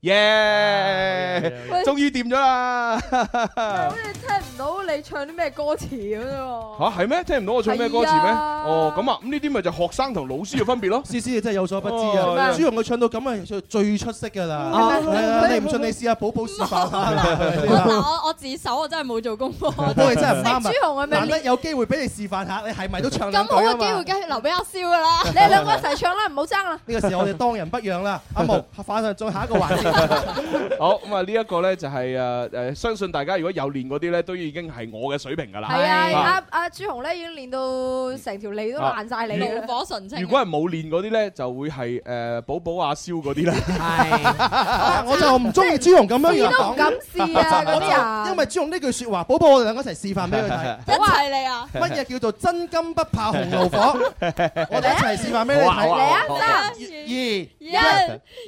Speaker 6: 耶！
Speaker 7: 喂
Speaker 6: 終於掂咗 啦。
Speaker 7: 好似聽唔到你唱啲咩歌詞咁啫喎。
Speaker 6: 吓係咩？聽唔到我唱咩歌詞
Speaker 7: 係
Speaker 6: 咩？
Speaker 7: 啊
Speaker 6: 哦，咁啊，咁呢啲咪就學生同老師嘅分別 咯。
Speaker 8: 思思真係有所不知
Speaker 6: 哦
Speaker 8: 啊！
Speaker 6: 真係
Speaker 8: 朱紅佢唱到咁係最最出色㗎啦。
Speaker 6: 係
Speaker 13: 咪
Speaker 8: 係啊，
Speaker 13: 佢
Speaker 8: 你唔信你試下寶寶示範下
Speaker 13: 我嗱
Speaker 8: 啦。
Speaker 13: 我我自首，我真係冇做功課。
Speaker 8: 不過你真係唔啱啊！
Speaker 13: 識朱紅係咪
Speaker 8: 難得有機會俾你示範下，你係咪都唱兩
Speaker 13: 咁
Speaker 8: 句
Speaker 13: 好
Speaker 8: 啊
Speaker 13: 嘅
Speaker 8: 嘛
Speaker 13: 機會，？梗係留俾阿蕭噶啦。
Speaker 7: 你哋兩個一齊唱啦，唔好爭啦。
Speaker 8: 呢個時候我哋當仁不讓啦。阿毛，反上再下一個環節。
Speaker 6: 好咁啊！呢一個咧就係誒誒，相信大家如果有練嗰啲咧，都已經係我嘅水平㗎啦。
Speaker 7: 係啊，阿阿朱紅咧已經練到成條脷都爛晒你
Speaker 6: 啊
Speaker 7: 怒火
Speaker 13: 純
Speaker 6: 如果係冇練嗰啲咧，就會係誒寶寶阿蕭嗰啲啦。
Speaker 8: 我就唔中意朱紅咁樣樣
Speaker 7: 試都唔 敢試啊嗰啲人
Speaker 8: 我就因為朱紅呢句説話，寶寶我哋兩個一齊示範俾佢睇。
Speaker 13: 一齊嚟啊！
Speaker 8: 乜嘢叫做真金不怕紅爐火？我哋一齊示範俾你
Speaker 6: 好啊
Speaker 8: 睇。
Speaker 6: 好啊好啊
Speaker 8: 三二一，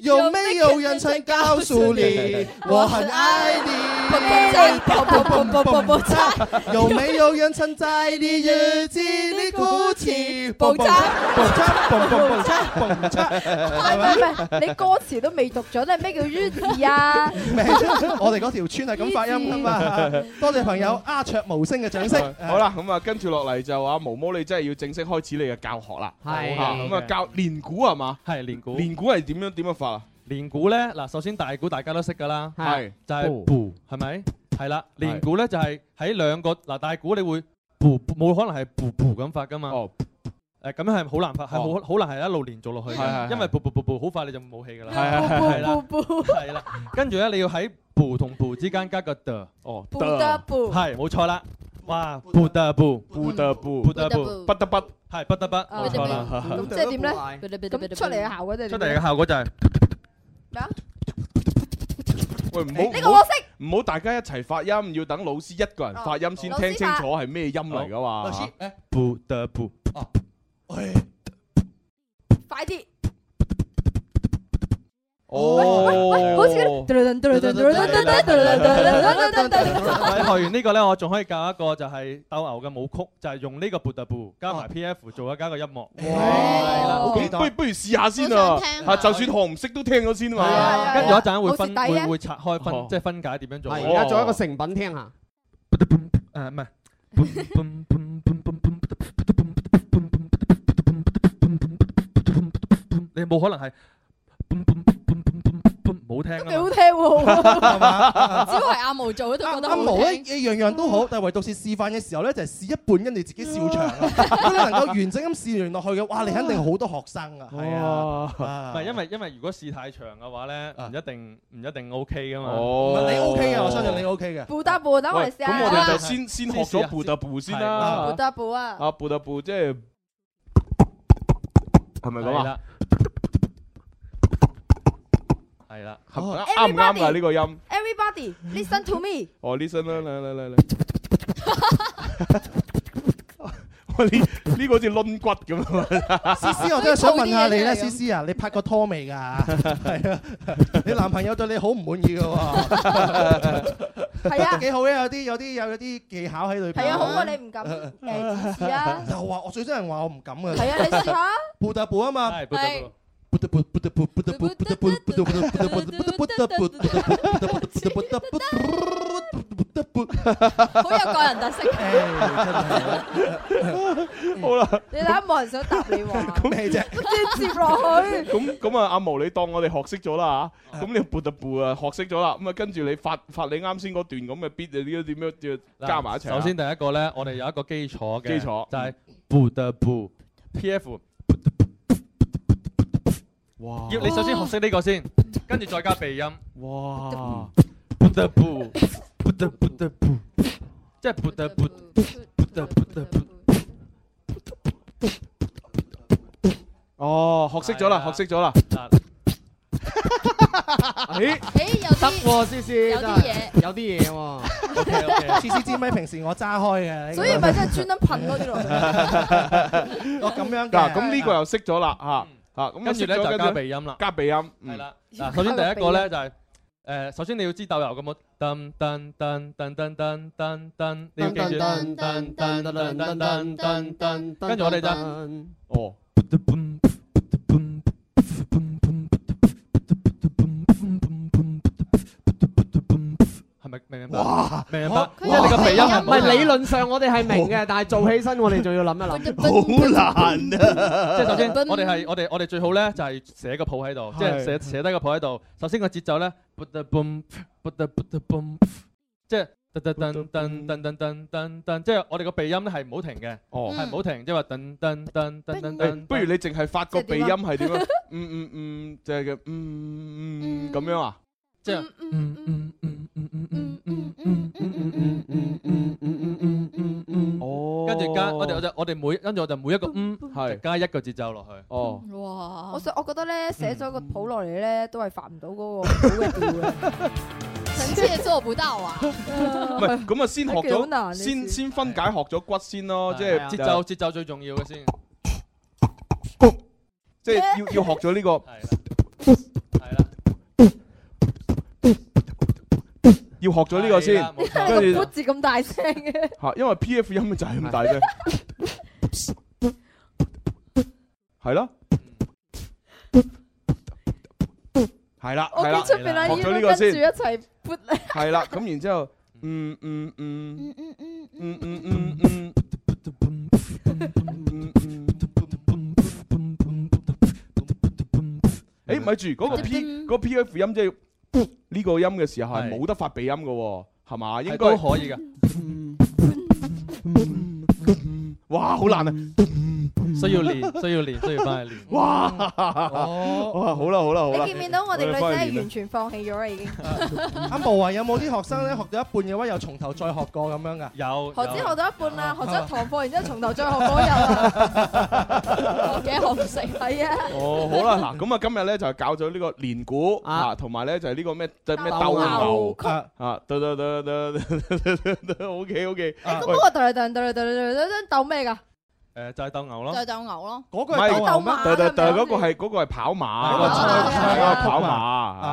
Speaker 8: 有沒有人曾告訴你，我很愛你？有没有人曾在你日记里哭泣？蹦蹦嚓，蹦蹦嚓，蹦嚓，
Speaker 7: 唔係唔係，你歌詞都未讀咗咧，咩叫 Rudy 啊？
Speaker 8: 我哋嗰條村係咁發音噶嘛？多謝朋友鴉雀無聲嘅掌聲。
Speaker 6: 好啦，咁啊，跟住落嚟就啊，毛毛你真係要正式開始你嘅教學啦。
Speaker 14: 係
Speaker 6: 啊咁啊，教練鼓係嘛？
Speaker 14: 係練鼓。
Speaker 6: 練鼓係點樣點樣發啊？
Speaker 14: 練鼓咧，嗱，首先大鼓大家都識㗎啦，
Speaker 6: 係
Speaker 14: 就係 boo 係咪？係啦，練鼓咧就係喺兩個嗱大鼓你會 boo 冇可能係 boo boo 咁發㗎嘛。誒咁樣係好難發，係好好難係一路連續落去
Speaker 6: 係係係
Speaker 14: 嘅，因為 boo boo boo boo 好快你就冇氣㗎啦。
Speaker 6: 係係係
Speaker 14: 係啦，係啦，跟住咧你要喺 boo 同 boo 之間加個 the，
Speaker 6: 哦
Speaker 7: Boo the boo
Speaker 14: 係冇錯啦。哇，boo the boo，boo
Speaker 6: the boo，boo
Speaker 14: boo the boo，
Speaker 6: 不得不
Speaker 14: 係不得不，冇錯啦。
Speaker 7: 哦 咁即係點咧？咁出嚟嘅效果即係
Speaker 14: 出
Speaker 7: 點
Speaker 14: 嚟嘅效果就係
Speaker 7: 咩啊？
Speaker 6: 喂，唔好
Speaker 7: 呢個我識
Speaker 6: 唔好大家一齊發音，要等老師一個人發音先聽清楚係咩音嚟㗎嘛。
Speaker 8: 老師誒
Speaker 14: boo the boo，
Speaker 7: 快啲！
Speaker 14: 哦
Speaker 7: 好似嗰啲
Speaker 14: 學完呢個咧，我仲可以教一個就係鬥牛嘅舞曲，就係用呢個 b u d a b 加
Speaker 6: 啊
Speaker 14: 埋 PF 做一加個音樂。
Speaker 6: 咁不如不如試下先啊！啊，就算學唔識都聽咗先啊嘛。哦
Speaker 14: 跟住一陣會分
Speaker 9: 好蝕底
Speaker 14: 會
Speaker 9: 啊
Speaker 14: 會拆開分，即係分解點樣做。
Speaker 9: 係而家做一個成品聽下。
Speaker 14: 誒唔係。你冇可能係冇聽
Speaker 7: 都幾好聽喎。
Speaker 13: 只要係阿毛做嗰度覺得
Speaker 8: 阿
Speaker 13: 好
Speaker 8: 毛咧，
Speaker 13: 聽。
Speaker 8: 樣樣都好，但係唯獨是示範嘅時候咧，就係試一半，跟住自己笑場啦。如果你能夠完整咁試完落去嘅，哇！你肯定好多學生啊，係啊，
Speaker 14: 唔係因為因為如果試太長嘅話咧，唔一定唔一定 OK 噶嘛。
Speaker 6: 啊哦唔係你 OK 嘅我相信你
Speaker 8: OK 嘅
Speaker 7: 布達布，等我
Speaker 6: 喂
Speaker 7: 哋試下啊
Speaker 6: 咁
Speaker 7: 啦。
Speaker 6: 我哋就先先學咗 b u d a 啊先啦。
Speaker 7: 布達布啊！
Speaker 6: 啊 b u d a 即係係咪咁
Speaker 14: 係
Speaker 6: 啊
Speaker 14: 啦？係啦，
Speaker 6: 合啱唔啱啊？呢個音？
Speaker 7: Everybody listen to me，
Speaker 6: 哦，listen 啦，嚟嚟嚟嚟。哇呢呢個好似抡骨咁啊！
Speaker 12: 思思，我真係想問下你咧，思思啊，你拍過拖 未㗎？係啊，你男朋友對你好唔滿意㗎喎。
Speaker 7: 係啊
Speaker 12: 幾好嘅，有啲有啲有有啲技巧喺裏邊。
Speaker 7: 係啊好過你唔 敢誒自試啊
Speaker 12: 又話我最憎人話我唔敢㗎。
Speaker 7: 係啊你試下 啊。
Speaker 12: 步特步啊嘛。
Speaker 8: 哎
Speaker 7: 係好有個人特色。
Speaker 6: 好啦，
Speaker 7: 你諗冇人想答你喎，
Speaker 12: 咁咩啫？
Speaker 7: 接接落 去。
Speaker 6: 咁咁啊，阿毛你當我哋學識咗啦嚇，咁你撥特撥啊學識咗啦，咁啊跟住你發發你啱先嗰段咁嘅 beat 你要點樣加埋一齊啊？
Speaker 14: 首先第一個咧，我哋有一個基礎嘅
Speaker 6: 基礎哦
Speaker 14: 就係 b 得 b P F。
Speaker 6: 哇
Speaker 14: 要你首先學識呢個先，跟住再加鼻音。
Speaker 6: 哇！
Speaker 14: 不得不，不得不得不，即係不得不，不得不得不。
Speaker 6: 哦，學識咗啦，學識咗啦。 咦？
Speaker 12: 得喎，思思，有
Speaker 7: 啲嘢
Speaker 12: 有啲嘢喎。
Speaker 14: OK，OK
Speaker 12: 思思知唔知平時我揸開嘅呢個？
Speaker 7: 所以咪真係專登噴嗰啲落去。
Speaker 12: 我咁樣
Speaker 6: 嗱，
Speaker 12: 嘅。
Speaker 6: 咁呢個又識咗啦嚇嚇，咁
Speaker 14: 跟住咧就加鼻音啦，
Speaker 6: 加鼻音。
Speaker 14: 係啦，嗱，首先第一個咧就係誒，首先你要知導遊嘅冇，噔噔噔噔噔噔噔噔，你要記住。跟住我哋就
Speaker 6: 哦。
Speaker 14: 係咪明唔明白？
Speaker 9: 哇！
Speaker 14: 明唔明
Speaker 9: 哇
Speaker 14: 白？因為你個鼻音係
Speaker 9: 唔係理
Speaker 14: 冇
Speaker 9: 論上我哋係明嘅，但係做起身我哋仲要諗一諗。
Speaker 12: 好難啊！
Speaker 14: 即係首先，我哋係我哋我哋最好咧就係寫個譜喺度，即係
Speaker 9: 係
Speaker 14: 寫寫低個譜喺度。首先個節奏咧，噗嗒嘣噗嗒噗嗒嘣即係噔噔噔噔噔噔噔噔噔，即係我哋個鼻音咧係唔好停嘅，
Speaker 6: 哦
Speaker 14: 係唔好停，即係話噔噔噔噔噔
Speaker 6: 誒
Speaker 14: 噔。
Speaker 6: 不如你淨係發個鼻音係點樣
Speaker 14: 即係點啊？
Speaker 6: 嗯 嗯嗯，就係嘅嗯嗯咁樣啊？
Speaker 14: 即係嗯嗯嗯
Speaker 23: Mm,
Speaker 14: 嗯嗯嗯嗯嗯嗯嗯嗯嗯嗯
Speaker 23: mm,
Speaker 14: 嗯嗯嗯嗯
Speaker 6: 哦
Speaker 14: 跟住加我哋我就我哋每跟住我就每一個嗯係加一個節奏落去。
Speaker 6: 哦。
Speaker 7: 哇！我想我覺得咧寫咗個譜落嚟咧，都係發唔到嗰個譜嘅調嘅。臣
Speaker 13: 妾做不到啊！
Speaker 6: 唔係咁啊，先學
Speaker 7: 幾好難
Speaker 6: 咗
Speaker 7: 呢
Speaker 6: 先先分解學咗骨先咯，即係
Speaker 14: 節奏節奏最重要嘅先。
Speaker 6: 即係要要學咗呢個。
Speaker 11: 哎
Speaker 6: 要學咗呢個
Speaker 14: 係
Speaker 6: 先
Speaker 14: 啦冇，錯
Speaker 6: 跟住
Speaker 7: 個字咁大聲嘅，
Speaker 6: 嚇，因為 P F 音就係咁大啫，係咯，係啦，
Speaker 7: 嗯我
Speaker 6: 係啦，
Speaker 7: 見出邊阿
Speaker 6: 學
Speaker 7: 姨
Speaker 6: 咗呢個
Speaker 7: 都跟住一
Speaker 6: 先，
Speaker 7: 齊撥
Speaker 6: 係啦，咁然之後，嗯嗯嗯，
Speaker 7: 嗯嗯
Speaker 6: 嗯嗯嗯嗯。誒，咪住嗰個 P 嗰個 P F 音即係呢個音嘅時候係冇得發鼻音嘅喎，係嘛？應該
Speaker 14: 都可以㗎。
Speaker 6: 哇，好難啊！
Speaker 14: 需要練，需要練，需要翻去練。
Speaker 6: 哇！哇，好啦好啦好
Speaker 7: 你
Speaker 6: 啦，
Speaker 7: 見唔見到我哋女仔係完全放棄咗啦，已經。
Speaker 12: 阿毛啊，有冇啲學生咧學到一半嘅話，又從頭再學過咁樣㗎？
Speaker 14: 有
Speaker 7: 學知學到一半啦，學咗堂課，然之後從頭再學嗰日啦，學嘅學唔識。係啊，
Speaker 6: 哦，好啦，嗱，咁啊，今日咧就教咗呢個連鼓啊，同埋咧就係呢個咩就咩鬥牛啊，得得得得得，OK OK，
Speaker 7: 咁嗰個對對對對對對對鬥咩㗎？
Speaker 14: 誒，就係鬥牛咯。
Speaker 7: 就係鬥牛咯。
Speaker 12: 嗰
Speaker 6: 唔係
Speaker 7: 鬥馬
Speaker 6: 但但
Speaker 7: 咁
Speaker 6: 但
Speaker 7: 樣
Speaker 6: 嗰個係嗰個係跑馬，
Speaker 7: 跑馬
Speaker 6: 係啊
Speaker 7: 啊
Speaker 6: 跑
Speaker 12: 啊
Speaker 6: 馬，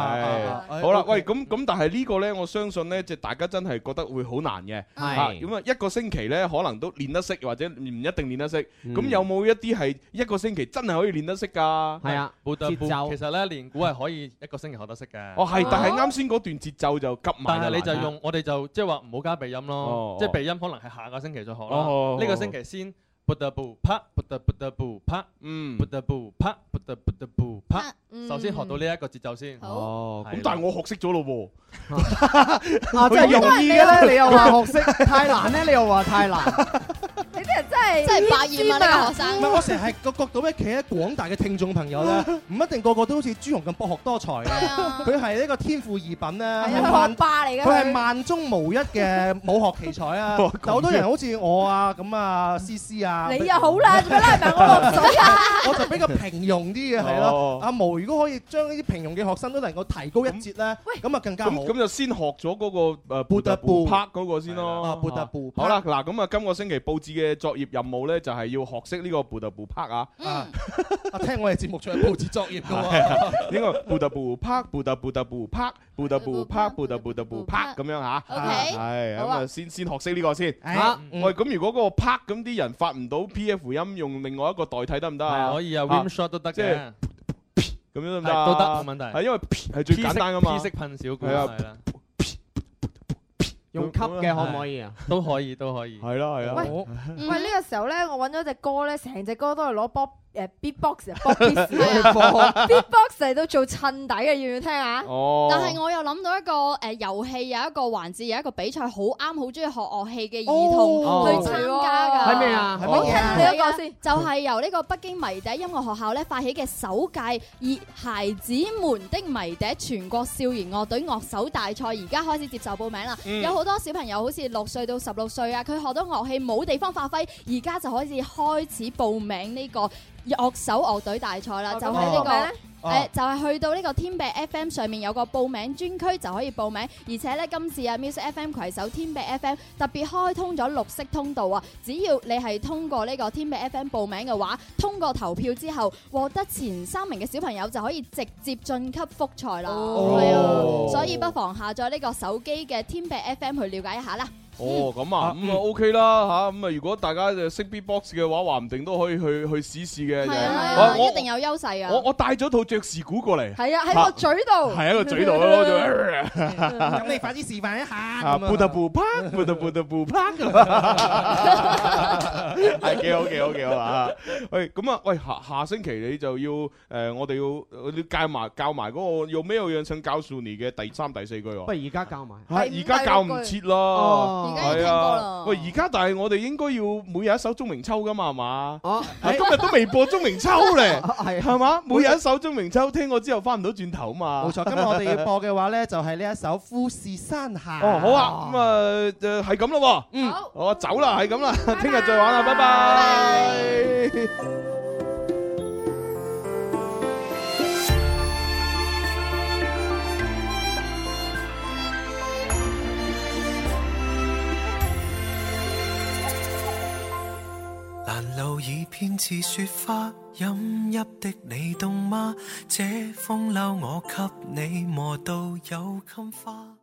Speaker 6: 係
Speaker 12: 啊
Speaker 6: 好啦，
Speaker 12: OK
Speaker 6: 喂，咁咁但係呢個咧，我相信咧，即係大家真係覺得會好難嘅，
Speaker 12: 係
Speaker 6: 啊咁啊一個星期咧可能都練得識，或者唔一定練得識，咁有冇一啲係一個星期真係可以練得識㗎？
Speaker 14: 係啊冇得節奏。其實咧，練鼓係可以一個星期學得識嘅。
Speaker 6: 哦，係，但係啱先嗰段節奏就急埋
Speaker 14: 啊但
Speaker 6: 啦。啊
Speaker 14: 係你就用我哋就即係話唔好加鼻音
Speaker 6: 哦
Speaker 14: 咯，即係鼻音可能係下個星期再學
Speaker 6: 哦
Speaker 14: 啦。呢個星期先。不得不啪，不得不得不啪，
Speaker 6: 嗯，
Speaker 14: 不得不啪，不得不得不啪
Speaker 6: 嗯。
Speaker 14: 首先學到呢一個節奏先。
Speaker 6: 哦，咁
Speaker 14: 係啊
Speaker 6: 但係我學識咗咯喎。
Speaker 7: 哦
Speaker 9: 啊，真係容易嘅咧，你又話學識；太難咧，你又話太難。
Speaker 7: 你啲人真係係
Speaker 1: 真係百厭啊呢個學
Speaker 7: 生
Speaker 8: 唔係，我成日係個角度咧，企喺廣大嘅聽眾朋友咧， 唔一定個個都好似朱紅咁博學多才啊。佢係呢個天賦異稟咧，
Speaker 7: 係啊
Speaker 8: 係
Speaker 7: 佢
Speaker 8: 萬
Speaker 7: 學霸嚟㗎
Speaker 8: 佢係
Speaker 7: 佢
Speaker 8: 萬中無一嘅武學奇才啊
Speaker 24: 哇咁樣！
Speaker 8: 但好多人好似我啊，咁啊，思思啊，
Speaker 7: 你又好啦做咩拉埋我落水啊？
Speaker 8: 我就比較平庸啲嘅係咯
Speaker 6: 哦。
Speaker 8: 阿毛如果可以將呢啲平庸嘅學生都能夠提高一截咧，咁啊更加好。
Speaker 6: 咁咁就先學咗嗰個誒布特布 part 嗰個先咯。啊，
Speaker 8: 布特布
Speaker 6: 好啦，嗱咁啊，今個星期佈置嘅作業任務咧，就係要學識呢個布特布 part 啊。
Speaker 7: 嗯
Speaker 8: 啊！聽我哋節目仲有佈置作業㗎
Speaker 6: 係
Speaker 8: 喎。
Speaker 6: 啊呢個布特布 part 布特布特布 part 布特布 part 布特布特布 part 咁樣嚇。
Speaker 8: OK
Speaker 6: 係咁
Speaker 8: 好
Speaker 6: 啊，
Speaker 8: 啊
Speaker 6: 先先學識呢個先。
Speaker 8: 哎
Speaker 6: 啊
Speaker 14: 嗯
Speaker 6: 喂，咁如果嗰個 part 咁啲人發唔到 PF 音，用另外一個代替得唔得啊？
Speaker 14: 可以啊，rim shot 都得
Speaker 6: 即係
Speaker 14: 嘅，
Speaker 6: 咁樣得唔得啊？
Speaker 14: 係都得冇問題。
Speaker 6: 係因為係最簡單噶嘛。
Speaker 14: P 式噴小管
Speaker 6: 係啊
Speaker 14: 係啦，
Speaker 9: 用吸嘅可唔可以啊？
Speaker 14: 都可以，都可以。
Speaker 6: 係啦，係
Speaker 7: 喂喂，呢個時候咧，我揾咗只歌咧，成隻歌都係攞 b o 誒 beatbox 啊 b o b beatbox 嚟到做襯
Speaker 1: 啊
Speaker 7: 底嘅，要唔要聽下？
Speaker 6: 哦
Speaker 1: 但係我又諗到一個誒遊戲，啊有一個環節，有一個比賽，好啱好中意學樂器嘅兒童
Speaker 7: 哦
Speaker 1: 去參加㗎。
Speaker 7: 係咩啊係乜嘢啊
Speaker 1: 我聽下你一
Speaker 7: 係
Speaker 1: 個
Speaker 7: 啊
Speaker 1: 先，就係由呢個北京迷笛音樂學校咧發起嘅首屆以孩子們的迷笛全國少兒樂隊樂手大賽，而家開始接受報名啦。
Speaker 25: 嗯
Speaker 1: 有好多小朋友好似六歲到十六歲啊，佢學到樂器冇地方發揮，而家就開始開始報名呢個樂手樂隊大賽啦，
Speaker 7: 哦
Speaker 1: 就
Speaker 7: 咁
Speaker 1: 喺呢
Speaker 7: 報名呢
Speaker 1: 個。誒、就係去到呢個天幣 FM 上面有個報名專區就可以報名，而且咧今次啊 Music FM 攜手天幣 FM 特別開通咗綠色通道啊！只要你係通過呢個天幣 FM 報名嘅話，通過投票之後獲得前三名嘅小朋友就可以直接晉級複賽啦，係、
Speaker 7: 哦
Speaker 6: 哦
Speaker 1: 啊！所以不妨下載呢個手機嘅天幣 FM 去了解一下啦。
Speaker 6: 哦，咁啊，
Speaker 14: 嗯
Speaker 6: 咁啊 OK 啦吓，咁啊如果大家就識 B-box 嘅話，話唔定都可以去去試試嘅。就係
Speaker 1: 係
Speaker 6: 哇
Speaker 1: 啊，
Speaker 6: 我
Speaker 1: 一定有優勢
Speaker 6: 我
Speaker 1: 啊！
Speaker 6: 我帶咗套爵士鼓過嚟。
Speaker 7: 係啊，喺個嘴度。
Speaker 6: 係喺個嘴度啊 咯，啊
Speaker 8: 咁
Speaker 6: 咁
Speaker 8: 你快啲示範一下。
Speaker 6: 啊，布特布啪，布特布特布啪咁啊， 係幾好幾好幾好啊！喂，咁啊，喂下下星期你就要誒，我哋要呃我哋教埋教埋嗰個有咩樣想教 Sunny 嘅第三第四句
Speaker 9: 不
Speaker 6: 喎。
Speaker 9: 如而家教埋。
Speaker 6: 係而家教唔切啦，
Speaker 9: 哦而家要
Speaker 14: 啊
Speaker 9: 聽歌啦
Speaker 6: 喂，而家但係我哋應該要每日一首鐘明秋噶嘛，係嘛？
Speaker 9: 哦
Speaker 6: 係今日都未播鐘明秋 咧，
Speaker 9: 啊
Speaker 8: 係
Speaker 6: 係嘛？每日一首鐘明秋，聽過之後翻唔到轉頭嘛。
Speaker 8: 冇錯，今日我哋要播嘅話咧，就係呢一首《富士山下》。
Speaker 6: 哦，好啊，咁啊，就係咁咯喎。嗯，我走啦，係咁啦，聽日再玩啦，拜拜。
Speaker 5: 攔路已偏似雪花，飲泣的你凍嗎？這風褸我給你磨到有襟花。